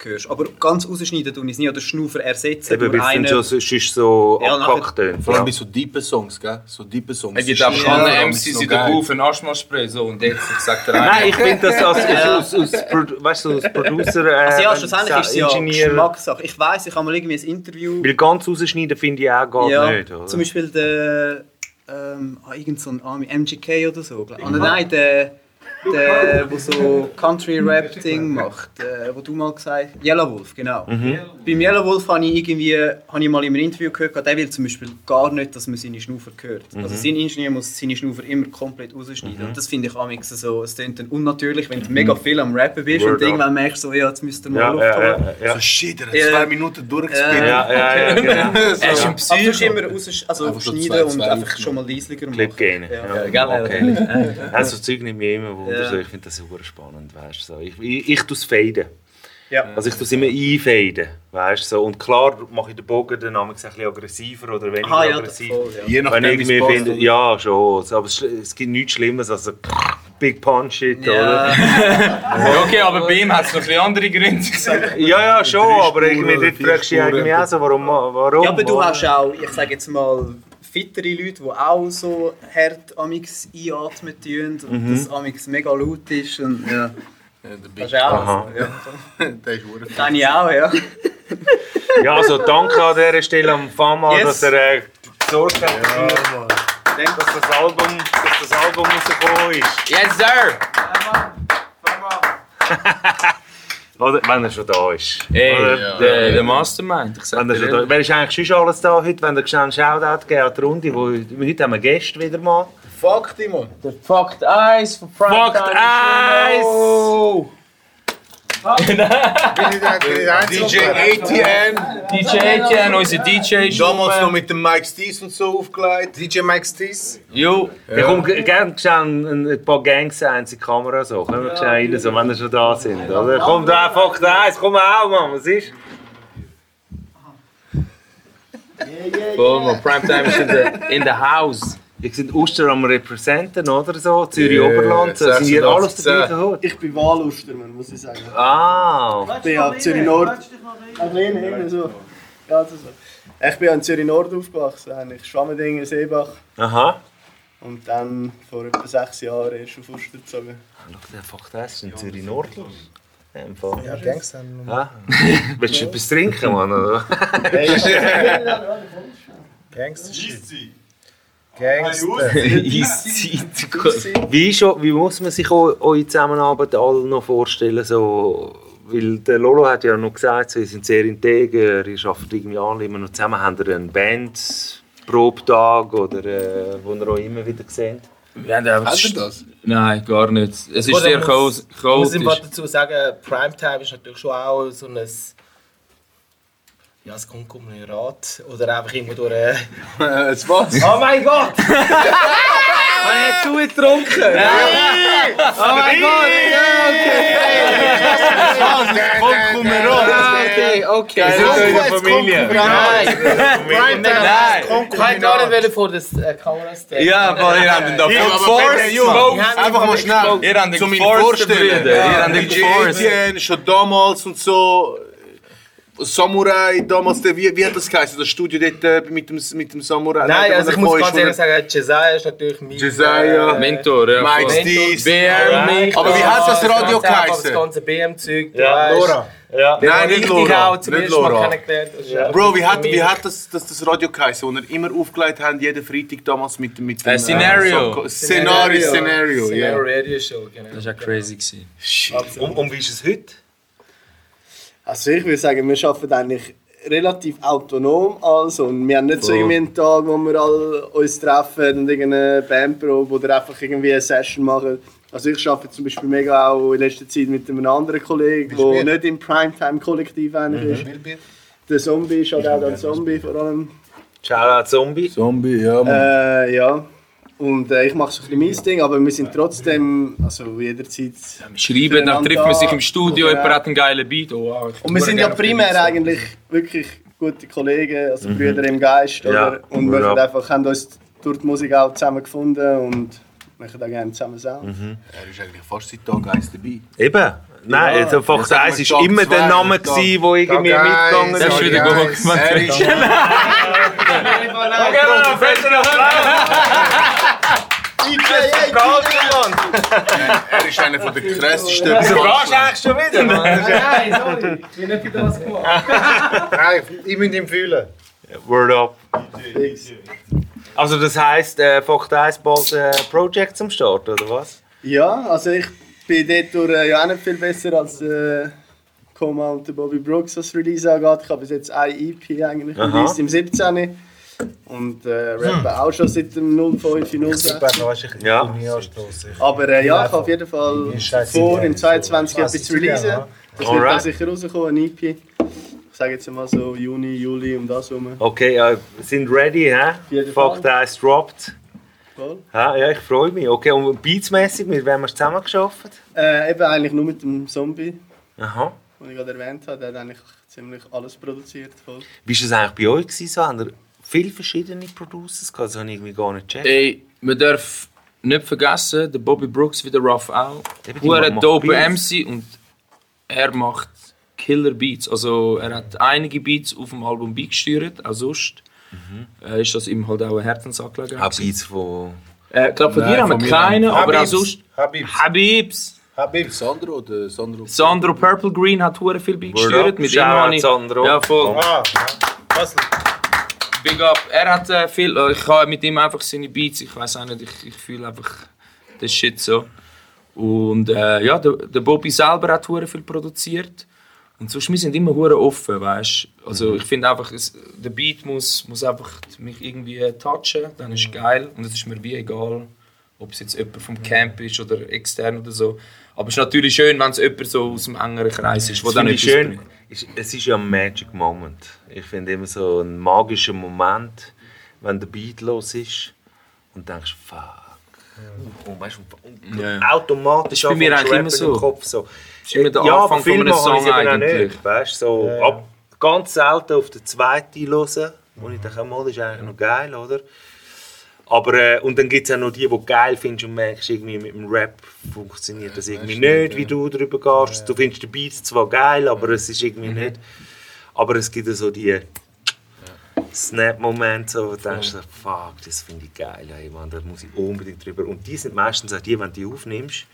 S11: hörst. Aber ganz rausschneiden tue ich es nie oder Schnaufer ersetzen
S5: Eben,
S11: durch
S5: bis dann
S11: einen-
S5: schon so- sonst so
S11: Ja, nachher-
S5: abgepackt tönt.
S4: Vor allem
S5: Ja.
S4: bei so deepen Songs, gell? So deepen Songs.
S2: Es gibt einfach alle MCs in der Haufen Asthma-Spray so und jetzt sagt der eine.
S5: Nein, ich finde das als, als, als, als, Pro- weißt du, als Producer, äh,
S11: also ja, schlussendlich
S5: Sa-
S11: ist es ja
S5: Ingenieur-
S11: Geschmackssache. Ich weiß, ich habe mal irgendwie ein Interview
S5: Weil ganz rausschneiden finde ich auch gar
S11: ja,
S5: nicht. Oder?
S11: Zum Beispiel der. Ähm, ah, irgend so ein Army, MGK oder so. glaub- Ah,
S5: Mhm.
S11: nein, der. Der, der so Country-Rap-Ding macht, äh, wo du mal gesagt hast. Yellow Wolf, genau.
S5: Mhm.
S11: Beim Yellow Wolf habe ich, irgendwie, habe ich mal im Interview gehört, der will zum Beispiel gar nicht, dass man seine Schnaufer hört.
S5: Mhm.
S11: Also sein Ingenieur muss seine Schnaufer immer komplett rausschneiden.
S5: Mhm.
S11: Und das finde ich am liebsten so. Es klingt dann unnatürlich, wenn du mega viel am Rappen bist
S5: Word
S11: und irgendwann merkst du so, ja, jetzt müsst ihr mal
S5: Ja,
S11: Luft
S5: ja, ja,
S11: holen.
S5: ja, ja. So,
S4: shit, er hat
S11: Ja.
S4: zwei Minuten durchgespielt.
S5: Ja, ja, ja, genau. Er ist ein
S11: Psycho. Also immer raus, also
S5: Einfach so
S11: schneiden
S5: zwei-
S11: und
S5: zwei
S11: einfach schon mal leislicher machen.
S5: Clip gehen.
S11: Ja,
S5: Ja,
S11: gell?
S5: okay.
S11: Ja.
S5: Also, Zeug nimmt mich immer wunder.
S11: Ja.
S5: So. Ich finde das super spannend. Weißt, du, so. Ich, ich, ich tue es faden.
S11: Ja.
S5: Also, ich tue es immer einfaden. Weißt, du, so. Und klar mache ich den Bogen dann manchmal ein bisschen aggressiver oder weniger
S11: Aha, Ah, ja,
S5: aggressiv.
S11: voll, ja.
S4: Je nachdem,
S5: Wenn ich
S4: wie's
S5: mir
S4: passt,
S5: finde,
S4: oder?
S5: ja, schon. so, Aber es, es gibt nichts Schlimmes als so Big Punch Shit. Oder?
S2: okay, aber bei ihm hat es noch ein bisschen andere Gründe gesagt.
S5: Ja, ja, schon,
S2: Drei
S5: aber irgendwie
S2: Spuren,
S5: dort fragst du dich
S2: vier
S5: irgendwie auch so, warum, warum?
S11: Ja, aber du
S5: oder?
S11: hast auch, ich sage jetzt mal, fittere Leute, die auch so hart amix einatmen tun und
S5: Mhm.
S11: das amix mega laut ist. Und, ja.
S4: das
S11: ist auch
S5: Aha.
S11: so, ja.
S4: Der ist verdammt.
S11: Kann ich auch, ja.
S5: Ja, also danke an dieser Stelle am Fama,
S11: Yes.
S5: dass er äh, gesorgt hat, dafür, dass, das Album, dass das Album rausgekommen ist.
S2: Yes, sir!
S5: Oder, wenn er schon da ist.
S2: Hey,
S5: Oder?
S2: ja. der- der Mastermind, ich sag
S5: wenn er
S2: dir
S5: schon da
S2: ehrlich.
S5: Wer ist eigentlich sonst alles da heute, wenn ihr schnell einen Shoutout geben an die Runde? Wo, heute haben wir Gäste wieder mal.
S4: Fuck, Timon.
S2: Der Fucked Eyes von Fucked Eyes!
S4: Eh, DJ ATN.
S2: DJ ATN, unser DJ
S4: schon. Damals noch mit dem Mike Stees und so aufgelegt. DJ Mike Stees.
S2: Jo.
S5: Ja. Ich komme gerne schnell ein, ein paar Gangs ein in die Kamera, so. Kommen wir schnell rein, so, wenn ihr schon da sind. Oder? Komm da, fuck das, komm auch, Mann, was ist?
S2: Boom, yeah. Primetime ist in der in the house.
S5: Ich sind Oster am Representen, oder so? Zürich
S2: Yeah,
S5: Oberland, so, sind hier eh, alles der
S2: 86,
S5: gleichen Hut.
S13: Ich bin Wahlustermann, muss ich sagen.
S5: Ah!
S13: Ich bin ja in Zürich Nord. Ein kleiner hinten so. Ja, das so. Ich bin ja in Zürich Nord aufgewachsen, eigentlich Schwammendingen, Seebach.
S5: Aha.
S13: Und dann vor etwa sechs Jahren erst auf Oster gezogen.
S5: Schau, der Fuck das, sind Zürich Nord. Ähm, voll.
S13: Ja, Gangster.
S5: Ah. Willst du etwas trinken, Mann? Oder?
S13: Gangster.
S5: wie, schon, wie muss man sich eu- eure Zusammenarbeit alle noch vorstellen? So, weil der Lolo hat ja noch gesagt, so, ihr seid sehr integer, ihr arbeitet irgendwie alle immer noch zusammen. Habt ihr einen Bandprobtag oder äh, wo ihr euch immer wieder seht?
S2: Wir haben einfach- Habt ihr das? Nein, gar nicht. Es ist
S12: Oder
S2: sehr
S12: muss-
S2: chaos-
S12: Muss ich mal
S2: chaotisch.
S12: dazu sagen, Primetime ist natürlich schon auch so ein. Ja, es kommt um einen Rat. Oder einfach immer durch. Äh,
S4: was?
S12: Oh mein Gott! Man hat zu getrunken!
S4: Nein!
S12: Oh mein Gott! Ja, okay!
S4: Vollkommen rot.
S12: Okay, okay.
S4: Das ist unsere Familie.
S12: Nein!
S4: Nein.
S12: Nein! Ich hätte gar nicht wollen vor der äh, Kamera stehen.
S2: Ja, weil ihr habt ihn da geforst, Mann.
S4: Einfach mal schnell.
S2: Ihr habt ihn
S4: Zu meinen
S2: geforst,
S4: Vorstellungen.
S2: Brüder. Ihr habt ihn
S4: DJ
S2: geforst.
S4: ATN, schon damals und so. äh, Samurai, damals, der, wie, wie hat das geheißen? Das Studio dort äh, mit, dem, mit dem Samurai?
S12: Nein,
S4: der,
S12: also ich
S4: der
S12: muss
S4: gekommen
S12: ganz
S4: ist,
S12: ehrlich sagen, Jesiah ist natürlich mein äh,
S4: Jesaja. Mentor, ja, Mike voll. Steves. Alright. Aber wie heisst das Radio
S12: geheißen?
S4: geheißen?
S12: Das ganze BM-Zeug.
S4: Ja, Laura.
S5: Ja.
S12: Den
S4: Nein,
S12: habe
S4: nicht
S12: ich
S4: Laura.
S12: auch zum
S4: Nicht
S12: ersten Mal
S4: Laura.
S12: kennengelernt. Das ist ja-
S4: Bro, wie hat, wie hat das, das, das Radio geheißen, wo wir immer aufgelegt haben, jeden Freitag damals mit, mit
S2: Äh, Szenario.
S4: Szenario, Szenario, Szenario, ja.
S12: Radio Show, genau.
S2: Das war ja crazy. gewesen.
S12: Und, und wie ist es heute?
S11: Also ich würde sagen, wir arbeiten eigentlich relativ autonom also und wir haben nicht so
S14: Voll.
S11: irgendwie einen Tag, wo wir all uns treffen und irgendeine Bandprobe oder einfach irgendwie eine Session machen. Also ich arbeite zum Beispiel mega auch in letzter Zeit mit einem anderen Kollegen,
S4: Willst du
S11: der
S4: Bier?
S11: nicht im Primetime-Kollektiv eigentlich
S4: Mhm.
S11: ist. Der Zombie, schaut auch an Zombie vor allem.
S5: Shoutout Zombie.
S4: Zombie, ja,
S11: Äh, ja. Und äh, ich mache so ein bisschen mein Ding, aber wir sind trotzdem, also jederzeit...
S2: Schreiben, dann trifft man sich im Studio,
S11: Oder-
S2: jemand hat einen geilen Beat. Oh, wow, ich
S11: Und wir sind ja primär eigentlich wirklich gute Kollegen, also
S2: Mhm.
S11: Brüder im Geist. Oder?
S2: Ja,
S11: und
S2: word
S11: wir
S2: up.
S11: haben einfach, haben uns durch die Musik auch zusammen gefunden und machen da gerne zusammen Sound.
S2: Mhm.
S4: Er ist eigentlich fast seit Tag 1 dabei.
S5: Eben. Nein,
S4: Ja.
S5: also Fox
S4: Ja, sag
S5: 1
S4: mal,
S5: ist
S4: Tag
S5: immer der
S4: zwei,
S5: Name,
S4: Tag-
S5: der irgendwie
S4: Tag eins,
S5: mitgegangen
S4: Tag eins. Er ist- Er ist einer von der krassesten.
S15: Wieso gehst du eigentlich schon wieder? Mann?
S14: sorry. Ich bin nicht das gemacht.
S15: Nein, ich muss ihn fühlen.
S5: Word up. Also das heisst, äh, Fox 1 bald äh, Project zum Start, oder was?
S11: Ja, also ich bin dadurch äh, ja auch nicht viel besser als äh, Koma und der Bobby Brooks, was Release angeht. Ich habe bis jetzt eine EP eigentlich
S5: Aha.
S11: released im 17. Und äh, rappen
S5: Hm.
S11: auch schon seit dem 05, 06.
S5: Ja.
S11: Aber äh, ja, ich habe auf jeden Fall vor, im 22 etwas zu releasen. Das wird
S5: Alright.
S11: auch sicher rauskommen, ein EP. Ich sage jetzt mal so Juni, Juli, um das herum.
S5: Okay, äh, sind ready, hä?
S11: jeden
S5: Fox 1 droppt.
S11: Voll.
S5: Ja, ja, ich freue mich. Okay, und beatsmäßig, mit wem hast du zusammen geschafft?
S11: Äh, eben eigentlich nur mit dem Zombie,
S5: Aha.
S11: den ich gerade erwähnt habe. Der hat eigentlich ziemlich alles produziert. Voll.
S5: Wie war das eigentlich bei euch? Gewesen? So, habt ihr viele verschiedene Producers gehabt? Das habe ich irgendwie gar nicht gecheckt.
S2: Ey, man darf nicht vergessen, der Bobby Brooks wie der Ruff auch.
S5: die
S2: Hure
S5: machen
S2: dope
S5: Beats.
S2: MC und er macht Killer Beats. Also er hat einige Beats auf dem Album beigesteuert, auch sonst. Äh, ist das ihm halt auch eine Herzensangelegenheit.
S5: Auch Beats von...
S2: Äh, ich glaube, von dir haben wir keine, aber auch sonst.
S4: Habibs.
S2: Habibs.
S4: Habibs. Sandro oder Sandro?
S2: Sandro Purple Green hat hure viel beigesteuert.
S4: up. Shoutout
S2: habe ich-
S4: Sandro.
S2: Ja, voll.
S4: Ah,
S2: Big up. Er hat äh, viel. äh, Ich habe mit ihm einfach seine Beats. Ich weiß auch nicht. Ich, ich fühle einfach den Shit so. Und äh, ja, der, der Bobby selber hat hure viel produziert. Und sonst, wir sind immer hure offen, weißt Also ich finde einfach, es, der Beat muss, muss einfach mich irgendwie touchen, dann ist geil. Und es ist mir wie egal, ob es jetzt jemand vom Camp ist oder extern oder so. Aber es ist natürlich schön, wenn es jemand so aus dem engeren Kreis ist, wo
S5: Das
S2: dann
S5: finde ich
S2: etwas
S5: schön. Ist, es ist ja ein Magic Moment. Ich finde immer so ein magischer Moment, wenn der Beat los ist und denkst, fuck. Und, weißt, du, und
S2: Ja. Das
S5: automatisch
S2: ist bei mir
S5: anfängst
S2: eigentlich
S5: du rappen im
S2: immer so.
S5: Kopf so.
S2: Das ist immer der
S5: aber
S2: Anfang von
S5: viele
S2: einem
S5: machen es
S2: Song
S5: eben auch
S2: eigentlich.
S5: Nicht, weißt, so
S2: Ja, ja.
S5: Ab, ganz selten auf den zweiten hören. Wo ich denke, mal, das ist eigentlich noch geil, oder? Aber, äh, und dann gibt es auch noch die, die du geil findest und merkst, irgendwie mit dem Rap funktioniert das irgendwie
S16: stimmt,
S5: nicht, wie du darüber gehst. Du findest den Beat zwar geil, aber es ist irgendwie
S2: Mhm.
S5: nicht. Aber es gibt auch so die Snap-Momente, so, wo du denkst, so, fuck, das finde ich geil, ey, Mann, da muss ich unbedingt drüber. Und die sind meistens auch die, wenn du die aufnimmst,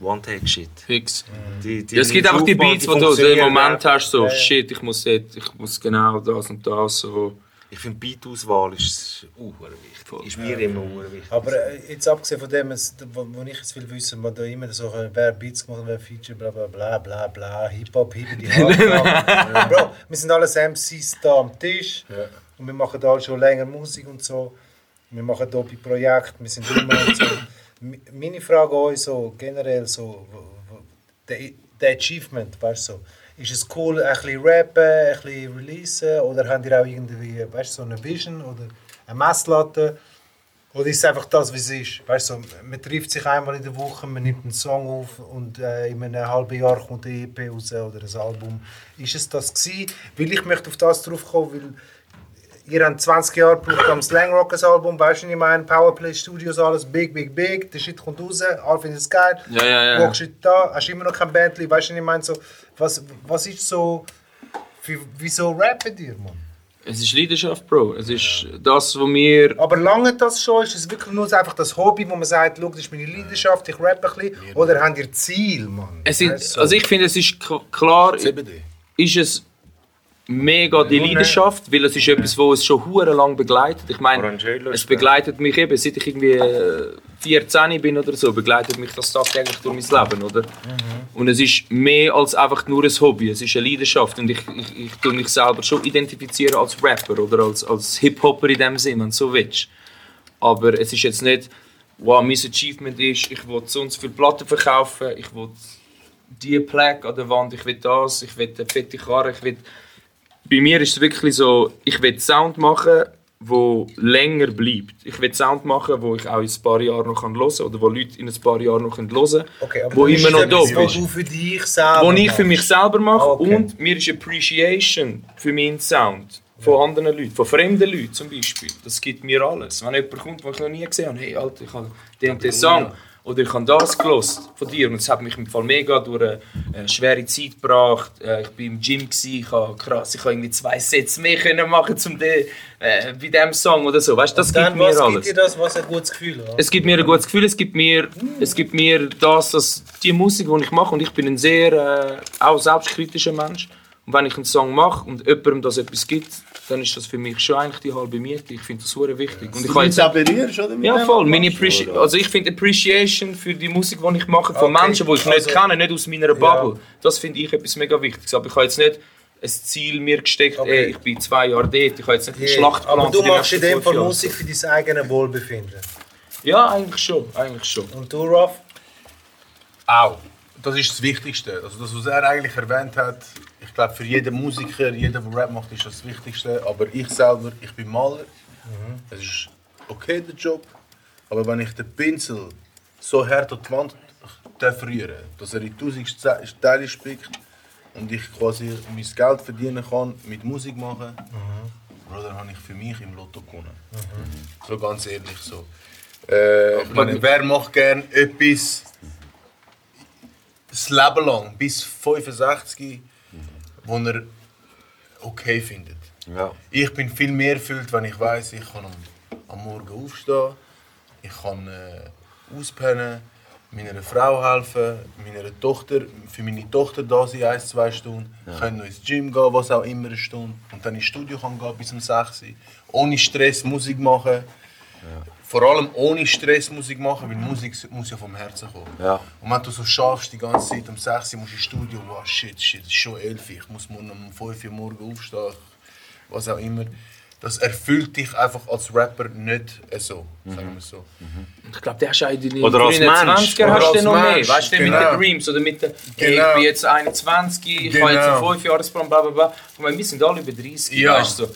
S5: One-Take-Shit.
S2: Fix.
S5: Die,
S2: ja, es gibt
S5: nimmst
S2: einfach die
S5: auf, Mann,
S2: Beats, die du so im
S5: funktionieren.
S2: Moment hast, so
S5: Ja, ja.
S2: shit, ich muss, dort, ich muss genau das und das. So.
S5: Ich finde Beat-Auswahl ist uh, wichtig. Ist mir immer uh, wichtig.
S6: Aber äh, jetzt abgesehen von dem, es, wo, wo ich jetzt viel wissen, man da immer so äh, wer hat Beats gemacht, wer Feature, bla bla bla bla bla, Hip-Hop, Hip-Hop, die Hardcore. Bro, wir sind alles MCs da am Tisch und wir machen da schon länger Musik und so. Wir machen da bei Projekten, wir sind immer und so. M- Meine Frage an euch so generell so, wo- wo- der, der Achievement, weißt du so. Ist es cool, ein bisschen rappen, ein bisschen releasen oder habt ihr auch irgendwie, weißt du, so eine Vision oder eine Messlatte? Oder ist es einfach das, wie es ist? Weißt du, man trifft sich einmal in der Woche, man nimmt einen Song auf und äh, in einem halben Jahr kommt eine EP raus oder ein Album. Ist es das gewesen? Weil ich möchte auf das draufkommen, weil ihr habt 20 Jahre gebraucht am Slang Rockers Album, weißt du, was ich meine, Powerplay Studios, alles big, big, big, der Shit kommt raus, alle finden es geil,
S2: Ja, ja, ja.
S6: Walkst du da, hast immer noch kein Bandli, weißt du, was ich meine, so, was, was ist so, wie- wieso rappen ihr, Mann?
S2: Es ist Leidenschaft, Bro. Es ist das, was wir.
S6: Aber lange das schon? Ist es wirklich nur einfach das Hobby, wo man sagt, schau, das ist meine Leidenschaft, ich rappe ein bisschen? Oder habt ihr Ziel, Mann?
S2: Es ist, also ich finde, es ist k- klar, ist es mega die Leidenschaft, weil es ist etwas, was es schon hure lang begleitet. Ich meine, es begleitet mich eben, seit ich irgendwie äh, 14 bin oder so, begleitet mich das tagtäglich durch mein Leben, oder? Und es ist mehr als einfach nur ein Hobby, es ist eine Leidenschaft und ich, ich, ich tue mich selber schon identifizieren als Rapper oder als, als Hip-Hopper in dem Sinn, wenn du so willst. Aber es ist jetzt nicht, wow, mein Achievement ist, ich will so und so viele Platten verkaufen, ich will die Plaque an der Wand, ich will das, ich will eine fette Karre, ich will... Bei mir ist es wirklich so, ich will Sound machen, wo länger bleibt. Ich will Sound machen, wo ich auch in ein paar Jahren noch hören kann oder wo Leute in ein paar Jahren noch hören können,
S6: Okay, aber
S2: wo
S6: das
S2: immer
S6: ist
S2: noch
S6: etwas,
S2: da
S6: was
S2: ist.
S6: du für dich selber
S2: Wo ich für
S6: machst.
S2: mich selber
S6: Ah,
S2: mache und mir ist Appreciation für meinen Sound von anderen Leuten, von fremden Leuten zum Beispiel. Das gibt mir alles. Wenn jemand kommt, den ich noch nie gesehen habe, hey Alter, ich habe den, und den Song oder ich habe das gelost von dir und es hat mich im Fall mega durch eine äh, schwere Zeit gebracht. Äh, ich bin im Gym gewesen, ich habe krass, ich habe irgendwie zwei Sätze mehr können machen zum den, äh, bei dem Song oder so. Weißt, das
S6: Und dann,
S2: gibt mir
S6: was
S2: alles.
S6: gibt dir das, was ein gutes Gefühl hat?
S2: Es gibt mir ein gutes Gefühl, es gibt mir, es gibt mir das, dass die Musik, die ich mache, und ich bin ein sehr äh, auch selbstkritischer Mensch. Und wenn ich einen Song mache und jemandem das etwas gibt, dann ist das für mich schon eigentlich die halbe Miete. Ich finde das sehr wichtig. Und ich
S13: Du
S2: habe
S13: dich berührst, oder? mit
S2: ja,
S13: dem,
S2: voll.
S13: was
S2: Meine
S13: du machst?
S2: Appreci also ich finde Appreciation für die Musik, die ich mache, von
S13: Okay,
S2: Menschen, die ich nicht
S13: also-
S2: kenne, nicht aus meiner Bubble. Das finde ich etwas mega Wichtiges. Aber ich habe jetzt nicht ein Ziel mir gesteckt, ey, ich bin zwei Jahre dort, ich habe jetzt nicht einen
S6: Yeah.
S2: Schlachtplan
S6: Aber du
S2: für die
S6: machst
S2: nächsten
S6: in dem
S2: fünf
S6: Fall
S2: Jahre.
S6: Musik für dein eigenes Wohlbefinden.
S2: Ja, eigentlich schon. Eigentlich schon.
S6: Und du, Ralf?
S4: Auch. Das ist das Wichtigste. Also das, was er eigentlich erwähnt hat, ich glaube für jeden Musiker, jeder, der Rap macht, ist das Wichtigste. Aber ich selber, ich bin Maler. Es ist okay der Job, aber wenn ich den Pinsel so hart an die Wand darf rühren, dass er in tausend Ze- Teile spickt und ich quasi mein Geld verdienen kann mit Musik machen, Bro, dann habe ich für mich im Lotto gewonnen. So ganz ehrlich so. Äh, ich meine, wer macht gern etwas das Leben lang, bis 65, wo er okay findet?
S5: Ja.
S4: Ich bin viel mehr erfüllt, wenn ich weiß, ich kann am, am Morgen aufstehen, ich kann äh, auspennen, meiner Frau helfen, meiner Tochter, für meine Tochter da sein, ein, zwei Stunden,
S5: Ja.
S4: können noch ins Gym gehen, was auch immer, eine Stunde, und dann ins Studio kann gehen bis um 6 Uhr, ohne Stress Musik machen. Vor allem ohne Stress Musik machen, weil Musik muss ja vom Herzen kommen.
S5: Ja.
S4: Und wenn du so schaffst, die ganze Zeit um 6 Uhr musst du ins Studio, wow, shit, shit, es ist schon 11 Uhr, ich muss morgen um 5 Uhr morgen aufstehen, was auch immer. Das erfüllt dich einfach als Rapper nicht so, sagen wir es so.
S2: Ich glaube, der hast du auch in deinen
S4: Oder als
S2: frühen
S4: Mensch.
S2: 20er
S4: Oder
S2: hast du
S4: als
S2: noch mehr.
S4: Mensch,
S2: Weißt du, mit
S4: genau.
S2: den Dreams oder mit den, ey,
S4: Genau.
S2: ich bin jetzt 21, ich habe jetzt einen
S4: Genau.
S2: 5-Jahresplan, bla bla bla. Ich meine, wir sind alle über 30,
S4: Ja.
S2: weißt du.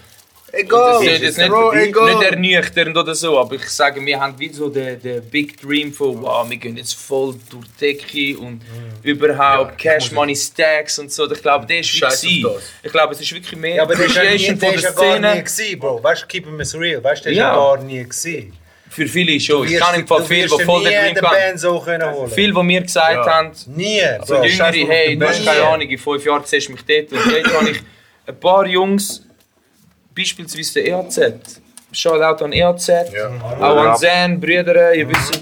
S4: Egal,
S2: Und Das ist jetzt nicht,
S4: Bro, egal.
S2: nicht ernüchternd oder so, aber ich sage, wir haben wie so den, den Big Dream von, wow, wir gehen jetzt voll durch die Decke und überhaupt Cash Money Stacks und so. Ich glaube, der ist wie
S6: Scheiß auf
S2: gewesen.
S6: das.
S2: Ich glaube, es ist wirklich mehr
S6: Ja, aber der ist ja nie-
S2: Appreciation
S6: der
S2: von
S6: ist ja
S2: der
S6: gar nie
S2: Szene.
S6: gewesen, Bro. Weißt du, keeping it real. Weißt du, der ist ja
S2: Ja.
S6: gar nie gewesen.
S2: Für viele schon. Ich
S6: wirst-
S2: kann im Fall
S6: du
S2: viele,
S6: wirst
S2: die voll
S6: nie
S2: den Dream
S6: den
S2: hatten.
S6: Band so können holen.
S2: Viele, die mir gesagt
S6: Ja.
S2: haben,
S6: Nie,
S2: so
S6: Bro.
S2: Jüngere,
S6: Scheiß auf
S2: hey,
S6: den
S2: du hast
S6: Band.
S2: keine
S6: Nie.
S2: Ahnung, in fünf Jahren siehst du mich dort. Und dort habe ich ein paar Jungs, beispielsweise der E EAZ, Shoutout an EAZ, auch an Zen, Brüder,
S4: Mhm.
S2: ihr wisst.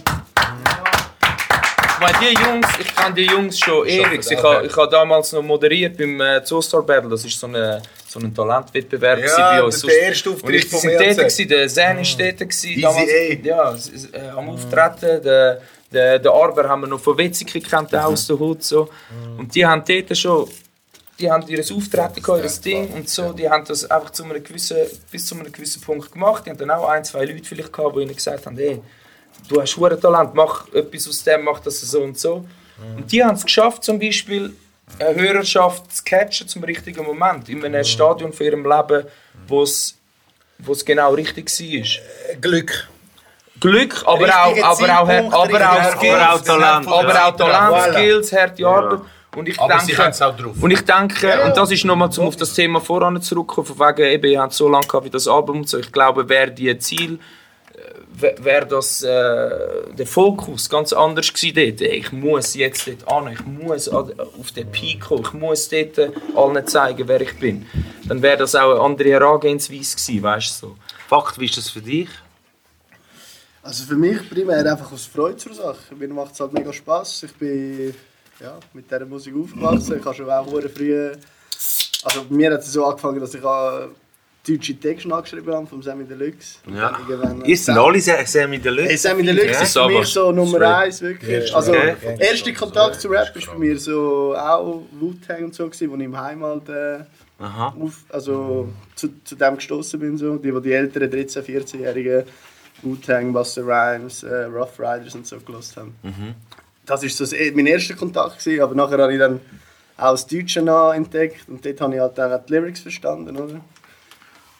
S2: Weil die Jungs, ich kenne die Jungs schon ewig. Ich habe ich ha damals noch moderiert beim äh, Zoostar Battle. Das ist so, eine, so ein Talentwettbewerb
S4: Ja,
S2: gewesen bei uns.
S4: der erste Auftritt
S2: Und ich- die
S4: vom E
S2: sind
S4: EAZ.
S2: tätig gewesen, der Zen ist tätig gewesen.
S4: Mhm. Easy
S2: damals. Ja, s- s- äh, am Auftreten, der, der, der Arber haben wir noch von Wetzig gekannt, auch aus der Hut. So. Und die haben dort schon die haben ihr Auftreten gehabt, ihr Ding und so, die haben das einfach zu einem gewissen, bis zu einem gewissen Punkt gemacht. Die haben dann auch ein, zwei Leute vielleicht gehabt, die ihnen gesagt haben, hey, du hast hure Talent, mach etwas aus dem, mach das so und so.
S6: Mhm.
S2: Und die haben es geschafft, zum Beispiel eine Hörerschaft zu catchen zum richtigen Moment, in
S6: Mhm.
S2: einem Stadion von ihrem Leben, wo es wo es genau richtig war.
S6: Glück.
S2: Glück, aber
S6: Richtiger
S2: auch, aber auch,
S6: Zeitpunkt,
S2: aber
S6: richtiger
S2: auch Skills,
S6: Ort. Aber auch Talent.
S2: aber auch Talent,
S6: Voilà.
S2: Skills, harte
S6: Ja.
S2: Arbeit. Und ich
S4: Aber sie haben's
S2: denke,
S4: auch drauf.
S2: und ich denke,
S4: Ja.
S2: und das ist nochmal zum auf das Thema voran zurückkommen, von wegen eben, ihr habt so lange gehabt wie das Album und so. Ich glaube, wäre die Ziel, wäre das äh, der Fokus ganz anders gewesen dort. Ey, Ich muss jetzt dort an, ich muss an- äh, auf den Peak kommen, ich muss dort äh, allen zeigen, wer ich bin. Dann wäre das auch eine andere Herangehensweise gewesen, weißt du so.
S5: Fakt, wie ist das für dich?
S13: Also für mich primär einfach aus Freude zur Sache. Mir macht es halt mega Spass. Ich bin ja, mit dieser Musik aufgewachsen. Ich habe schon auch sehr früh... Also bei mir hat es so angefangen, dass ich auch deutsche Text nachgeschrieben haben, vom Sammy Deluxe.
S5: Ja.
S13: Irgendwann-
S5: Ist denn alle Sa- Sammy Deluxe?
S13: Hey, Sammy Deluxe ist für mich so Nummer eins wirklich.
S5: Ja,
S13: Also,
S5: okay.
S13: erster Kontakt zu Rap war bei mir so auch Wu-Tang und so, gewesen, wo ich im Heimat äh,
S5: Aha.
S13: auf, also, zu, zu dem gestoßen bin. So. Die, wo die älteren 13-, 14-Jährigen Wu-Tang, Buster Rhymes, äh, Rough Riders und so gelost haben.
S5: Mhm.
S13: Das war so das- eh mein erster Kontakt, gewesen, aber nachher habe ich dann auch das Deutsche noch entdeckt und dort habe ich halt dann auch die Lyrics verstanden, oder?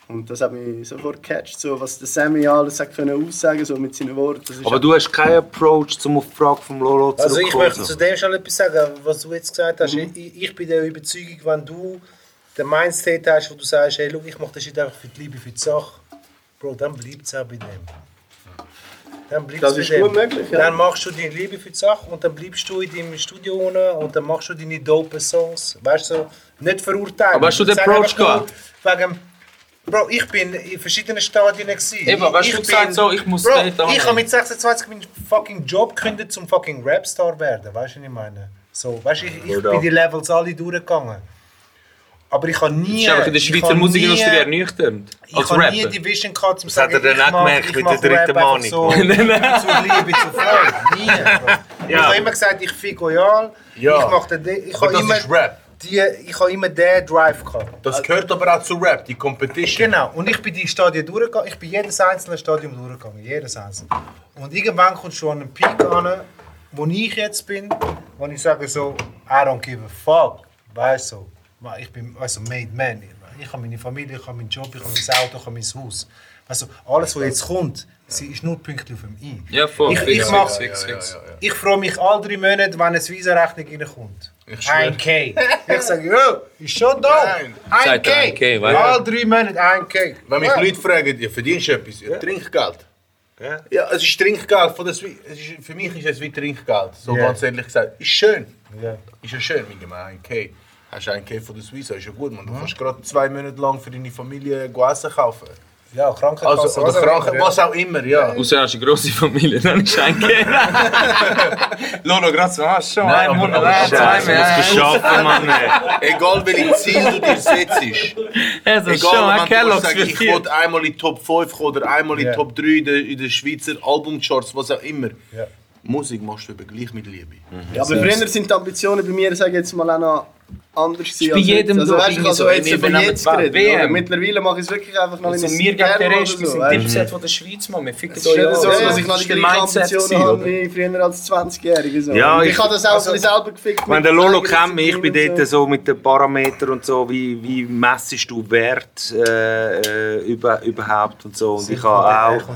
S13: Und das hat mich sofort gecatcht, so, was der Sammy alles hat können aussagen so mit seinen Worten. Das ist
S5: Aber du hast keinen Approach zum auf die Frage vom Lolo
S6: Also ich
S5: zurückkommen.
S6: möchte zu dem schon etwas sagen, was du jetzt gesagt hast.
S13: Mhm.
S6: Ich, ich bin der Überzeugung, wenn du den Mindset hast, wo du sagst, hey, schau, ich mache das jetzt einfach für die Liebe, für die Sache, Bro, dann bleibt es auch bei dem. Dann bleibt's
S13: Das
S6: bei
S13: ist
S6: dem.
S13: gut möglich, ja.
S6: Dann machst du deine Liebe für die Sache und dann bleibst du in deinem Studio unten und dann machst du deine dope Songs. Weißt du, so, nicht verurteilen.
S2: Aber hast du den
S6: Sag
S2: Approach
S6: einfach nur Wegen, Bro, ich bin in verschiedenen Stadien. Gewesen.
S2: Eben, aber hast
S6: Ich
S2: du gesagt,
S6: bin-
S2: so, ich muss
S6: Bro,
S2: nicht annehmen?
S6: ich habe mit 26 meinen fucking Job gekündigt, zum fucking Rapstar werden. Weißt du, was ich meine? So, weißt du, ich, ich
S2: Bruder.
S6: bin die Levels alle durchgegangen. Aber ich habe
S2: Das
S6: nie.
S2: ist einfach in der
S6: ich
S2: Schweizer
S6: habe
S2: Musikindustrie
S6: nie-
S2: ernüchternd.
S6: ich
S2: Als
S6: habe nie
S2: Rapper.
S6: die Vision gehabt, zum
S2: Das hat er dann auch gemerkt mit der dritten
S6: Mann.
S2: Mahnung.
S6: So, zur Liebe, zur Freude. Nie. Bro. Ich
S2: Ja.
S6: habe immer gesagt, ich fick royal.
S4: Ja.
S6: Ich mache den. Ich
S4: Aber
S6: habe
S4: das
S6: immer
S4: ist Rap.
S6: Die, ich habe immer den Drive gehabt.
S4: Das gehört aber auch zu Rap, die Competition.
S6: Genau. Und ich bin die Stadien durchgegangen. Ich bin jedes einzelne Stadium durchgegangen. Jedes einzelne. Und irgendwann kommst du an einen Peak an, wo ich jetzt bin, wo ich sage so, I don't give a fuck. Weißt du, so. ich bin also made man. Ich habe meine Familie, ich habe meinen Job, ich habe mein Auto, ich habe mein Haus. Weißt du, alles, was jetzt kommt, sie ist nur pünktlich auf dem I.
S2: Ja, voll.
S6: Ich, ich,
S2: Fix,
S6: mach,
S2: fix, fix, fix.
S6: ich freue mich alle drei Monate, wenn eine Visa-Rechnung reinkommt. Ein K. Ich sage, yo, ist schon da. Ein
S4: Sagt er
S6: K.
S4: ein K, weißt du?
S6: Alle drei Monate ein K.
S4: Wenn mich
S6: Ja.
S4: Leute fragen, ja, verdienst du etwas? Ja, Trinkgeld. Ja. es ist Trinkgeld. Von der Swi- es ist, für mich ist es wie Trinkgeld. So
S6: Ja.
S4: ganz ehrlich gesagt. Ist schön.
S6: Ja.
S4: Ist ja schön, wenn man ein K. Hast du einen K von der Swiss, ist ja gut, man. Du kannst gerade zwei Monate lang für deine Familie go Essen kaufen.
S6: Ja, Krankenkasse.
S4: Also, oder
S6: was auch
S4: Kranken,
S6: immer,
S4: was auch immer, ja.
S2: Außer hast du eine grosse Familie, dann ist ein Kind. Lolo, gerade so, hast schon
S4: Nein, aber-
S2: einen Monat,
S4: aber
S2: nein, zwei
S4: Scheiße,
S2: mehr.
S4: das musst du schaffen, Mann, ey. Egal, welche Ziele du dir setzt.
S2: Es ist schon
S4: Egal,
S2: ein
S4: wenn du
S2: Kellogg's
S4: sagst,
S2: für
S4: ich
S2: vier.
S4: wollte einmal in die Top 5 kommen oder einmal in die
S2: Ja.
S4: Top 3 in den, in den Schweizer Albumcharts, was auch immer.
S6: Ja.
S4: Musik machst du eben gleich mit Liebe.
S13: Ja, aber früher sind die Ambitionen bei mir, sage ich jetzt mal, auch noch anders gewesen.
S4: bei
S13: als jetzt.
S4: jedem
S13: also,
S4: doch
S13: weißt, ich
S4: irgendwie
S13: habe
S4: so,
S13: so jetzt
S4: wir
S13: von
S4: nehmen
S13: jetzt
S4: die
S13: geredet.
S4: WM.
S13: oder? Mittlerweile mache ich es wirklich einfach noch
S2: Also
S13: ein
S2: wir gegen den
S13: Stern
S2: Rest,
S13: oder
S2: wir
S13: so,
S2: sind
S13: weißt du?
S2: Dipset von der Schweiz, Mann. Wir ficken
S13: Es ist nicht so, dass ich noch
S2: Das
S13: die
S2: ist der
S13: gleichen
S2: Mindset
S13: Ambitionen
S2: gewesen,
S13: habe
S2: oder?
S13: wie früher als 20-Jährige. So.
S5: Ja,
S13: Und ich,
S5: ich-
S13: habe das auch
S5: also-
S13: ein bisschen selber gefickt.
S5: Wenn
S13: mit
S5: der Lolo
S13: eigenen
S5: kennt mich, ich bin
S13: Disziplinen und
S5: dort so mit den Parametern und so, wie, wie messest du Wert äh, äh, über, überhaupt und so. Und ich habe auch...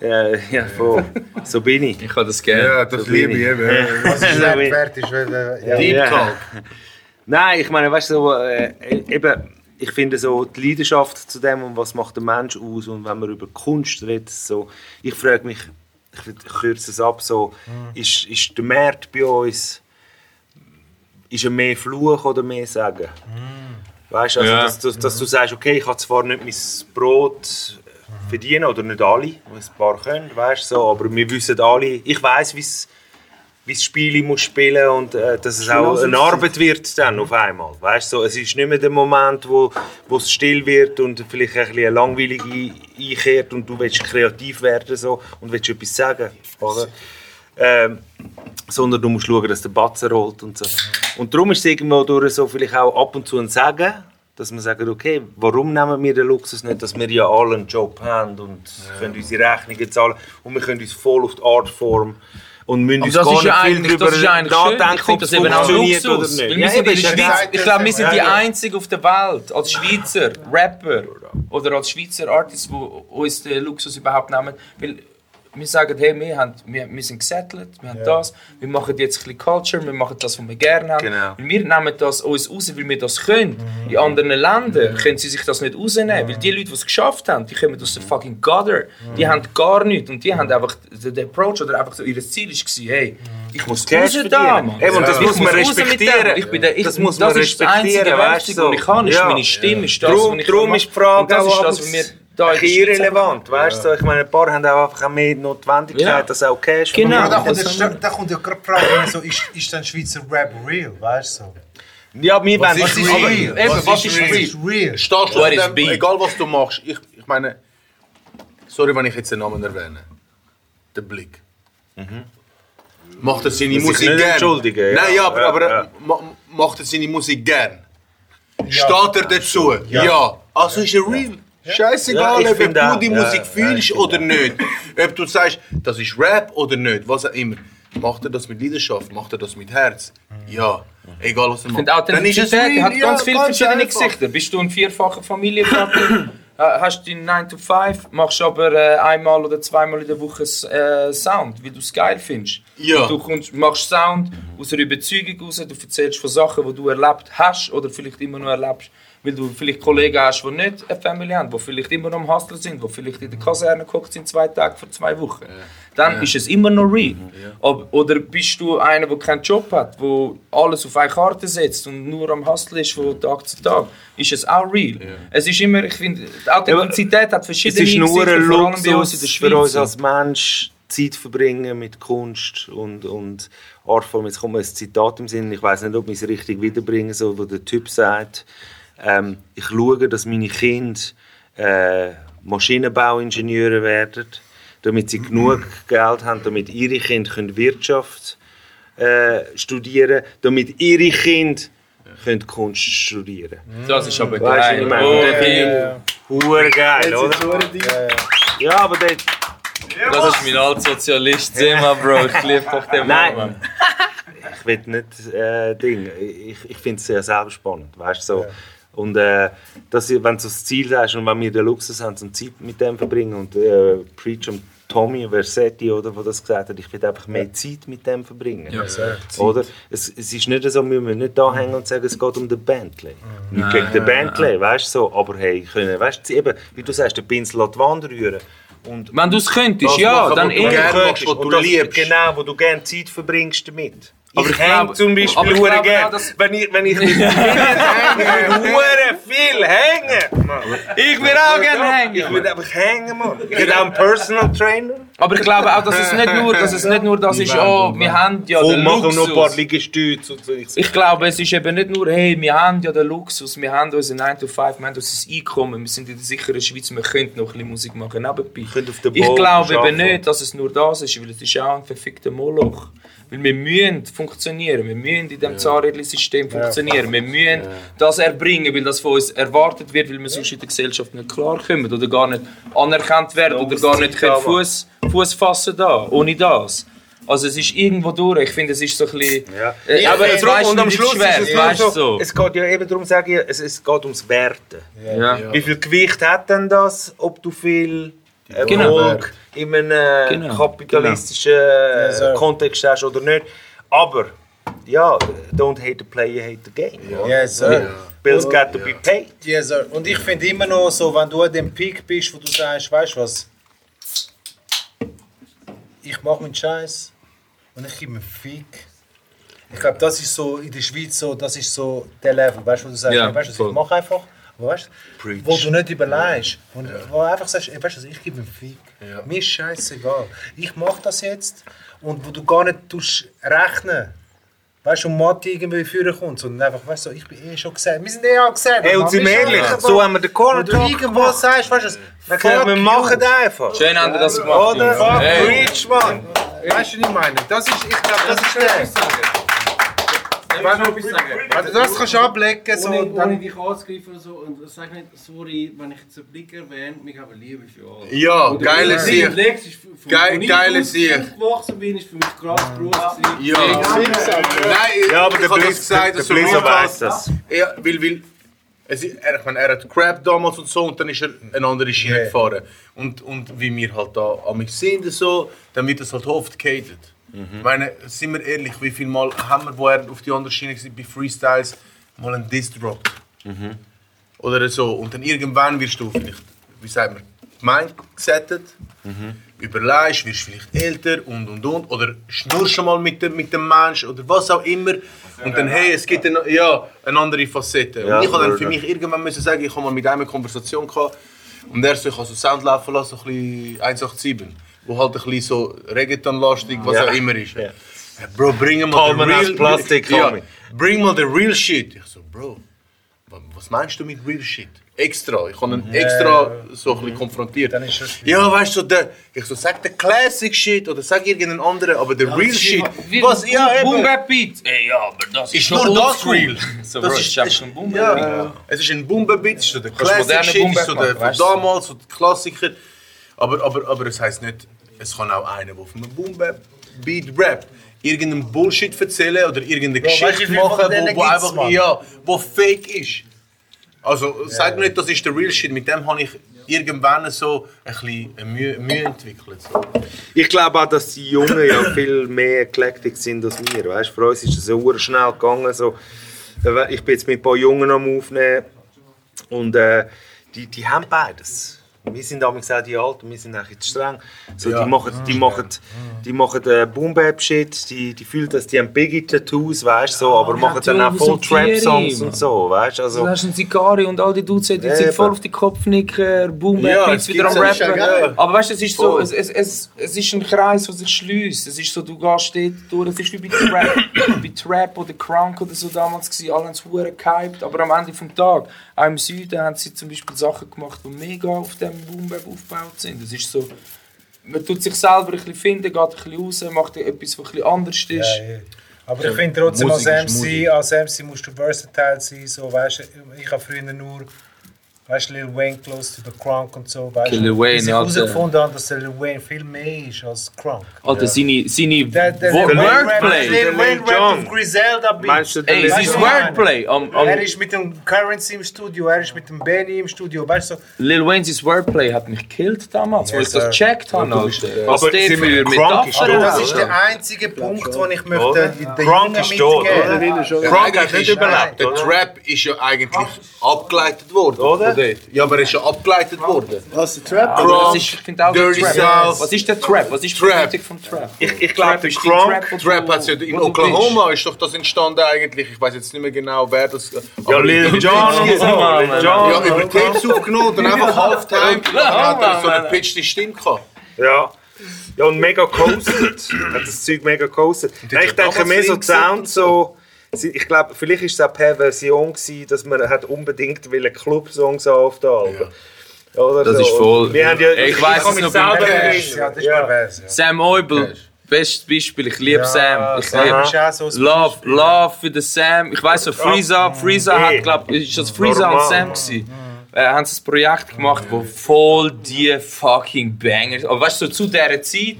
S5: Äh, ja, voll. So bin ich.
S2: Ich habe das gerne.
S5: Ja, das liebe ich eben.
S6: Was ist wert, wert ist, wenn, äh, ja.
S5: Nein, ich meine, weißt du, so, äh, eben, ich finde so die Leidenschaft zu dem und was macht der Mensch aus und wenn man über Kunst redet, so, ich frage mich, ich würd- ich kürze es ab, so, ist, ist der Markt bei uns, ist er mehr Fluch oder mehr Sagen? Weißt du, also,
S2: Ja.
S5: dass, dass, dass du sagst, okay, ich kann zwar nicht mein Brot verdienen oder nicht alle, was ein paar können, weißt du, so, aber wir wissen alle, ich weiß, wie es wie das Spiel muss spielen und äh, dass es
S2: Schon
S5: auch
S2: alles
S5: eine
S2: aufgesetzt.
S5: Arbeit wird dann auf einmal, weißt du, so, es ist nicht mehr der Moment, wo, wo es still wird und vielleicht ein bisschen eine langweilige einkehrt und du willst kreativ werden so und willst etwas sagen, oder? Ähm, sondern du musst schauen, dass der Batzen rollt und so. Und darum ist es irgendwo durch so vielleicht auch ab und zu ein Sagen, dass man sagt, okay, warum nehmen wir den Luxus nicht, dass wir ja alle einen Job haben und können unsere Rechnungen zahlen und wir können uns voll auf die Artform und müssen
S2: Aber
S5: uns
S2: das
S5: gar
S2: ist ja
S5: nicht
S2: eigentlich,
S5: viel
S2: das ist ja eigentlich schön.
S5: nachdenken,
S2: Ich finde
S5: ob es
S2: das eben auch
S5: funktioniert
S2: Luxus.
S5: oder
S2: Weil
S5: nicht.
S2: wir
S5: eben,
S2: sind in der
S5: ist ja
S2: Schweiz, ich glaube, wir sind
S5: Ja,
S2: die
S5: ja.
S2: Einzigen auf der Welt, als Schweizer Rapper oder als Schweizer Artists, die uns den Luxus überhaupt nehmen. Weil wir sagen, hey, wir, haben, wir, wir sind gesettelt, wir haben
S5: Ja.
S2: das, wir machen jetzt ein bisschen Culture, wir machen das, was wir gerne haben.
S5: Genau. Mhm.
S2: Und wir nehmen das uns raus, weil wir das können. In anderen Ländern können sie sich das nicht rausnehmen, weil die Leute, die es geschafft haben, die kommen aus der fucking Gutter. Die
S5: Mhm.
S2: haben gar nichts und die haben einfach den den Approach oder einfach so, ihr Ziel war, hey,
S5: Mhm.
S2: ich muss
S5: Geld
S2: raus
S5: verdienen.
S2: da, Mann.
S5: Eben, und das
S2: Ich
S5: muss man
S2: raus mit dem.
S5: respektieren.
S2: Ich bin der, ich,
S5: Das
S2: das
S5: muss
S2: das
S5: man
S2: ist das einzige
S5: respektieren,
S2: Werkzeug,
S5: weißt du,
S2: das ich kann, ist
S5: ja.
S2: meine Stimme, ist das,
S5: Drum,
S2: was ich
S5: drum
S2: kann
S5: ist die
S2: machen.
S5: Frage also,
S2: Und das
S5: auch
S2: ist
S5: ab
S2: das,
S5: und
S2: was wir
S5: zu
S2: da
S5: ein
S2: in der
S5: bisschen
S2: Schweiz
S5: irrelevant,
S2: haben.
S5: weißt du? Ich meine, ein paar haben auch einfach auch mehr Notwendigkeit,
S2: Ja.
S5: dass es auch Cash
S6: Genau.
S5: kommt.
S6: Da kommt, ja- da kommt ja gerade die Frage, rein, so, ist, ist dann Schweizer Rap real, weißt du? So.
S5: Ja, wir
S4: Was
S5: wollen-
S4: ist real?
S5: Aber- Eben, was, ist real?
S4: real? Stehst du
S5: What
S4: auf
S5: is
S4: dem,
S5: beat?
S4: egal was du machst, ich, ich meine, sorry, wenn ich jetzt den Namen erwähne, der Blick. Macht er seine
S5: Mhm. Muss ich
S4: Musik
S5: nicht
S4: gern?
S5: entschuldigen, ja.
S4: Nein, ja, aber,
S5: Ja,
S4: aber
S5: ja.
S4: ma- macht er seine Musik gern? Steht er dazu? Ja.
S5: Ja.
S4: Also ist er real.
S5: Ja,
S4: Scheißegal,
S5: ich
S4: ob du
S5: find auch,
S4: die
S5: ja,
S4: Musik
S5: ja,
S4: fühlst oder nicht. Ob du sagst, das ist Rap oder nicht, was auch immer. Macht er das mit Leidenschaft? Macht er das mit Herz?
S5: Mhm.
S4: Ja. Egal was er
S2: Ich
S4: macht.
S2: finde Authentizität, er hat ganz viele verschiedene
S4: einfach.
S2: Gesichter. Bist du ein vierfacher Familienvater, äh, hast deinen 9 to 5, machst aber äh, einmal oder zweimal in der Woche S- äh, Sound, weil du es geil findest.
S4: Ja.
S2: Und Du kommst, machst Sound aus einer Überzeugung raus, du erzählst von Sachen, die du erlebt hast oder vielleicht immer noch erlebst, weil du vielleicht Kollegen hast, die nicht eine Familie haben, die vielleicht immer noch am Hustler sind, die vielleicht in der Kaserne gekocht sind zwei Tage vor zwei Wochen. Dann
S17: Ja.
S2: ist es immer noch real.
S5: Mhm.
S2: Ob, oder bist du einer, der keinen Job hat, der alles auf eine Karte setzt und nur am Hustle ist von Tag zu Tag? Ist es auch real? Es ist immer, ich finde, die Authentizität hat
S5: Es
S2: verschiedene
S5: ist nur ein
S2: vor allem bei uns in der
S5: Luxus für uns
S2: Schweiz.
S5: als Mensch, Zeit verbringen mit Kunst und, und Artform. Jetzt kommt mir ein Zitat im Sinn, ich weiß nicht, ob ich es richtig wiederbringe, so, wo der Typ sagt, ähm, ich schaue, dass meine Kinder äh, Maschinenbauingenieure werden, damit sie genug Geld haben, damit ihre Kinder können Wirtschaft äh, studieren damit ihre Kinder können Kunst studieren
S2: Das ist aber
S5: Weißt du,
S2: geil.
S5: ich meine,
S2: Oh,
S5: der Film,
S2: ja.
S5: hure geil,
S2: Jetzt
S5: oder?
S2: ist
S5: Ja, aber der.
S2: Das ist mein Altsozialist, Thema, Bro. Ich liebe doch den
S5: Nein.
S2: Mann.
S5: Ich will nicht äh, Ding. Ich, ich finde es sehr selber spannend, weißt so. Und äh, dass, ich- wenn du so das Ziel hast und wenn wir den Luxus haben, so Zeit mit dem verbringen und äh, Preach um Tommy Versetti oder wo das gesagt hat, ich will einfach mehr Zeit mit dem verbringen.
S2: Ja, sehr.
S5: oder? Es, es ist nicht so, wir müssen nicht da hängen und sagen, es geht um den Bentley.
S2: Mhm.
S5: Nicht gegen den
S2: Nein,
S5: Bentley, weißt du so, aber hey, können, weißt du, eben, wie du sagst, den Pinsel an die Wand rühren. Und
S2: Wenn du es könntest, ja, dann
S5: eh.
S2: eh.
S5: Und das- Genau, wo du gerne Zeit verbringst damit.
S2: Aber
S5: Aber
S2: ich
S5: ich hänge
S2: glaube-
S5: zum
S2: aber
S5: Beispiel
S2: ich
S5: hure
S2: glaube
S5: gerne.
S2: auch, dass-
S5: Wenn ich, wenn ich mit Kindern hänge, hure viel hängen. Mann.
S2: Ich will auch gerne hängen.
S5: Ich will einfach hängen, Mann. Ich bin auch ein Personal Trainer.
S2: Aber ich glaube auch, dass es nicht nur, dass es nicht nur das ist, oh, wir haben ja
S5: Oh,
S2: den
S5: machen
S2: Luxus.
S5: noch ein paar Liegestütze und so. Ich
S2: Ich glaube, es ist eben nicht nur, hey, wir haben ja den Luxus, wir haben unseren 9 to 5, wir haben unser Einkommen, wir sind in der sicheren Schweiz, wir können noch ein bisschen Musik machen nebenbei. ich
S5: Boot
S2: glaube eben
S5: arbeiten.
S2: nicht, dass es nur das ist, weil es ist auch ein verfickter Moloch. Weil wir müssen funktionieren, wir müssen in diesem Zahnrädchen-System funktionieren, wir müssen das erbringen, weil das von uns erwartet wird, weil wir sonst in der Gesellschaft nicht klarkommen oder gar nicht anerkannt werden oder gar nicht können Fuß, Fuß fassen da, ohne das. Also es ist irgendwo durch, ich finde es ist so ein bisschen... Äh,
S5: Ja,
S2: aber es
S5: drum-
S2: weißt,
S5: und am Schluss
S2: schwer,
S5: ist es nur
S2: weißt
S5: so,
S2: du so.
S5: es geht ja eben darum, sage ich, es, es geht ums Werten.
S2: Ja. Ja.
S5: Wie viel Gewicht hat denn das, ob du viel Erfolg
S2: Genau.
S5: in einem äh,
S2: Genau.
S5: kapitalistischen äh, Kontext hast oder nicht? Aber ja, don't hate the player, hate the game. oder?
S6: Yes, sir. Ja.
S5: Bills got to be paid.
S6: Yes, sir. Und ich finde immer noch so, wenn du an dem Peak bist, wo du sagst, weißt du was? Ich mache meinen Scheiß und ich gebe mir Fick. Ich glaube, das ist so in der Schweiz so, das ist so der Level, weißt du, wo du sagst,
S5: Ja,
S6: weißt du, was,
S5: voll.
S6: ich mache einfach, aber weißt du,
S5: Preach.
S6: wo du nicht überlegst, wo, wo du einfach sagst, ey, weißt du, was, ich gebe mir Fick. Mir ist scheißegal. Ich mache das jetzt und wo du gar nicht tust rechnen. Weißt du, und Matti irgendwie führen kommt, sondern einfach, weißt du, ich bin eh schon gesagt, wir sind eh angesagt.
S5: Ey, und sind wir ehrlich, so haben wir den Corner
S6: Wenn du
S5: Talk
S6: irgendwo sagst, weißt du, was,
S5: Dann können wir
S6: fuck
S5: machen
S6: you.
S5: das einfach.
S2: Schön haben wir das gemacht,
S5: Oder?
S2: Jungs.
S5: Fuck
S2: Hey.
S5: Preach, Mann.
S6: Weißt du, was ich meine? Das ist, ich glaube, das ist der. Wenn du- Wenn du das kannst ablegen, so,
S10: ohne, ohne
S6: dann...
S10: dich anzugreifen oder so. Und sag nicht, sorry, wenn ich den Blick erwähne, mich aber liebe für alle.
S4: Ja,
S10: Oder
S4: geile
S10: wenn du
S4: Sicht.
S10: den Blick legst, ist für- für
S4: Geil-
S10: mich
S4: geile
S10: aus-
S4: Sicht.
S10: aufgewachsen bin, ist für mich gerade Beruf. gewesen.
S4: Ja. Nein,
S5: Ja, aber
S4: ich
S5: der
S4: hab das
S5: Blitz-
S4: gesagt,
S5: der-
S4: dass
S5: der
S4: du
S5: Blitzer
S4: Lukas-
S5: weiss das.
S4: dus Ja, weil, weil es, ist- er, ich meine, er hat Crap damals und so und dann ist er eine andere Schiene gefahren. Und, und wie wir halt da an mich sind, so, dann wird das halt oft gehatet. Ich meine, sind wir ehrlich, wie viel Mal haben wir, wo er auf die andere Schiene war, bei Freestyles, mal einen Diss droppt? Oder so. Und dann irgendwann wirst du vielleicht, wie sagt man, gemeint gesettet.
S5: Mhm.
S4: überlegst, wirst vielleicht älter und und und oder schnurst schon mal mit dem, mit dem Mensch oder was auch immer und dann hey, es gibt eine, ja, eine andere Facette.
S5: Ja,
S4: und ich habe dann
S5: würde.
S4: für mich irgendwann müssen sagen, ich habe mal mit einem eine Konversation gehabt und er so, ich habe so Sound laufen lassen, so ein bisschen 187, wo halt ein bisschen so Reggaeton-lastig, was
S5: Ja.
S4: auch immer ist.
S5: Ja.
S4: Bro, bring mal
S5: Palmen
S4: den
S5: aus Plastik,
S4: ja,
S5: Tommy.
S4: bring mal the real shit. Ich so, Bro, wa- was meinst du mit real shit? Extra, ich habe ihn
S6: Ja,
S4: extra
S6: ja.
S4: so ein bisschen konfrontiert.
S6: das schwierig.
S4: Ja, weißt du, der, ich so, sag den Classic Shit oder sag irgendeinen anderen, aber der
S2: Ja,
S4: real
S2: das ist
S4: Shit,
S2: immer- wie-
S4: was, ja eben.
S2: Boom Bap Beat. Ey, ja, aber das ist
S4: Ist
S2: schon
S4: nur das
S2: oldschool.
S4: real.
S2: So,
S4: Das
S2: Bro,
S4: ist-
S2: ich hab schon Boom Bap
S4: Ja,
S2: Beat.
S4: ja. Es ist ein Boomba-Beat, es ist so der
S2: Du kannst
S4: Classic
S2: moderne
S4: Shit, es
S2: Boom-Bap
S4: ist so der
S2: machen,
S4: von
S2: weißt du.
S4: damals, so der Klassiker. Aber, aber, aber es heisst nicht, es kann auch einer, der auf einem Boom-Bap-Beat rappt, irgendeinen Bullshit erzählen oder irgendeine
S6: Bro, weißt du, wie
S4: Geschichte
S6: viel
S4: machen,
S6: von denen
S4: wo, wo
S6: gibt's,
S4: einfach,
S6: Mann?
S4: ja, wo fake ist. Also sag mir nicht, das ist der Real Shit, mit dem habe ich irgendwann so ein bisschen eine Mühe, Mühe entwickelt. So.
S5: Ich glaube auch, dass die Jungen ja viel mehr eklektisch sind als wir. Weißt? Für uns ist es so schnell gegangen. So, äh, ich bin jetzt mit ein paar Jungen am Aufnehmen und äh, die, die haben beides. Wir sind damals auch die Alten, wir sind auch jetzt streng. So,
S4: Ja.
S5: Die machen, die machen, die machen äh, boom bap shit die, die fühlen, dass die haben biggie tattoos weißt, so, aber machen dann auch
S2: Tattoos
S5: voll
S2: und Tiere,
S5: Trap-Songs
S2: Mann.
S5: und so. Weißt? Also,
S2: Du hast einen Zigari und all die Dudes, die
S5: Eben.
S2: sind voll auf die Kopfnicker, Boom,
S5: Ja,
S2: Bap,
S5: es
S2: Beats wieder am
S5: gibt's ja, ist ja
S2: Rappen.
S5: geil.
S2: Aber weißt du, es ist so,
S5: Voll.
S2: es, es, es, es ist ein Kreis, der sich schließt. Es ist so, du gehst dort durch, es ist wie bei Trap, bei Trap oder Crunk oder so damals gewesen. Alle haben es hure gehypt, aber am Ende vom Tag, auch im Süden, haben sie zum Beispiel Sachen gemacht, die mega auf dem Boom, Bap aufgebaut sind. Es ist so, man tut sich selber ein bisschen finden, geht ein bisschen raus, macht etwas, was ein bisschen anders ist.
S6: Aber ich finde trotzdem, als
S2: Musik ist
S6: MC,
S2: Musik.
S6: als MC musst du versatile sein. So, weißt, ich habe früher nur weißt, Lil Wayne gelost über Crunk und so. Weißt,
S2: Lil Wayne,
S6: bis ich
S2: Alter.
S6: herausgefunden habe, dass der Lil Wayne viel mehr ist als Crunk.
S2: Alter, seine, seine
S6: der
S2: Wo-
S6: Lil Wayne
S2: Wordplay.
S6: rappt- Lil Wayne rappt auf Griselda Beat.
S2: Meinst du den Ey, Lil es ist
S6: Weißt du, was ich meine?
S2: Wordplay am- am-
S6: er ist mit dem Currency im Studio, er ist mit dem Benny im Studio. Weißt du, so,
S2: Lil Wayne's Wordplay hat mich gekillt damals, wo
S6: Yes,
S2: ich das
S6: sir.
S2: gecheckt habe.
S6: Aber
S2: Alter.
S6: sind wir-
S2: Was
S6: aber
S2: der
S6: sind
S2: für
S6: wir- Crunk ist
S2: Metaphern
S6: tot, Das
S2: hat.
S6: ist der einzige Punkt, den ich möchte.
S4: Oder?
S6: den Jungen
S4: Crunk ist tot,
S6: mitgeben.
S4: oder?
S6: Ja,
S4: Crunk hat
S6: eigentlich
S4: nicht
S6: ist-
S4: überlebt. Der
S6: Nein.
S4: Trap ist ja eigentlich abgeleitet worden. Oder? Ja, aber er ist ja abgeleitet worden.
S13: Was ist der Trap?
S2: Aber das
S4: Crunk,
S2: ist- ich finde auch
S4: Dirty
S2: Trap.
S4: South.
S2: Was ist der Trap? Was ist die
S4: Trap?
S2: Politik vom Trap?
S5: Ich, ich
S4: glaube, der Crunk, Trap, hat's ja in
S2: wo du
S4: Oklahoma ist doch das entstanden eigentlich. Ich weiß jetzt nicht mehr genau, wer das.
S5: Ja, Lil Jon und so, Lil Jon.
S4: Ja, über Tapes aufgenommen, dann einfach Halftime. und Dann hat er so eine
S5: Mann.
S4: pitchte Stimme gehabt.
S5: Ja. Ja, und mega gehostet. hat das Zeug mega gehostet. Nein, ich
S4: hat damals
S5: denke mehr so
S4: Link
S5: die Sound so. sie- Ich glaube, vielleicht war es auch die Perversion, gewesen, dass man hat unbedingt will Club-Songs auf der Alben. Oder
S2: Das
S5: so.
S2: ist voll-
S5: Wir haben ja,
S2: Ich weiss
S5: kann
S2: es
S5: mich
S2: noch
S5: selber
S2: beim-
S5: erinnern.
S6: Ja, das ist pervers. ja.
S2: Sam Oibel, bestes Beispiel, ich liebe
S6: Ja,
S2: Sam. Ich
S6: Sam
S2: liebe
S6: ist auch so ein
S2: Love, Love für den Sam. Ich weiß so, Freeza, Freeza hat, glaub ist das Freeza und
S1: Normal.
S2: Sam gewesen. Äh, haben sie ein Projekt gemacht, wo voll die fucking Bangers. Aber weißt du, so zu dieser Zeit,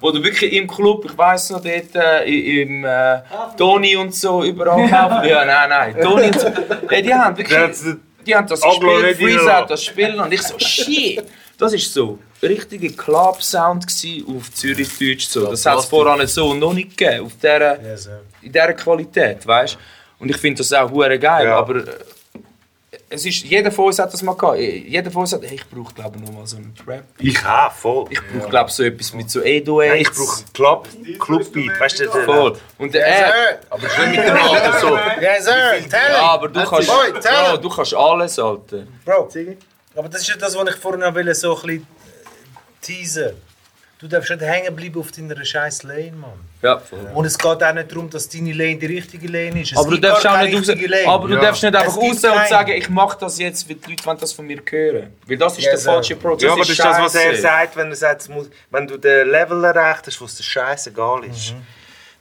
S2: wo du wirklich im Club, ich weiß noch, dort äh, i- im äh, Toni und so überall kaufen. ja, nein, nein. Toni und so. Ja, die haben wirklich. Die haben das
S1: Aglo
S2: gespielt,
S1: Redino.
S2: Freeza hat das gespielt und ich so, shit, das ist so richtiger Club-Sound gsi auf Zürichdeutsch. So. Das hat es voran so noch nicht gegeben, auf dieser, in dieser Qualität, weißt Und ich finde das auch hure geil, aber äh, es ist, jeder von uns hat das mal gehabt. Jeder von uns hat, hey, ich brauche glaube ich noch mal so einen Trap.
S5: Ich auch, voll.
S2: Ich brauche glaube so etwas mit so Edo
S5: Nein, ich brauche Club, Clubbeat, weißt du? der-
S2: Voll. Und der
S5: Yes,
S2: äh,
S5: sir. Aber schon mit dem Alter so.
S6: Yes, sir, tell
S2: Ja,
S6: him.
S2: aber du kannst,
S6: Boy, tell
S2: Bro, du kannst alles, Alter.
S6: Bro, aber das ist ja das, was ich vorhin noch will, so ein bisschen teasen. Du darfst nicht hängen bleiben auf deiner scheiß Lane, Mann.
S2: Ja, voll.
S6: Und es geht auch nicht darum, dass deine Lane die richtige Lane ist. Es
S2: aber du
S6: gibt gar
S2: darfst auch
S6: keine
S2: nicht raus,
S6: richtige Lane.
S2: aber du
S6: Ja.
S2: darfst nicht einfach
S6: Es gibt
S2: raus und
S6: keine.
S2: sagen, ich mache das jetzt, weil die Leute wollen das von mir hören. Weil das ist
S5: Ja,
S2: der
S5: so.
S2: falsche Prozess.
S5: Ja, aber das ist das, was er
S2: Scheisse.
S5: sagt, wenn, er sagt, es muss- wenn du den Level erreicht hast, wo es dir scheißegal ist.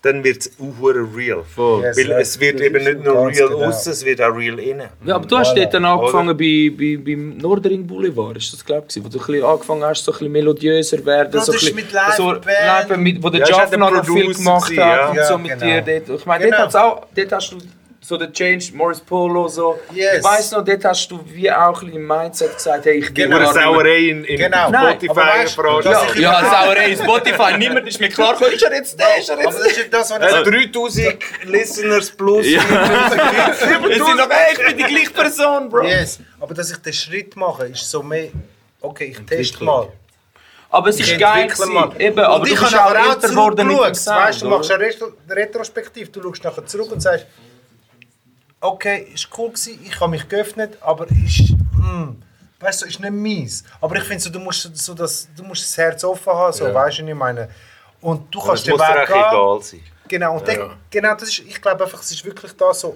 S5: Dann wird es auch hure real.
S2: Yes,
S5: Weil
S2: ja.
S5: es wird
S2: Das
S5: eben
S2: ist
S5: nicht nur
S2: ganz
S5: real
S2: genau.
S5: außen, es wird auch real innen.
S2: Ja, aber du hast dort dann
S5: Oder?
S2: angefangen bei, bei, beim Nordring Boulevard, ist das glaube ich, wo du ein bisschen angefangen hast, so ein bisschen melodiöser werden,
S5: Bro,
S2: so ein
S5: das
S2: bisschen,
S5: ist mit Live-Band.
S2: so Live-Band mit, wo der
S5: Ja,
S2: ja,
S5: ist auch
S2: Jaffna
S5: der
S2: noch viel
S5: Producer
S2: gemacht hat
S5: gewesen, ja.
S2: und
S5: Ja,
S2: so mit
S5: genau.
S2: dir dort. Ich meine, dort,
S5: Genau.
S2: hat's auch, dort hast du so den Change, Morris Polo, so.
S5: Yes.
S2: Ich weiss noch, dort hast du wie auch ein bisschen im Mindset gesagt, hey, ich will
S5: Genau. Oder
S2: gar nicht-
S5: Sauerei in- in
S6: Genau.
S2: Nein,
S5: Spotify
S2: aber weißt du,
S5: veranstaltet.
S2: Ja, ja, Sauerei in Spotify, niemand ist mir klar gekommen, ist er jetzt der, ist er jetzt der?
S5: Äh, 3000 Listeners plus.
S2: Ja.
S5: minus.
S2: Es sind noch, hey, ich bin die gleiche Person, Bro.
S6: Yes. Aber dass ich den Schritt mache, ist so mehr. Okay, ich teste mal.
S2: Aber es ist geil
S6: entwickle
S2: gewesen.
S6: mal.
S2: Eben,
S6: und
S2: aber
S6: ich
S2: du bist
S6: habe aber
S2: auch
S6: auch
S2: älter geworden mit dem
S6: zurückgeschaut.
S2: Sound,
S6: Weißt du, du
S2: oder?
S6: machst eine Retro retrospektiv. Du schaust nachher zurück und sagst, okay, ist cool gewesen, ich habe mich geöffnet, aber ist, mm, weißt du, ist nicht meins. Aber ich finde so, du musst so das, du musst das Herz offen haben, so,
S5: Ja.
S6: weißt du, was ich meine. Und du
S5: Und
S6: kannst
S5: es muss dir auch egal sein.
S6: Genau, und dann, genau das ist, ich glaube einfach, es ist wirklich da so,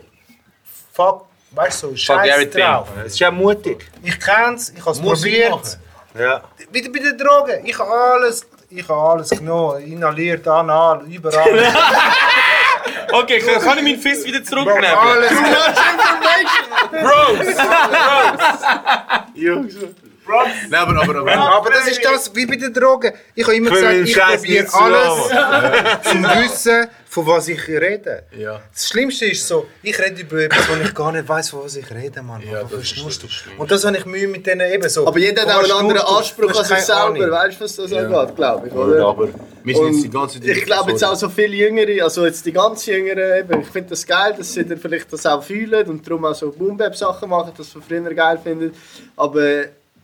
S6: fuck, weißt du, so,
S5: Fuck
S6: scheiß
S5: everything.
S6: drauf.
S5: Es ist ja mutig.
S6: Ich kenn's, ich hab's
S5: Muss ich
S6: probiert.
S5: machen. Ja.
S6: Bei, bei den Drogen, ich habe alles, ich habe alles genommen, inhaliert, anal, überall.
S2: Okay, kann, kann ich meinen Fist wieder zurücknehmen?
S6: Bro, alles-
S2: Too much information!
S4: Jungs. Nein, aber, aber, aber.
S6: Aber das ist das, wie bei den Drogen. Ich habe immer
S4: Für
S6: gesagt,
S4: den
S6: ich
S4: Scheiß
S6: probiere
S4: nicht zu
S6: alles,
S4: lachen.
S6: um
S4: Ja.
S6: wissen, von was ich rede.
S4: Ja.
S6: Das Schlimmste ist so, ich rede über etwas, wo ich gar nicht weiß, von was ich rede, Mann. Wovon schnurst du? Und das habe ich Mühe mit denen eben so.
S11: Aber jeder hat auch einen anderen Anspruch an sich selber,
S6: weißt
S11: weißt du, was das
S6: Ja.
S11: angeht, glaube ich,
S6: Ja,
S11: oder?
S4: aber wir sind jetzt die ganze
S11: Zeit. Ich glaube jetzt auch so viele Jüngere, also jetzt die ganz Jüngeren, eben, ich finde das geil, dass sie dann vielleicht das auch fühlen und darum auch so Boom-Bap-Sachen machen, das wir früher geil finden. Aber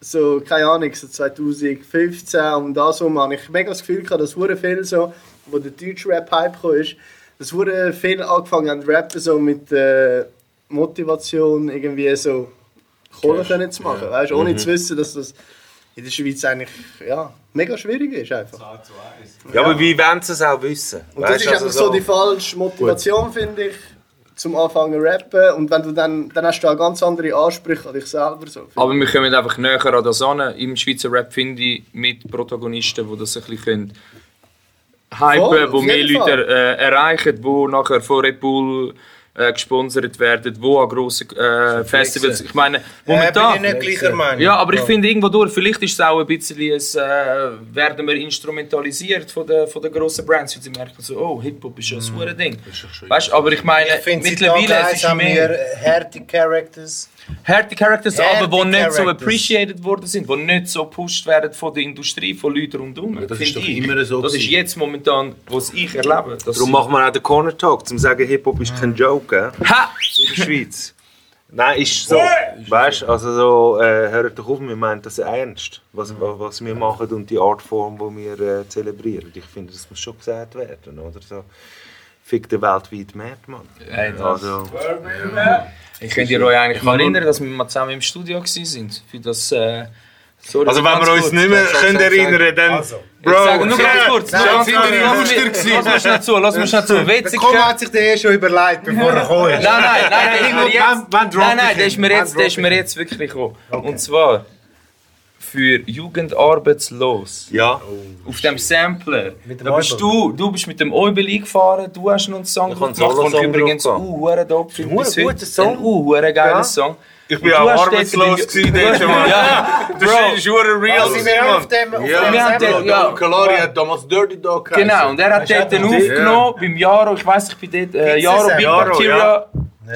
S11: so, keine Ahnung, so 2015 und da so, man, ich mega das Gefühl gehabt, dass hure viel so, wo der deutsche Rap-Hype kam, ist, dass hure viel angefangen haben zu rappen, so mit äh, Motivation irgendwie so Kohle können zu machen, weißt, ohne
S5: Mhm.
S11: zu wissen, dass das in der Schweiz eigentlich ja, mega schwierig ist einfach.
S5: Ja, aber wie wollen sie es auch wissen?
S11: Und das
S5: Weißt
S11: ist
S5: du, also
S11: einfach so die falsche Motivation, finde ich, zum Anfangen zu rappen. Und wenn du dann, dann hast du auch ganz andere Ansprüche an dich selber. So.
S2: Aber wir kommen einfach näher an das an. Im Schweizer Rap finde ich mit Protagonisten, die das ein bisschen können
S11: Voll,
S2: hypen,
S11: auf
S2: wo mehr
S11: jeden
S2: Leute
S11: Fall.
S2: äh, erreichen, die nachher von Red Bull äh, gesponsert werden, wo an grossen äh, Festivals. Ich meine,
S6: Äh,
S2: momentan.
S18: bin ich nicht gleicher Meinung.
S2: Ja, aber ich
S18: Ja.
S2: finde irgendwo durch, vielleicht ist es auch ein bisschen, ein, äh, werden wir instrumentalisiert von den, von den grossen Brands, weil sie merken so, oh, Hip-Hop ist ja ein super Ding. Weißt du, aber ich meine,
S6: finde,
S2: äh, mittlerweile es ist
S6: haben wir
S2: mehr
S6: äh, harte Characters.
S2: harte Characters,
S6: Harte
S2: aber die nicht so
S6: Characters.
S2: appreciated worden sind, die nicht so gepusht werden von der Industrie, von Leuten rundum.
S5: das
S2: Finde
S5: ist doch
S2: ich.
S5: immer so
S2: Das ist
S5: gewesen.
S2: jetzt momentan, was ich erlebe. dass-
S5: Darum machen wir auch den Corner Talk, um zu sagen, Hip-Hop ist kein Joke. gell? In der Schweiz. Nein, ist so. Weißt du, also so, äh, hört doch auf, wir meinen das ernst, was, wa- was wir machen und die Artform, die wir äh, zelebrieren. Ich finde, das muss schon gesagt werden, oder? So, fick den weltweit Markt, Mann.
S2: Ey, das-
S5: also,
S2: Ich könnte ihr euch eigentlich
S5: Ich
S2: mal
S5: kann nur-
S2: erinnern, dass wir mal zusammen im Studio waren. Für das, äh, sorry,
S5: Also, wenn
S2: ganz
S5: wir uns
S2: kurz.
S5: nicht mehr
S2: Sag, sag,
S5: können
S2: sag, sag.
S5: erinnern, dann- Also. Bro,
S2: ich sage nur
S5: ja,
S2: ganz kurz.
S5: dann
S2: Lass
S5: sind wir die Monster
S2: mich
S5: gewesen.
S2: lass mich schnell zu, lass mich schnell zu.
S6: Der
S2: Witzig.
S6: Koma hat sich den eh schon überlegt, bevor er gekommen
S2: Nein,
S6: ist.
S2: nein, nein, nein,
S6: Irgendwo-
S2: nein, nein,
S6: wann- wann
S2: nein,
S6: droppe
S2: nein,
S6: ich
S2: der ist
S6: ihn?
S2: mir
S6: Wann
S2: jetzt, der
S6: droppe
S2: ist mir jetzt wirklich gekommen. Und zwar für Jugendarbeitslos.
S5: Ja.
S2: Auf dem Sampler.
S18: dem
S2: Da bist du, du bist mit dem Eubeli gefahren, du hast noch einen Song
S5: Ich hab einen
S2: gemacht, und
S5: Solo-Song
S2: übrigens
S5: drauf
S2: uh, hure dope. Ein
S5: hure guter Song.
S2: Ein uh, hure geiler
S5: Ja.
S2: Song.
S5: Ich
S2: Und
S5: bin
S2: du
S5: auch
S2: hast dort
S5: arbeitslos
S2: die-
S5: gewesen,
S2: du
S5: dort
S2: hast-
S5: schon mal.
S2: Ja,
S5: Das
S2: Bro.
S5: ist hure real
S2: Also,
S5: gewesen,
S2: wir haben
S5: Mann.
S2: auf dem- auf
S5: Ja.
S2: dem
S5: Wir haben
S2: Sampler-
S5: dort-
S2: ja.
S5: ja.
S4: Calori hat damals Dirty Dog
S2: Genau, und er hat
S4: Hast
S2: dort
S4: du
S2: dann
S4: auch gesehen?
S2: aufgenommen beim Jaro, ich weiss, ich bin dort, äh,
S4: Pizza
S2: Jaro,
S4: Sam.
S2: Big
S4: Jaro,
S2: Bacteria,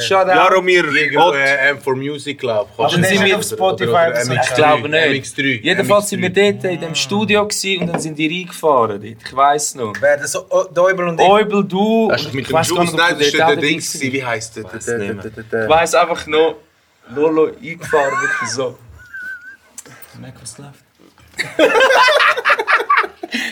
S2: Shoutout.
S4: Irgendwo, äh, M4 Music Club.
S2: Aber dann sind wir auf Spotify oder so. Ich glaube nicht.
S4: MX3.
S2: Jedenfalls sind wir dort in
S4: Ah.
S2: dem Studio gewesen und dann sind die reingefahren. Dort. Ich weiss noch. Wer das?
S6: oh,
S2: Däubel und ich? Däubel, du.
S4: Hast du
S2: und
S4: mit
S2: ich
S4: dem
S2: weiss gar
S4: Juice?
S2: nicht, ob
S4: Nein,
S2: du
S4: das
S2: dort
S4: war der
S2: auch
S4: Dings,
S2: dabei
S4: wie heisst der?
S2: warst.
S4: der- der- der- der-
S2: Ich weiss einfach noch, Lolo eingefahren, wirklich so. Merk, was läuft.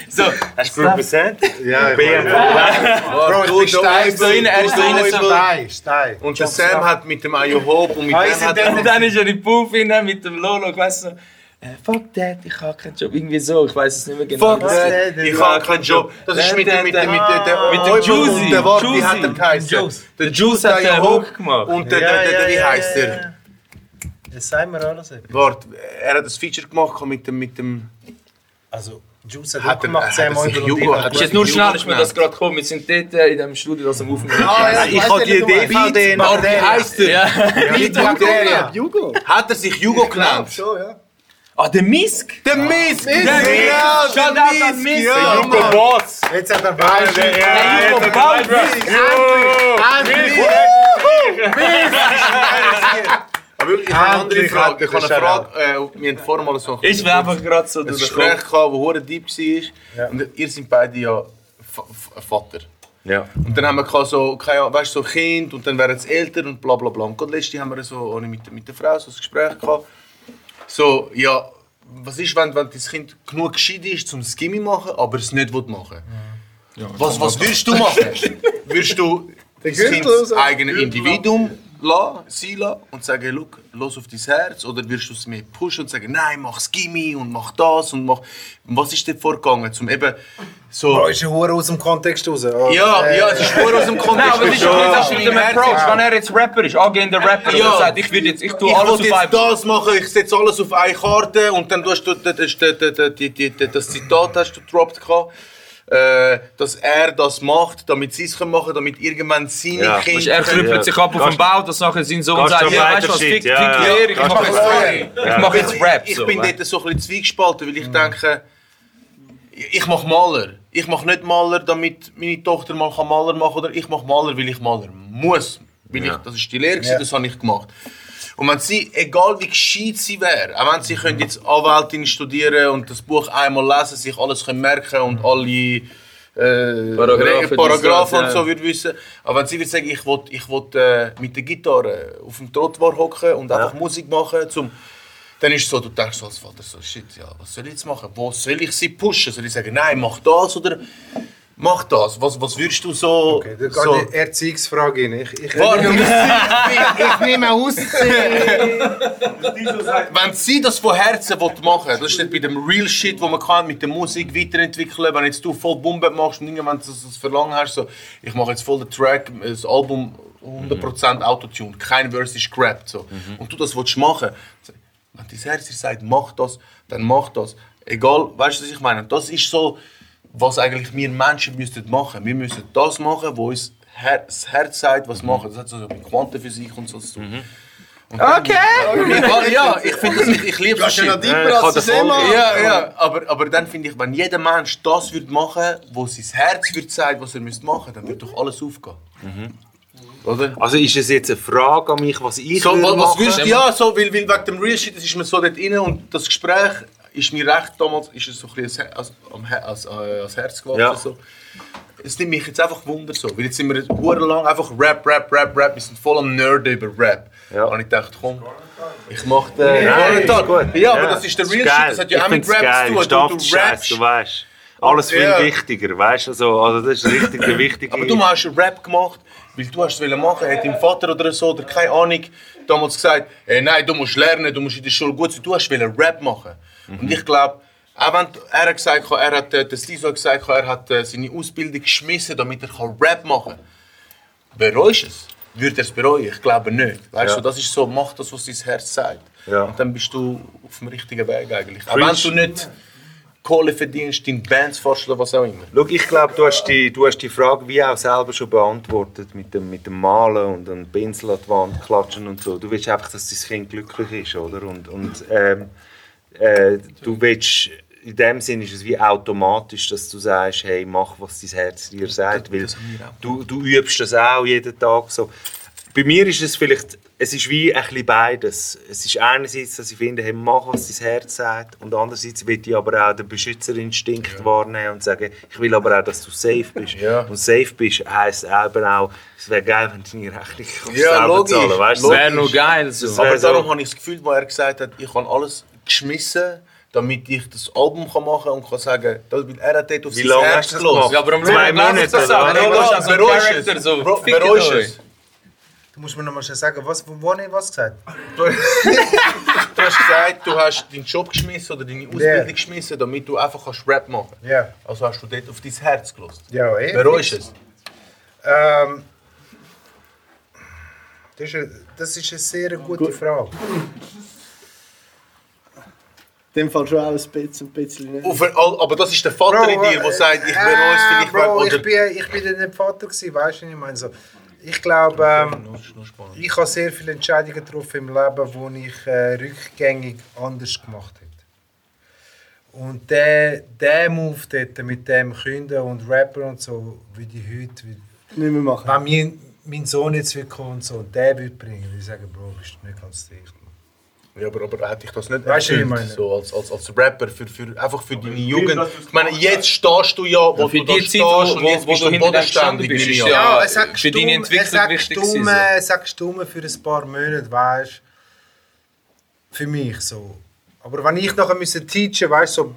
S2: So,
S5: hast du gut besetzt? Ja, ich bin
S4: Bro,
S5: ich bin steif.
S4: so rein, er ist so rein, so
S6: Steif, steif.
S4: Und der Sam hat mit dem Ayo Hope und mit
S2: Ah,
S4: dem
S2: ist er
S4: hat
S2: dann, und dann ist er in die Puff rein mit dem Lolo, ich weiss noch, äh, fuck that, ich hab keinen Job. Irgendwie so, ich weiss es nicht mehr genau.
S4: Fuck that, ich hab keinen Job. Das ist mit dem, mit dem, mit dem, der,
S2: mit dem Juicy.
S4: Der Wort, wie
S2: Juicy.
S4: hat er geheißen?
S2: Juice.
S4: Der
S2: Juice hat
S4: Ayo
S2: den
S4: Hope
S2: Hook gemacht.
S4: Und der,
S2: Ja,
S4: der, der,
S2: ja,
S4: wie
S2: ja,
S4: heisst der?
S6: Das sagen wir alles. eben.
S4: Wort, er hat das Feature gemacht mit dem, mit dem.
S6: Also, Juice
S4: hat auch gemacht, Sam Eubel und ich.
S2: Ist jetzt nur schnell, ist mir das gerade gekommen. Wir sind dort äh, in dem Studio, das am Aufnehmen.
S4: Ah, ja, ich hab die Idee.
S2: Beat
S4: Aber wie heisst der?
S2: Ja.
S4: Beat Bakteria. Hat er sich Jugo genannt?
S2: Ah, der Misk!
S4: Der Misk!
S2: Misk. Ja,
S4: Shout out an Misk!
S2: Ja,
S4: Jugo
S2: Mann.
S4: Boss!
S6: Jetzt hat er
S4: Beispiel. Der Jugo Boss! Aber wirklich, ich habe eine andere
S2: Endlich hat
S4: Frage.
S2: er
S4: Ich habe
S2: den
S4: eine Frage.
S2: eh,
S4: Äh, wir hatten vorher mal so
S2: Ich bin einfach gerade so
S4: ein
S2: durch den
S4: Gespräch
S2: Kopf.
S4: gehabt, das hure deep war. Und ihr seid beide ja Fa- Fa- Vater.
S5: Ja.
S4: Und dann haben wir gehabt so, keine Ahnung, weißt, so Kind und dann werden sie älter und bla bla bla. Und gerade letzte haben wir so ohne mit, mit der Frau so ein Gespräch gehabt. So, ja, was ist, wenn, wenn dein Kind genug gescheit ist, um Skimmy zu machen, aber es nicht will machen was, was würdest du machen? würdest du das
S11: Gürtel
S4: Kindes
S11: raus.
S4: eigene Individuum lassen, sein lassen und sagen, look, los auf dein Herz? Oder wirst du es mehr pushen und sagen, nein, mach Skimmy und mach das und mach... Was ist denn vorgegangen, zum eben so...
S6: Bro, ist ja hure aus dem Kontext raus. Oh,
S4: Ja, ja, es ist hure aus dem Kontext.
S2: Nein, aber das ist
S4: Ja.
S2: das ist mit dem
S4: Ja.
S2: Approach, wenn er jetzt Rapper ist, angehender Rapper, und er sagt, ich will jetzt, ich tue
S4: ich
S2: alles
S4: will
S2: auf
S4: jetzt
S2: einmal.
S4: das machen, ich setze alles auf eine Karte und dann hast du das, das, das, das, das Zitat hast du gedroppt gehabt, äh, dass er das macht, damit sie es können machen, damit irgendwann seine
S2: Ja.
S4: Kinder...
S2: Er krüppelt sich ab auf dem Bau, dass nachher sein Sohn
S4: Kannst
S2: sagt,
S4: du
S2: ja, weißt du
S4: weiter
S2: was,
S4: shit,
S2: fick, fick
S4: ja, ja.
S2: Lehrer, ich
S4: Kannst
S2: mach
S4: du
S2: jetzt
S4: weiter.
S2: ich mach jetzt Rap.
S4: Ich
S2: so,
S4: bin
S2: weißt du?
S4: dort so ein bisschen zwiegespalten, weil ich denke, ich ich mache Maler. Ich mache nicht Maler, damit meine Tochter mal kann Maler machen kann, oder ich mache Maler, weil ich Maler muss. Weil
S2: Ja.
S4: ich, das ist die Lehre,
S2: Ja.
S4: gewesen, das habe ich gemacht. Und wenn sie, egal wie gescheit sie wäre, auch wenn sie könnte jetzt Anwältin studieren und das Buch einmal lesen, sich alles können merken und alle äh,
S2: Paragraphen,
S4: Re- Paragraphen
S2: das,
S4: und
S2: ja.
S4: so würde wissen. Aber wenn sie würde sagen, ich will, ich will äh, mit der Gitarre auf dem Trottoir hocken und einfach Musik machen, zum dann ist es so, du denkst so als Vater so, shit, ja, was soll ich jetzt machen? Wo soll ich sie pushen? Soll ich sagen, nein, mach das oder mach das? Was, was würdest du so... Okay,
S6: Da geht
S4: so
S6: die Erziehungsfrage hin. Ich, ich,
S4: Warte.
S6: ich, ich nehme aus.
S4: Wenn sie das von Herzen will machen das ist nicht bei dem Real Shit, wo man kann, mit der Musik weiterentwickeln, wenn jetzt du voll Bombe machst und irgendwann das, das Verlangen hast, so, ich mache jetzt voll den Track, das Album 100% Autotune, kein Verse ist gerappt, so. und du das willst machen, so, wenn dein Herz dir sagt, mach das, dann mach das. Egal, weißt du, was ich meine? Und Das ist so, was eigentlich wir Menschen müssten machen. Wir müssen das machen, wo uns Her das Herz sagt, was machen. Das hat so mit Quantenphysik und so zu tun. Und dann-
S2: Okay.
S4: Ja, ja, ich finde das, ich, ich liebe
S2: Gehst
S4: das
S2: du
S4: Shit.
S2: noch tiefer, Ja, ich als kann das das eh voll- machen.
S4: Ja, ja, aber, aber dann finde ich, wenn jeder Mensch das würde machen, wo sein Herz würde sagen, was er müsste machen, dann würde doch alles aufgehen.
S5: Also ist es jetzt eine Frage an mich, was ich
S4: so,
S5: würde
S4: was, was
S5: machen?
S4: würdest du, ja, so, weil, weil wegen dem Real Shit, das ist mir so dort rein und das Gespräch ist mir recht damals, ist es so ein bisschen als, am He- als, äh, als Herz gewachsen.
S5: Ja.
S4: So. Es nimmt mich jetzt einfach Wunder so, weil jetzt sind wir lang einfach Rap, Rap, Rap, Rap, wir sind voll am Nerd über Rap. Und ich dachte, komm, ich mach den
S5: Nein,
S4: Golden Tag.
S5: ist gut.
S4: Ja, aber das ist der Real Shit, das hat ja auch mit Rap zu tun. Du, du rappst.
S5: du weißt. Alles viel
S4: Ja.
S5: wichtiger, weißt du? Also, also das ist richtig der wichtige.
S4: Aber du hast einen Rap gemacht, weil du hast es wollen machen. Hat dein Vater oder so oder keine Ahnung damals gesagt, hey, nein, du musst lernen, du musst in der Schule gut sein. Du hast wollen Rap machen.
S5: Mhm.
S4: Und ich glaube, auch wenn er hat gesagt hat, er hat äh, das Liso hat gesagt, er hat äh, seine Ausbildung geschmissen, damit er kann Rap machen kann. Bereust du es? Würde er es bereuen? Ich glaube nicht. Weißt
S5: Ja.
S4: du, das ist so, mach das, was dein Herz sagt.
S5: Ja.
S4: Und dann bist du auf dem richtigen Weg eigentlich. Auch wenn
S5: Preach.
S4: du nicht Kohle verdienst, in Bands fährst oder was auch immer.
S5: Schau, ich glaube, du, hast die- du hast die Frage wie auch selber schon beantwortet mit dem, mit dem Malen und einem Pinsel an die Wand klatschen und so. Du willst einfach, dass dein Kind glücklich ist, oder? Und, und ähm, äh, du willst, in dem Sinn ist es wie automatisch, dass du sagst, hey, mach, was dein Herz dir sagt, weil du, du übst das auch jeden Tag so. Bei mir ist es vielleicht, es ist wie ein bisschen beides. Es ist einerseits, dass ich finde, hey, mach, was dein Herz sagt und andererseits will ich aber auch den Beschützerinstinkt wahrnehmen und sagen, ich will aber auch, dass du safe bist. Und safe bist heisst eben auch, es wäre geil, wenn du deine Rechnung kannst selber zahlen weißt du? Also, Das wär
S4: Aber
S5: so.
S4: darum habe ich das Gefühl, wo er gesagt hat, ich habe alles geschmissen, damit ich das Album kann machen und kann sagen, das will er hat dort auf
S5: Wie
S4: sein
S5: lange
S4: Herz
S5: hast du das
S4: gelassen.
S5: gemacht? Ja, aber am Zwei Schluss glaub ich Monate, das auch. oder?
S4: Ja,
S5: Du bist
S4: ja,
S5: auch so ein
S4: bereust es.
S5: Charakter, so,
S4: Bro-
S5: fickt
S4: bereust
S5: euch.
S4: es.
S6: Du musst mir noch mal schnell sagen, was, wo, wo habe ich was gesagt?
S4: Du hast gesagt, du hast deinen Job geschmissen oder deine Ausbildung
S6: Ja.
S4: geschmissen, damit du einfach kannst Rap machen kannst.
S6: Ja.
S4: Also hast du dort auf dein Herz gelassen.
S6: Ja, eh.
S4: Bereust es?
S6: Ähm, das, ist eine, das ist eine sehr gute Frage.
S13: In dem Fall schon auch ein bisschen, ein bisschen. Ne?
S4: Auf- Aber das ist der Vater in dir, der sagt, ich bereue es
S6: äh,
S4: vielleicht,
S6: Bro,
S4: weil-
S6: ich
S4: oder-
S6: bin, ich bin dann nicht Vater gewesen, weißt du, was ich meine so. Ich glaube, ähm, ich habe sehr viele Entscheidungen getroffen im Leben, wo ich äh, rückgängig anders gemacht hätte. Und der, der Move dort mit dem Künden und Rapper und so, wie die heute, wie,
S13: Nicht mehr machen.
S6: wenn mein, mein Sohn jetzt würde kommen und so, und der würde bringen, würde ich sagen, Bro, bist du nicht ganz dicht.
S4: Ja, aber, aber hätte ich das nicht
S6: Weißt du, wie ich
S4: erfüllt,
S6: meine?
S4: So als, als, als Rapper, für, für, einfach für deine Jugend. Ich meine, jetzt stehst du ja, wo
S2: für
S4: du da
S2: die Zeit,
S4: stehst
S2: wo-
S4: und
S2: wo-
S4: jetzt
S2: wo
S4: bist
S2: du
S4: du
S2: hinter dem
S4: bodenständig.
S2: gestanden bist,
S4: nehme ich
S2: ja.
S4: an.
S2: Ja, es hat
S6: Für deine Entwicklung
S2: wichtig
S6: Stumme,
S2: gewesen,
S6: so. Sag stumme für ein paar Monate, weißt Für mich so. Aber wenn ich nachher müssen teachen, weißt so,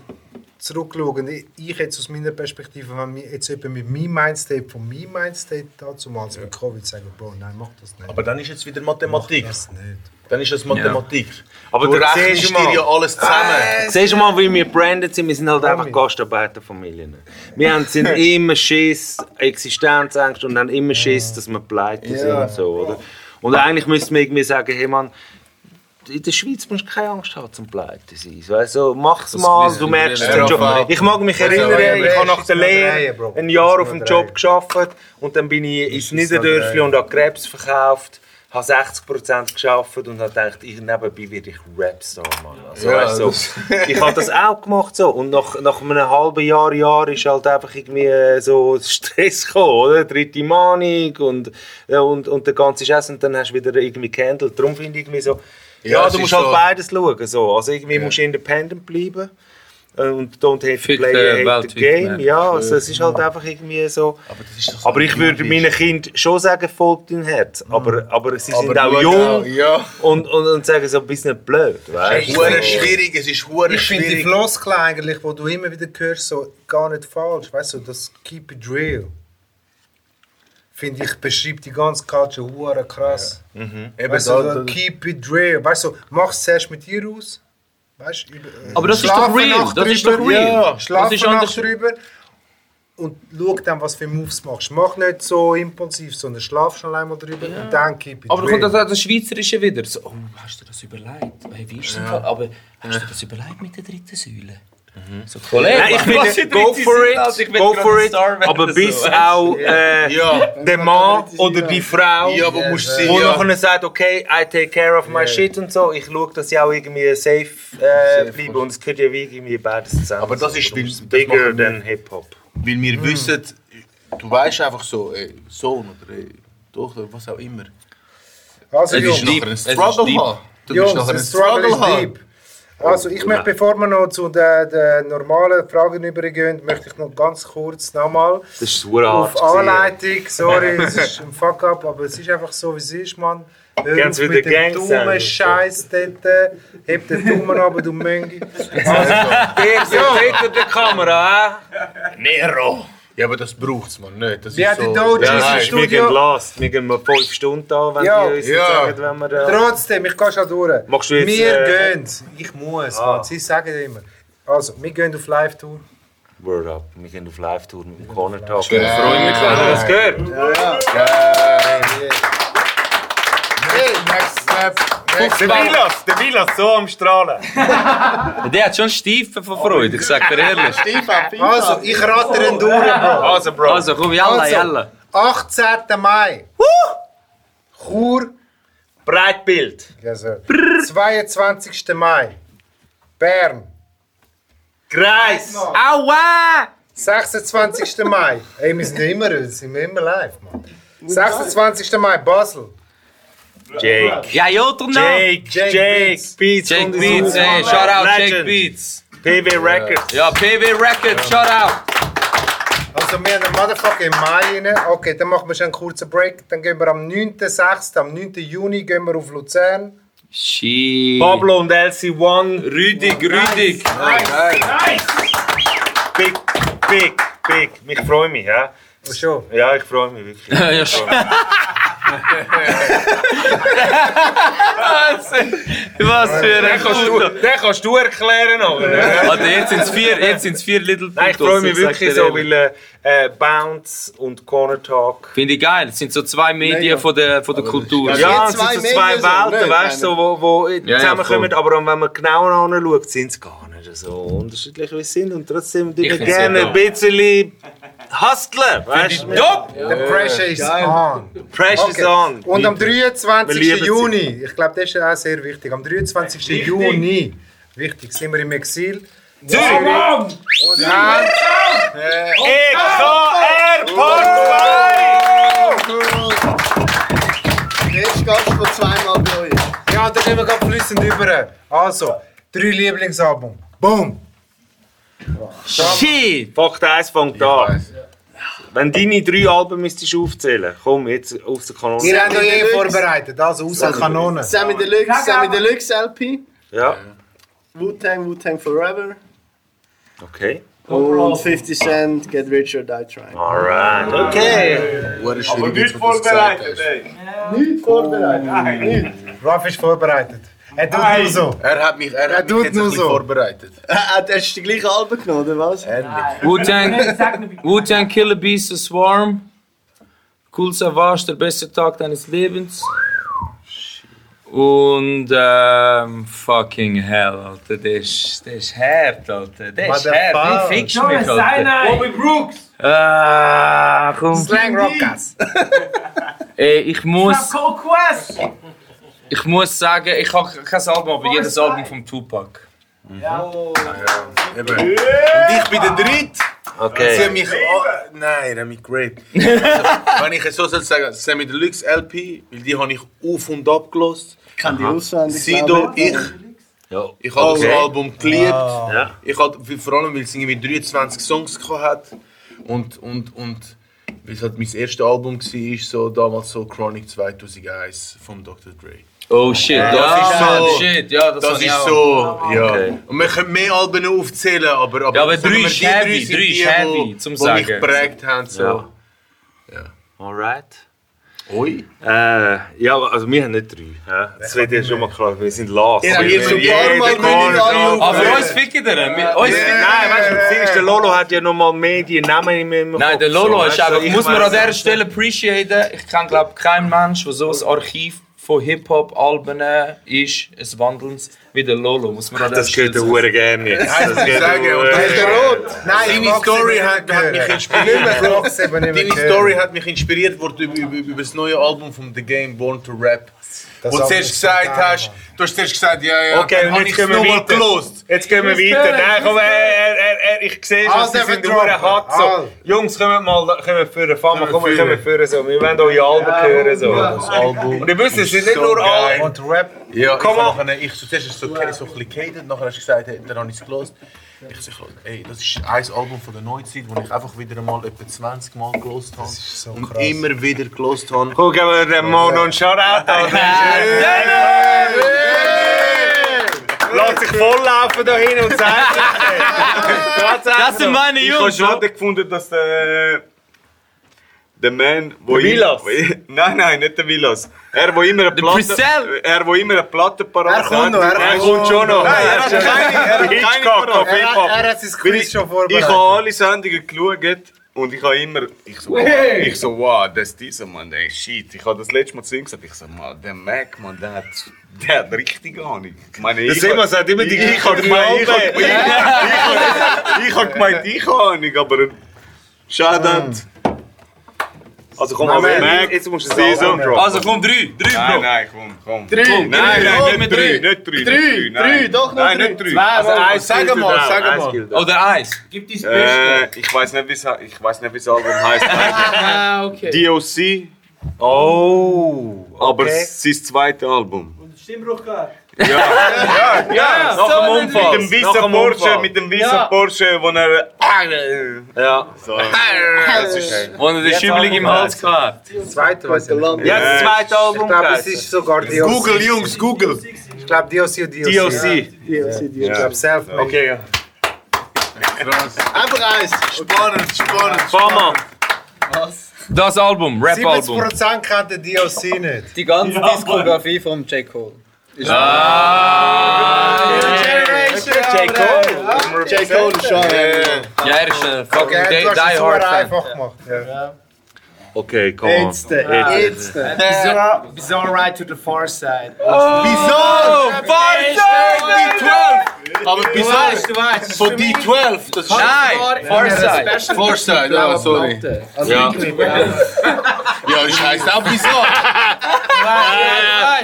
S6: zurückschauen, ich ich jetzt aus meiner Perspektive, wenn mir jetzt jemand mit meinem Mindstate von meinem Mindstate dazu mal mit Covid sagen, Bro, nein, mach das nicht.
S4: Aber dann ist jetzt wieder Mathematik.
S6: das nicht.
S4: Dann ist das Mathematik.
S5: Aber
S4: du
S5: du
S4: rechnest dir ja alles zusammen.
S5: Siehst du mal, wie wir branded sind? Wir sind halt einfach Gastarbeiterfamilien. Wir haben, sind immer Schiss, Existenzängste und haben immer Schiss, dass wir pleite sind
S2: Ja.
S5: und so, oder? Und eigentlich müssten wir irgendwie sagen, hey Mann, in der Schweiz musst du keine Angst haben zum Pleite sein. Weißt du, mach's
S2: Das
S5: mal,
S2: wissen
S5: du
S2: wir
S5: merkst
S2: nicht.
S5: den Job.
S2: Ja,
S5: Ich mag mich
S2: ja,
S5: erinnern,
S2: ja,
S5: ich habe nach der
S2: ja,
S5: Lehre
S2: ja, Bro.
S5: ein Jahr auf dem Job gearbeitet und dann bin ich ins Niederdörfli
S2: ja.
S5: und habe Krebs verkauft, habe 60% gearbeitet und habe gedacht, ich nebenbei werde ich Rapstar, Mann. Also,
S2: Ja,
S5: weißt du,
S2: das-
S5: ich habe das auch gemacht so und nach, nach einem halben Jahr, Jahr ist halt einfach irgendwie äh, so Stress gekommen, oder? Dritte Manik und, ja, und, und der ganze Scheiß und dann hast du wieder irgendwie gehandelt. Darum finde ich irgendwie so,
S2: Ja,
S5: ja,
S2: es
S5: du
S2: ist
S5: musst halt
S2: so-
S5: beides schauen. So. Also irgendwie musst du independent bleiben äh, und don't hate the
S2: Fick
S5: player,
S2: den
S5: hate the
S2: weltweiten
S5: game.
S2: Markt.
S5: Ja, also es ist halt einfach irgendwie so. Aber ich würde meinen Kindern schon sagen, folgt dein Herz. Aber, aber sie sind
S4: Aber
S5: auch
S4: schau
S5: jung
S4: auch, ja.
S5: und, und, und sagen so ein bisschen blöd. Weißt?
S4: Es ist hure schwierig, es ist hure
S6: Ich finde die
S4: schwierig.
S6: Floskel eigentlich, die du immer wieder hörst, so gar nicht falsch. Weißt du, das Keep it real. Finde ich, beschreibt die ganze Culture hure krass.
S4: Mhm.
S6: Eben weißt
S4: da-
S6: Also,
S4: da-
S6: du, so, keep it real. Weißt du, mach es zuerst mit dir aus. Weißt, du, über- äh,
S2: Aber das ist
S6: schlafe
S2: doch real,
S6: Nacht
S2: das ist
S6: drüber.
S2: doch real.
S6: Ja,
S2: Das
S6: schlafe
S2: ist
S6: Nacht
S2: anders-
S6: drüber und schau dann, was für Moves machst. Mach nicht so impulsiv, sondern schlaf schon einmal drüber und dann keep it
S2: Aber dann
S6: real.
S2: kommt das auch das Schweizerische wieder. So, oh, hast du dir das überlegt? Hey, wie ist ja. Aber hast du dir das überlegt mit der dritten Säule? So, Kollege,
S5: Nein, ich bin,
S2: was die
S5: go
S2: dritte
S5: for
S2: Säule?
S5: it,
S2: Also, ich bin
S5: go
S2: gerade
S5: for
S2: ein
S5: it,
S2: Star werden,
S5: aber
S2: so,
S5: bis
S2: weißt du?
S5: auch äh,
S2: Ja.
S5: der Mann oder die Frau,
S2: Ja, wo musst du sein,
S5: wo
S2: ja.
S5: nachher sagt, okay, I take care of my shit und so, ich schaue, dass ich auch irgendwie safe, äh, bleibe und es gehört ja wie irgendwie beides zusammen.
S4: Aber das ist
S5: Darum
S4: weil,
S5: es
S4: das
S5: bigger
S4: machen wir-
S5: than Hip-Hop.
S4: Weil wir
S5: Mhm.
S4: wissen, du weißt einfach so, ey, Sohn oder ey, Tochter, was auch immer.
S6: Also,
S4: es
S6: Jungs.
S4: ist nachher ein
S6: Es ist
S4: Struggle
S6: deep.
S4: haben. Du
S6: Jungs,
S4: bist nachher ein
S6: das Struggle
S4: Struggle
S6: ist
S4: haben.
S6: deep. Also ich möchte, bevor wir noch zu den, den normalen Fragen übergehen, möchte ich noch ganz kurz nochmal
S5: Das ist super hart.
S6: auf Anleitung, sorry, es ist ein Fuck-up, aber es ist einfach so, wie es ist, Mann. Hör
S5: Ganz
S6: auf
S5: wieder
S6: mit dem
S5: Gangs sein.
S6: dummen Scheiß dort, äh, heb den Daumen runter, du Also, Möngi.
S5: Der ist hinter der Kamera,
S4: hä? Nero! Ja, aber das braucht es man nicht. Das
S6: Wir
S4: ist
S6: haben
S4: so,
S6: die Dojos im
S4: nein.
S5: Wir gehen last, wir gehen mal fünf Stunden an, wenn
S6: Ja.
S5: die uns
S6: Ja.
S5: sagen, wenn wir... äh,
S6: Trotzdem, ich gehe schon durch.
S5: Machst du jetzt,
S6: wir
S5: äh,
S6: gehen, ich muss,
S5: Ah.
S6: Mann. sie sagen immer. Also, wir gehen auf Live-Tour.
S5: Word up, wir gehen auf Live-Tour mit dem Corner Talk. Ich
S6: Geil.
S5: freue mich, wenn ihr das gehört.
S6: Ja,
S4: Hey, next step.
S7: Der Vilas, der Vilas, so am Strahlen.
S2: Der hat schon Stiefen von Freude, ich sag dir ehrlich.
S6: Also, ich rate ihn durch, Bro.
S2: Also, Bro. Also, komm, jalla,
S6: Also,
S2: jalla.
S6: 18. Mai. Chur.
S5: Breitbild.
S6: Also, 22. Mai. Bern.
S5: Kreis.
S6: Aua! 26. Mai. Ey, wir sind ja immer, wir sind ja immer live, Mann. 26. Mai, Basel.
S5: Jake.
S2: Ja, ja oder
S5: Jake, Jake, Beats.
S2: Jake
S5: und die
S2: Beats,
S5: Suche.
S2: ey, shout out Jake
S5: Legend.
S2: Beats.
S5: PW Records.
S2: Ja, PW Records, shout out.
S6: Also wir haben einen Motherfucker im Mai rein. Okay, dann machen wir schon einen kurzen Break. Dann gehen wir am 9.6., am 9. Juni gehen wir auf Luzern.
S2: Shit.
S5: Pablo und LC1.
S2: Rüdig, Rüdig. Oh,
S5: Big, big, big. Ich freue mich, ja.
S6: Schon?
S5: Ja, ich freue mich wirklich.
S2: Ja,
S5: Ich freu
S2: schon.
S5: mich.
S2: Was für
S7: Den
S2: ein
S7: kannst du,
S2: Kuh.
S7: den kannst du erklären, aber.
S2: Alter, jetzt sind es vier, jetzt sind's vier Little
S5: Nein, ich freue mich wirklich so, weil äh, äh, Bounce und Corner Talk.
S2: Finde ich geil, das sind so zwei Medien von der, von der Kultur.
S5: Ja, es sind so zwei Welten, weißt du, wo, wo
S2: ja,
S5: zusammenkommen. aber wenn man genauer anschaut, sind sie gar nicht so unterschiedlich wie sie sind. Und trotzdem die wir
S2: find's ja
S5: gerne ein
S2: top.
S5: bisschen hustlen, weißt du?
S2: top!
S6: The pressure is on.
S5: The pressure is on.
S6: Und am
S5: Wir lieben
S6: 23.
S5: sie.
S6: Juni, ich glaube, das ist auch sehr wichtig. Am 23. Juni, wichtig, sind wir im Exil.
S7: Zürich!
S6: Und haben
S7: EKR
S6: Portwein!
S13: Der erste Gast, der zweimal bei euch ist.
S6: Ja, und dann gehen wir gerade flüssend über. Also, drei Lieblingsalbum. Boom!
S2: Shit!
S5: Fakt 1 fängt an. Wenn deine drei Alben müsstest du aufzählen, komm jetzt aus der Kanone.
S6: Wir haben euch eh vorbereitet, also aus der Kanone.
S13: Sammy Deluxe, Sammy Deluxe LP.
S5: Ja.
S13: Wu-Tang, Wu-Tang Forever.
S5: Okay.
S13: Und 50 Cent, Get Rich or Die Trying.
S5: Alright.
S6: Okay.
S4: Wer ist
S6: Aber nicht vorbereitet, ey. Nicht vorbereitet.
S13: Oh.
S6: Nein. Ralf ist vorbereitet. Er tut nur so.
S4: Er hat mich, er,
S13: Er
S4: hat mich
S13: tut
S4: jetzt
S13: nur
S4: ein bisschen
S13: so.
S4: vorbereitet.
S13: Hat er die gleiche Alben genommen, oder was?
S2: Wu-Tang, Wu-Tang Killer Beast, The Swarm. Cool Savage, der beste Tag deines Lebens. Und ähm, fucking hell, Alter, der ist, der ist hart, Alter. Der ist hart, wie fickst du mich, Alter?
S9: Bobby Brooks!
S2: Ah, komm.
S9: Slang Rockers!
S2: Ey, ich muss,
S9: Cold Quest!
S2: ich muss sagen, ich habe kein Album, aber jedes Album vom Tupac.
S4: Eben. Und ich bin der Dritte.
S2: Okay.
S4: Sie haben mich. Oh, nein, sie haben mich great. Also, wenn ich es so soll sagen, Sammy Deluxe LP, weil die habe ich auf und ab gelost.
S13: Kann die auswendig,
S4: Sido,
S13: glaube ich.
S4: ich. Ich habe
S13: Okay.
S4: das Album geliebt.
S13: Wow. Ja.
S4: Ich habe, weil- vor allem, weil es irgendwie 23 Songs gehabt hat. Und, und, und weil es halt mein erstes Album war, so damals so Chronic 2001 von Dr. Dre.
S2: Oh shit,
S4: Ja,
S2: ja,
S4: das ist so.
S2: shit, ja, das
S4: das
S2: habe ich
S4: ist
S2: auch. Ah,
S4: so. Ja.
S2: Okay.
S4: Und wir können mehr Alben aufzählen, aber.
S2: Ja, aber
S4: sagen
S2: drei
S4: wir,
S2: ist
S4: die
S2: heavy,
S4: sind
S2: drei ist
S4: die,
S2: heavy,
S4: die-
S2: zum
S4: die
S2: sagen.
S4: mich geprägt haben. So.
S5: Ja. Alright. Oi. Äh, ja, aber also wir haben nicht drei. Ja. Das wird ja schon mal klar, wir sind last.
S2: Ja,
S5: Wir
S2: wir
S5: sind
S2: sind ein paar Mal
S5: jeder
S2: müssen alle
S5: Mal-
S2: aufhören. Aber uns ficken die dann, wir- uns
S5: Nein,
S2: ficken die.
S5: Nein, weißt du, das Ding ist, der Lolo hat ja nochmal mehr die Namen im- im
S2: Nein, der
S5: Kopf, so,
S2: Lolo
S5: weißt
S2: ist
S5: du,
S2: einfach,
S5: ich
S2: muss man
S5: weiss
S2: an dieser
S5: nicht.
S2: Stelle appreciaten. Ich kenne, glaube kein Mensch, der so ein Archiv von Hip-Hop-Alben ist, ein Wandelns, wie der Lolo. Muss man an
S5: Das geht der Hure gerne jetzt.
S2: Nein, das
S5: geht
S2: sagen,
S5: der
S2: und
S5: Hure
S2: das ist
S5: gerne.
S4: Nein, Seine Story hat, hat mich inspiriert. Deine Story hat mich inspiriert worden über, über, über das neue Album von The Game Born to Rap.
S7: Das
S4: wo du
S7: Album
S4: zuerst
S7: ist
S4: gesagt
S7: brutal,
S4: hast, du hast zuerst gesagt, ja, ja,
S7: Okay, und jetzt gehen wir weiter. Jetzt gehen wir weiter. Nein, komm, er, er, er, er, ich sehe schon,
S6: Also,
S4: Alles
S7: sie sind
S4: dürfen
S7: nur hart.
S4: droppen.
S7: So. Jungs, kommen mal kommen führen. Fama,
S4: Kommen
S7: kommen, kommen führen. So. Wir wollen euer Alben hören. So. Und ihr wisst, es sind nicht nur Alben.
S4: Und Rap. Ja,
S7: Komm
S4: ich hab nachher- ich zuerst ist so, so ein bisschen gehatet, nachher hast du gesagt, hey, dann habe ich es gelesen. Ich sage, ey, das ist ein Album von der Neuzeit, das ich einfach wieder einmal etwa 20 Mal eh, gelesen habe. und immer wieder gelesen habe.
S7: Guck, geben wir dem Mann noch einen Shoutout an. Lass sich volllaufen da hin und sagt nichts mehr.
S5: Das sind meine Jungs,
S7: Ich habe schade gefunden, dass der.
S5: äh, Der Mann, wo
S7: Der Vilas.
S5: im- Nein, nein, nicht der Villas. Er, wo immer eine Platte.
S7: Priscell.
S5: Er, wo immer eine Platte
S7: Er
S5: parat
S7: kommt
S5: hat,
S7: noch, er
S5: er
S7: kommt
S5: kommt schon noch.
S7: Nein, er hat keine- er hat keine
S5: Hitchcock
S7: parat.
S5: auf Hip-Hop.
S7: Er- er hat sein Quiz
S5: Weil ich-
S7: schon vorbereitet.
S5: Ich habe alle Sendungen geschaut und ich habe immer. Ich so, wow,
S7: Hey.
S5: ich so, wow das ist dieser Mann, der ist shit. Ich habe das letzte Mal zu ihm gesagt, ich so, Mann, der Mac, Mann, der hat. Der hat richtig Ahnung. Ich meine,
S7: Der Simon sagt immer die
S5: ich- ich
S7: gleichen
S5: habe gemeint, ich habe
S7: Alben.
S5: gemeint, ich habe- ich habe gemeint, ich habe Ahnung, aber Shoutout.
S7: Mm.
S5: Also komm,
S2: Nein,
S5: also
S2: nein,
S5: Mac,
S2: jetzt musst du das
S5: Season
S2: Album
S5: Drop.
S2: droppen. Also komm, drei, drei,
S5: Nein,
S2: Bro.
S5: nein, komm, komm.
S2: Drei,
S5: Komm,
S2: drei,
S5: nein,
S2: drei,
S5: nein, nicht
S2: drei.
S5: drei, nicht drei, nicht drei,
S2: Drei,
S5: nein.
S2: drei, doch, noch
S5: Nein,
S2: drei.
S5: nicht drei.
S2: Zwei,
S5: Also
S2: Mann.
S5: eins
S2: Sag
S5: gilt
S2: mal,
S5: down,
S2: sag
S5: eins
S2: mal.
S5: gilt down.
S2: Oder eins. Gib dein Bestes.
S5: Äh, ich weiß nicht, wie ich weiß nicht, wie das Album heißt.
S2: Ah, okay.
S5: DOC. Oh, aber
S10: okay.
S5: es ist das zweite Album.
S10: Stimmbruch gehabt.
S5: Ja,
S10: ja,
S5: nach
S10: ja, so
S5: dem
S10: nicht
S5: Unfall.
S10: richtig.
S5: Mit dem weißen Porsche, mit dem weißen
S10: Ja.
S5: Porsche, wo er. Ja, Ah, so. Das ist.
S2: Wo er den Schübelig im Hals gehabt
S6: Das zweite weiß ich nicht.
S5: Ja, das zweite Album
S6: Ich glaube, es
S5: geheißen.
S6: ist sogar DOC.
S5: Google, Jungs,
S6: Google. Ich glaube, DOC und DOC.
S5: DOC.
S6: Ja. DOC, Ich glaube, Selfmade.
S5: Okay, ja.
S13: Einfach eins.
S4: Spannend, spannend.
S2: Fama. Das Album, Rap-Album.
S6: 70% kennt der DOC nicht.
S11: Die ganze Diskografie von J. Cole.
S6: J. Cole.
S13: J. Cole ist schon.
S2: Ja, er ist ein fucking
S6: Okay, du
S2: Die-
S6: hast es super
S2: Die-Hard-Fan.
S6: einfach gemacht. Ja.
S5: Okay, komm.
S13: Jetzt, äh, jetzt. äh.
S12: Bizarre, bizarre Ride to the Far Side.
S4: Bizarre!
S12: Far
S4: D12! Aber
S12: Du
S4: bizarre!
S12: weißt, du weißt.
S4: Von D12! Das ist
S12: Nein, Forsyth.
S4: Forsyth, ja, sorry.
S12: Also
S4: ja.
S12: wirklich,
S4: ja, ich heißt auch bizarre.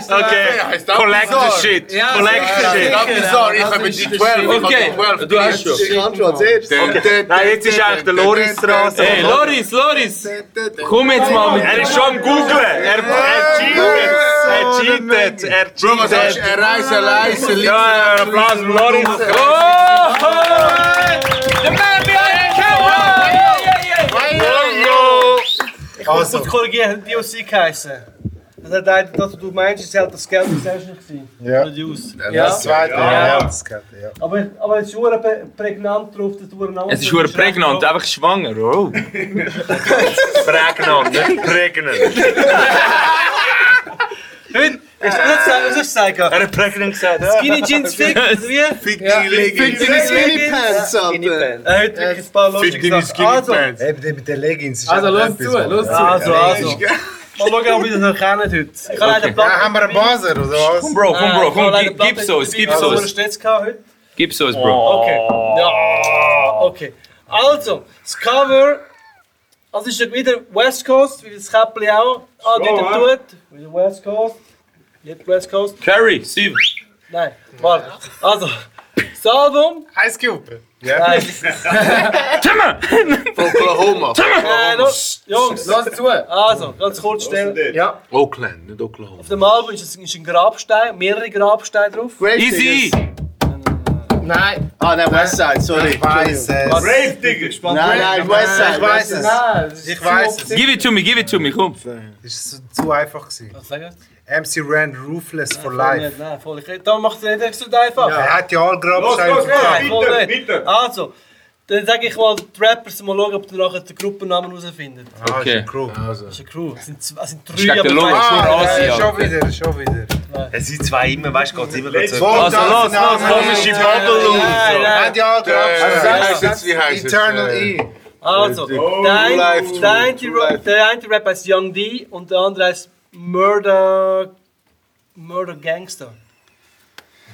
S5: Okay,
S4: heißt auch
S5: collect
S4: bizarre.
S5: the shit.
S4: Ja,
S5: collect
S4: ja,
S5: the shit.
S4: ja, ja, bizarre. Ich habe D12.
S2: Okay, du hast schon.
S5: Okay. Nein, jetzt ist eigentlich der Loris dran.
S2: Hey, Loris, Loris! Komm jetzt mal mit
S5: Er ist schon am Googlen. Er, er
S6: Oh,
S5: cheatet. Er cheatet. Er
S4: Bro, was hast du?
S5: cheatet.
S4: Er reist, er leist, er liegt.
S5: Ja, Applaus, Loris.
S2: The Oh, man behind the camera!
S12: Ich muss kurz korrigieren, hat DOC geheißen.
S1: Das hat einer, das, was du meinst, ist halt das Geld das erste gewesen.
S6: Ja.
S1: Produce.
S6: Ja, das zweite, ja. das Geld, ja.
S1: Aber, aber es ist schon prä- prägnant drauf, dass du einen
S2: Es ist hure prägnant, einfach schwanger, oh.
S5: prägnant, nicht prägnant.
S1: Heute, hast du nicht gesagt, was hast du gesagt? Er
S5: hat prägnant gesagt,
S1: ja. Skinny Jeans Fick, oder wie? Fick
S6: deine Leggings.
S1: Fick deine
S6: Skinny
S1: Leggings.
S6: Pants, Alter.
S1: Skinny Pants. Er hat wirklich ein paar lustige
S6: Fick deine
S1: Sachen.
S6: Skinny
S1: Also,
S6: Pants. Eben der mit den Leggings ist
S1: Also,
S6: einfach
S1: los
S6: etwas,
S1: zu,
S6: Mann.
S1: los zu. Also, also. Mal schauen, ob wir das noch kennen heute. Ich habe leider
S6: Okay. Ja, haben wir einen Buzzer, oder was?
S2: Komm, Bro, Ah, komm, Bro, komm, gib- gib's uns, gib's uns.
S1: uns.
S2: Gib's uns, Bro.
S1: Okay. Ja, okay. Also, das Cover. Also ist ja wieder West Coast, wie das Käppli auch Ah,
S2: Slow,
S1: andeuten
S2: hä?
S1: tut. Wieder West Coast. Nicht West Coast.
S2: Carrie, Steve.
S1: Nein, warte. Also, das Album.
S6: Ice Cube.
S1: Ja.
S6: Ja.
S1: Nein. Timmer!
S4: Oklahoma.
S1: Äh, no,
S2: Oh,
S1: Jungs, lasst zu. Also, ganz kurz schnell. Ja.
S4: Oakland, nicht Oklahoma.
S1: Auf dem Album ist, ist ein Grabstein, mehrere Grabsteine drauf.
S4: Easy!
S13: Nein. Ah, nein, Westside, sorry.
S6: Ich weiß es.
S13: Was?
S6: Brave Digger.
S13: Nein, nein, Westside.
S6: Ich weiß es.
S13: Nein, das ist
S6: Ich
S13: zu
S6: weiß es.
S2: Give it to me, give it to me, komm.
S6: Das war zu einfach. Gewesen.
S1: Was sagst
S6: MC Rand, Ruthless for
S1: Voll
S6: Life.
S1: nicht, Nein, voll nicht. Da macht es nicht so einfach.
S6: Ja, er hat ja alle Grabsteine
S1: Los, los, los,
S6: verkauft.
S1: voll
S6: Bitte,
S1: nicht. Also, dann sage ich mal, die Rappers mal schauen, ob ihr nachher den Gruppennamen herausfindet.
S6: Ah, ist eine Crew.
S1: Das ist eine Crew. Es sind, z- es sind
S6: Steck
S1: drei,
S6: den
S1: aber
S6: Logo,
S1: zwei-
S6: schon raus,
S1: Ah,
S6: ja.
S1: schon wieder.
S6: Wieder, schon wieder.
S5: Es sind zwei immer, weißt du, geht's immer gleich zurück.
S6: Also, los, los,
S5: los, ist die Bubble aus.
S6: Hat nou ja alle Grabsteine.
S5: wie heißt es?
S6: Eternal E.
S1: Also,
S6: Oh,
S1: der, ein,
S6: live true,
S1: der, eine,
S6: true
S1: Ra- der eine Rapper heißt Young D und der andere heißt Murder. Murder Gangster.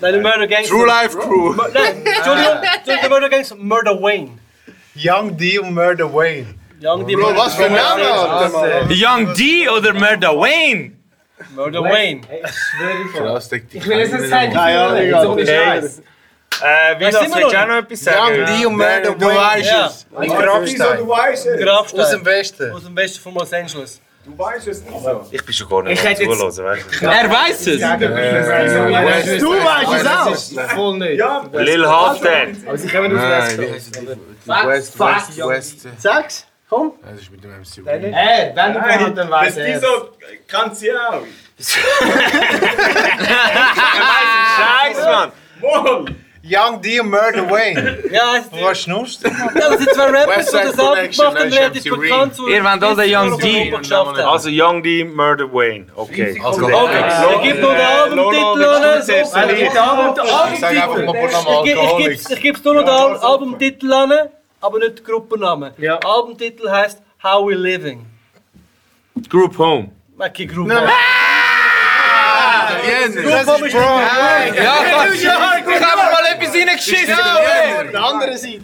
S1: Nein, nicht Murder Gangster.
S6: True Life Crew.
S1: Mur- Nein, Entschuldigung, Entschuldigung, Murder Gangster, Murder Wayne.
S6: Young D und Murder Wayne.
S1: Young D.
S6: Bro,
S1: Murder
S6: was für ein
S1: Wayne.
S6: Name, Alter, Mann.
S2: Young D oder Murder Wayne?
S1: Murder Wayne.
S4: Krass, der
S2: Ich will jetzt nicht
S4: sagen,
S2: Ja, ja,
S4: Digga,
S2: ohne Scheiß.
S5: Äh,
S1: Da sind
S5: Vilas,
S1: wir
S5: willst du
S1: noch.
S5: auch noch etwas sagen?
S1: Young D und Murder
S5: Du
S1: Wayne.
S5: weißt
S1: Ja.
S5: es.
S1: Ein Grabstein.
S5: Du weißt es.
S1: Grabstein.
S5: Aus dem
S6: Westen.
S1: Aus dem Westen von Los Angeles.
S5: Du weißt es nicht so. Ich bin schon gar nicht
S1: Ich
S5: mehr
S1: hätte jetzt-
S5: zuhören, weißt du.
S2: Er weiß es.
S5: Du
S12: weißt es auch. Voll nicht.
S5: Lil Half Dead.
S12: Aber sie kommen aus West
S4: Nein, wie
S12: Coast.
S4: heisst die?
S12: Fuck,
S4: West,
S12: fuck,
S4: West,
S12: Young
S4: West.
S12: Sag's, komm.
S4: Das ist mit dem MC
S12: Hey, wenn du
S7: Nein,
S12: brauchst, dann weiß
S7: dass
S12: er
S7: die so- Kann sie auch.
S5: Scheiß, Mann.
S6: Young D und Murder Wayne.
S1: Ja, es
S6: Wo schnurst du?
S1: Ja, das sind zwei Rappers, die
S6: Westside
S1: das auch
S6: Connection,
S1: gemacht haben,
S6: ne,
S1: relativ
S6: Shamsi Ring.
S1: bekannt.
S2: Ihr wollt alle Young D.
S5: Also Young D, Murder Wayne. Okay.
S2: Also,
S5: Okay.
S2: okay.
S1: Dann gib noch den Albumtitel an. so.
S5: zuerst
S1: Dann gib den Album- den
S5: Ich sag einfach mal,
S1: Albumtitel.
S5: Bruder, mal
S1: Ich geb- ich
S5: Alkoholics.
S1: geb's- Ich gebe nur noch den Al- Albumtitel an, aber nicht den Gruppennamen. Albumtitel heisst How We Living.
S2: Group Home.
S1: Mackie Group.
S2: Nein,
S1: Home.
S4: Jenner.
S1: Group Home ist
S4: Nein.
S2: Ja,
S4: New York,
S2: ich hab mir mal etwas reingeschissen. ey.
S4: Der andere Seite.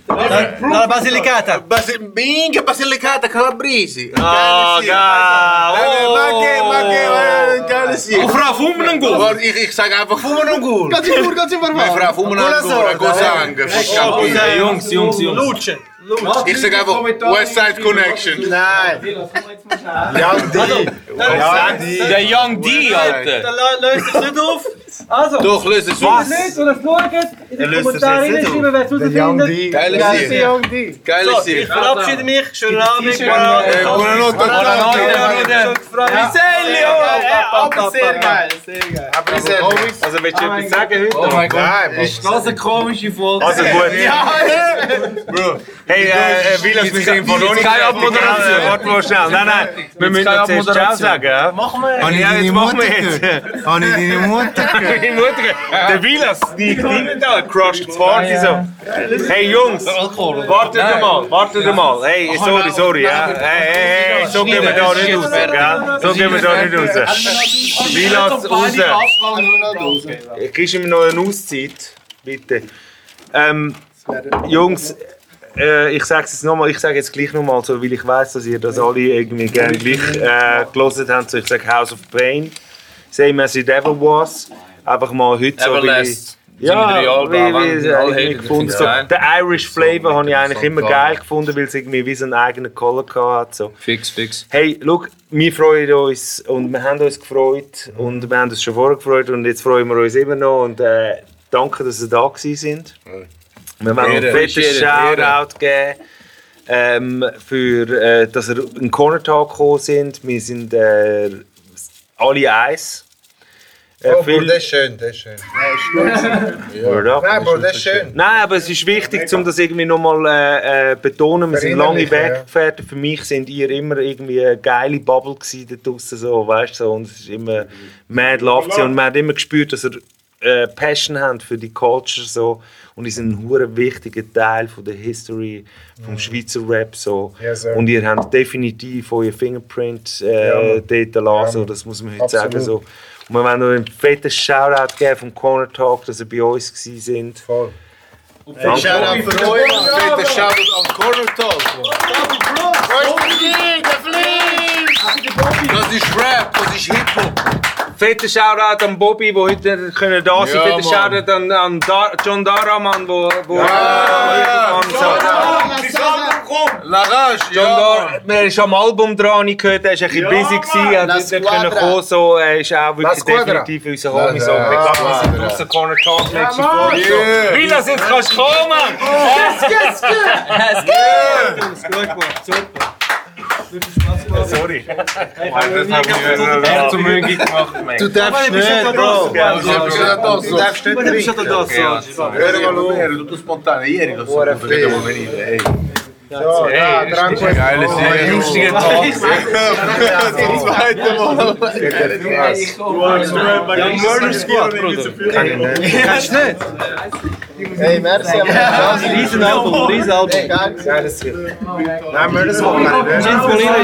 S1: La Basilicata.
S4: Basi Minchia Basilicata, Calabrese.
S5: Ah,
S4: geil. eh, Ma che, eh, ma che, geile Sieg.
S2: Oh, Frau Fumenangul.
S4: Ich, ich sag einfach Fumenangul.
S13: Ganz in Ruhe, ganz in Ruhe.
S4: Frau Fumenangul, Gosang, Fischkampin.
S2: Okay, Jungs, Jungs, Jungs.
S1: Luce. Luce.
S4: Ich sag einfach Westside Connection.
S6: Nein. Young D. Young D.
S2: Der Young D,
S1: Dann
S2: Alter.
S1: lö- löst es nicht auf. Also,
S4: Doch, löst es auf.
S1: Nicht, und es schaut in
S4: Er
S1: die
S4: löst es
S1: Kommentare
S4: jetzt nicht
S1: reinschreiben, wer es
S6: Der Young
S1: herausfindet.
S6: D.
S4: Geile
S6: Geile
S4: Sieg.
S6: Young D.
S4: Geile
S1: So, ich
S4: Sieg.
S1: verabschiede mich. Schönen Abend.
S4: Eh, Buonanotte,
S2: Buonanotte.
S1: Aber
S12: sehr geil, sehr geil.
S6: Aber sehr gut.
S5: Also willst du etwas sagen heute?
S4: Oh mein Gott.
S6: Nein, Mann.
S12: Was eine komische Folge.
S5: Also gut. Hey, äh, äh, Vilas, wir sind von Ronny.
S2: keine Abmoderation.
S5: Warte mal schnell. Nein, nein. Wir müssen
S2: keine
S5: noch zuerst Ciao
S2: Abmoderation.
S5: sagen. ja?
S12: Machen wir.
S5: Und ja, jetzt machen wir jetzt.
S6: Habe ich deine Mutter gehört?
S5: Meine Mutter, der Vilas, die Dimental crushed das Party so. Hey Jungs, wartet mal, wartet mal. Hey, sorry, sorry. Ja. Hey, hey, hey, so gehen wir da nicht raus, gell? So gehen wir da nicht raus. Vilas, raus. Gibst du mir noch eine Auszeit, bitte? Ähm, Jungs, äh, ich sage jetzt nochmal, ich sage jetzt gleich nochmal, so, weil ich weiß, dass ihr das alle irgendwie gerne gleich äh, gelesen habt. So, ich sage House of Pain, Same as it ever was. Einfach mal heute so
S2: Everlast.
S5: Ja,
S2: Sind drei Alben,
S5: wie,
S2: wenn
S5: wie,
S2: wir alle
S5: irgendwie
S2: hätten,
S5: gefunden.
S2: finde ich
S5: So,
S2: geil.
S5: den Irish Flavor habe ich eigentlich immer
S2: Song
S5: geil gefunden, weil es irgendwie wie so einen eigenen Color hatte. So.
S2: Fix, fix.
S5: Hey, schau, wir freuen uns und wir haben uns gefreut und wir haben uns schon vorher gefreut und jetzt freuen wir uns immer noch und äh, danke, dass ihr da gewesen sind. Wir wollen einen
S2: Ehre.
S5: fetten
S2: Ehre.
S5: Shoutout geben, ähm, für, äh, dass ihr in den Corner Talk gekommen sind. Wir sind äh, alle eins. Äh,
S6: Oh, Bro,
S5: viel-
S6: das ist schön, das ist schön.
S5: Ja.
S6: Nein, Bro, das ist schön.
S5: Nein, aber es ist wichtig, um das irgendwie nochmal äh, äh, betonen. Wir sind lange
S6: Verinnerlichen, ja.
S5: Weggefährten. Für mich sind ihr immer irgendwie eine geile Bubble gewesen da draussen, so, weißt du, so. und es ist immer mad love gewesen. und man hat immer gespürt, dass ihr äh, Passion habt für die Culture so und ihr seid ein hure wichtiger Teil von der History vom
S6: Mhm.
S5: Schweizer Rap so
S6: Yes, sir.
S5: und ihr habt definitiv euer Fingerprint
S6: Ja,
S5: äh,
S6: Mann.
S5: dort lassen, das muss man heute
S6: Absolut.
S5: sagen so. Und wir wollen noch einen fetten Shoutout geben vom Corner Talk, dass ihr bei uns gewesen sind.
S6: Voll.
S4: Hey, Shoutout für euch, bitte Shoutout an Corner Talk. Mann.
S7: Das ist Rap, das ist Hip-Hop. Fetter Shoutout an Bobby, der heute können da sein
S1: Ja,
S7: können. Fetter
S1: Mann.
S7: Shoutout an, an da John Daraman, wo... wo
S4: La Rage,
S7: John Dar man ist am Album dran, ich gehört, er ist ein bisschen
S5: Ja,
S7: busy
S5: Mann.
S7: gewesen, er hat
S5: La
S7: nicht dort
S5: Squadra.
S7: können kommen, so, er ist auch
S5: La
S7: wirklich
S5: Squadra.
S7: definitiv unser
S5: La
S7: Homie, so,
S5: Squadra.
S7: wir sind
S5: Ja.
S7: draussen, Corner Talk,
S5: Ja,
S7: letzte
S5: Mann.
S7: Folge,
S5: Yeah.
S7: so. Vilas, jetzt kannst du kommen!
S12: Yes, yes, yes.
S7: Yeah. Ist gut geworden, super.
S5: Sorry.
S7: Das haben wir nicht zu mögen gemacht, Mann.
S12: Du darfst Aber ich bin nicht, schon Bro. da so. Ja, ich bin schon da so. Du darfst nicht Ich bin schon da so.
S4: Era valore, era tutto spontaneo. Ieri lo so che devo venire. Ehi.
S6: So, da, tranquillo.
S4: Geile Serie.
S6: Lustiger
S4: Talk.
S6: Zum zweiten
S4: Mal.
S6: Ja, Murder Squad, Bruder. Kann ich nicht. Kannst du nicht?
S13: Hey, merci.
S6: Riesenalbum,
S13: Riesenalbum.
S6: Nein, Murder Squad. kann ich nicht.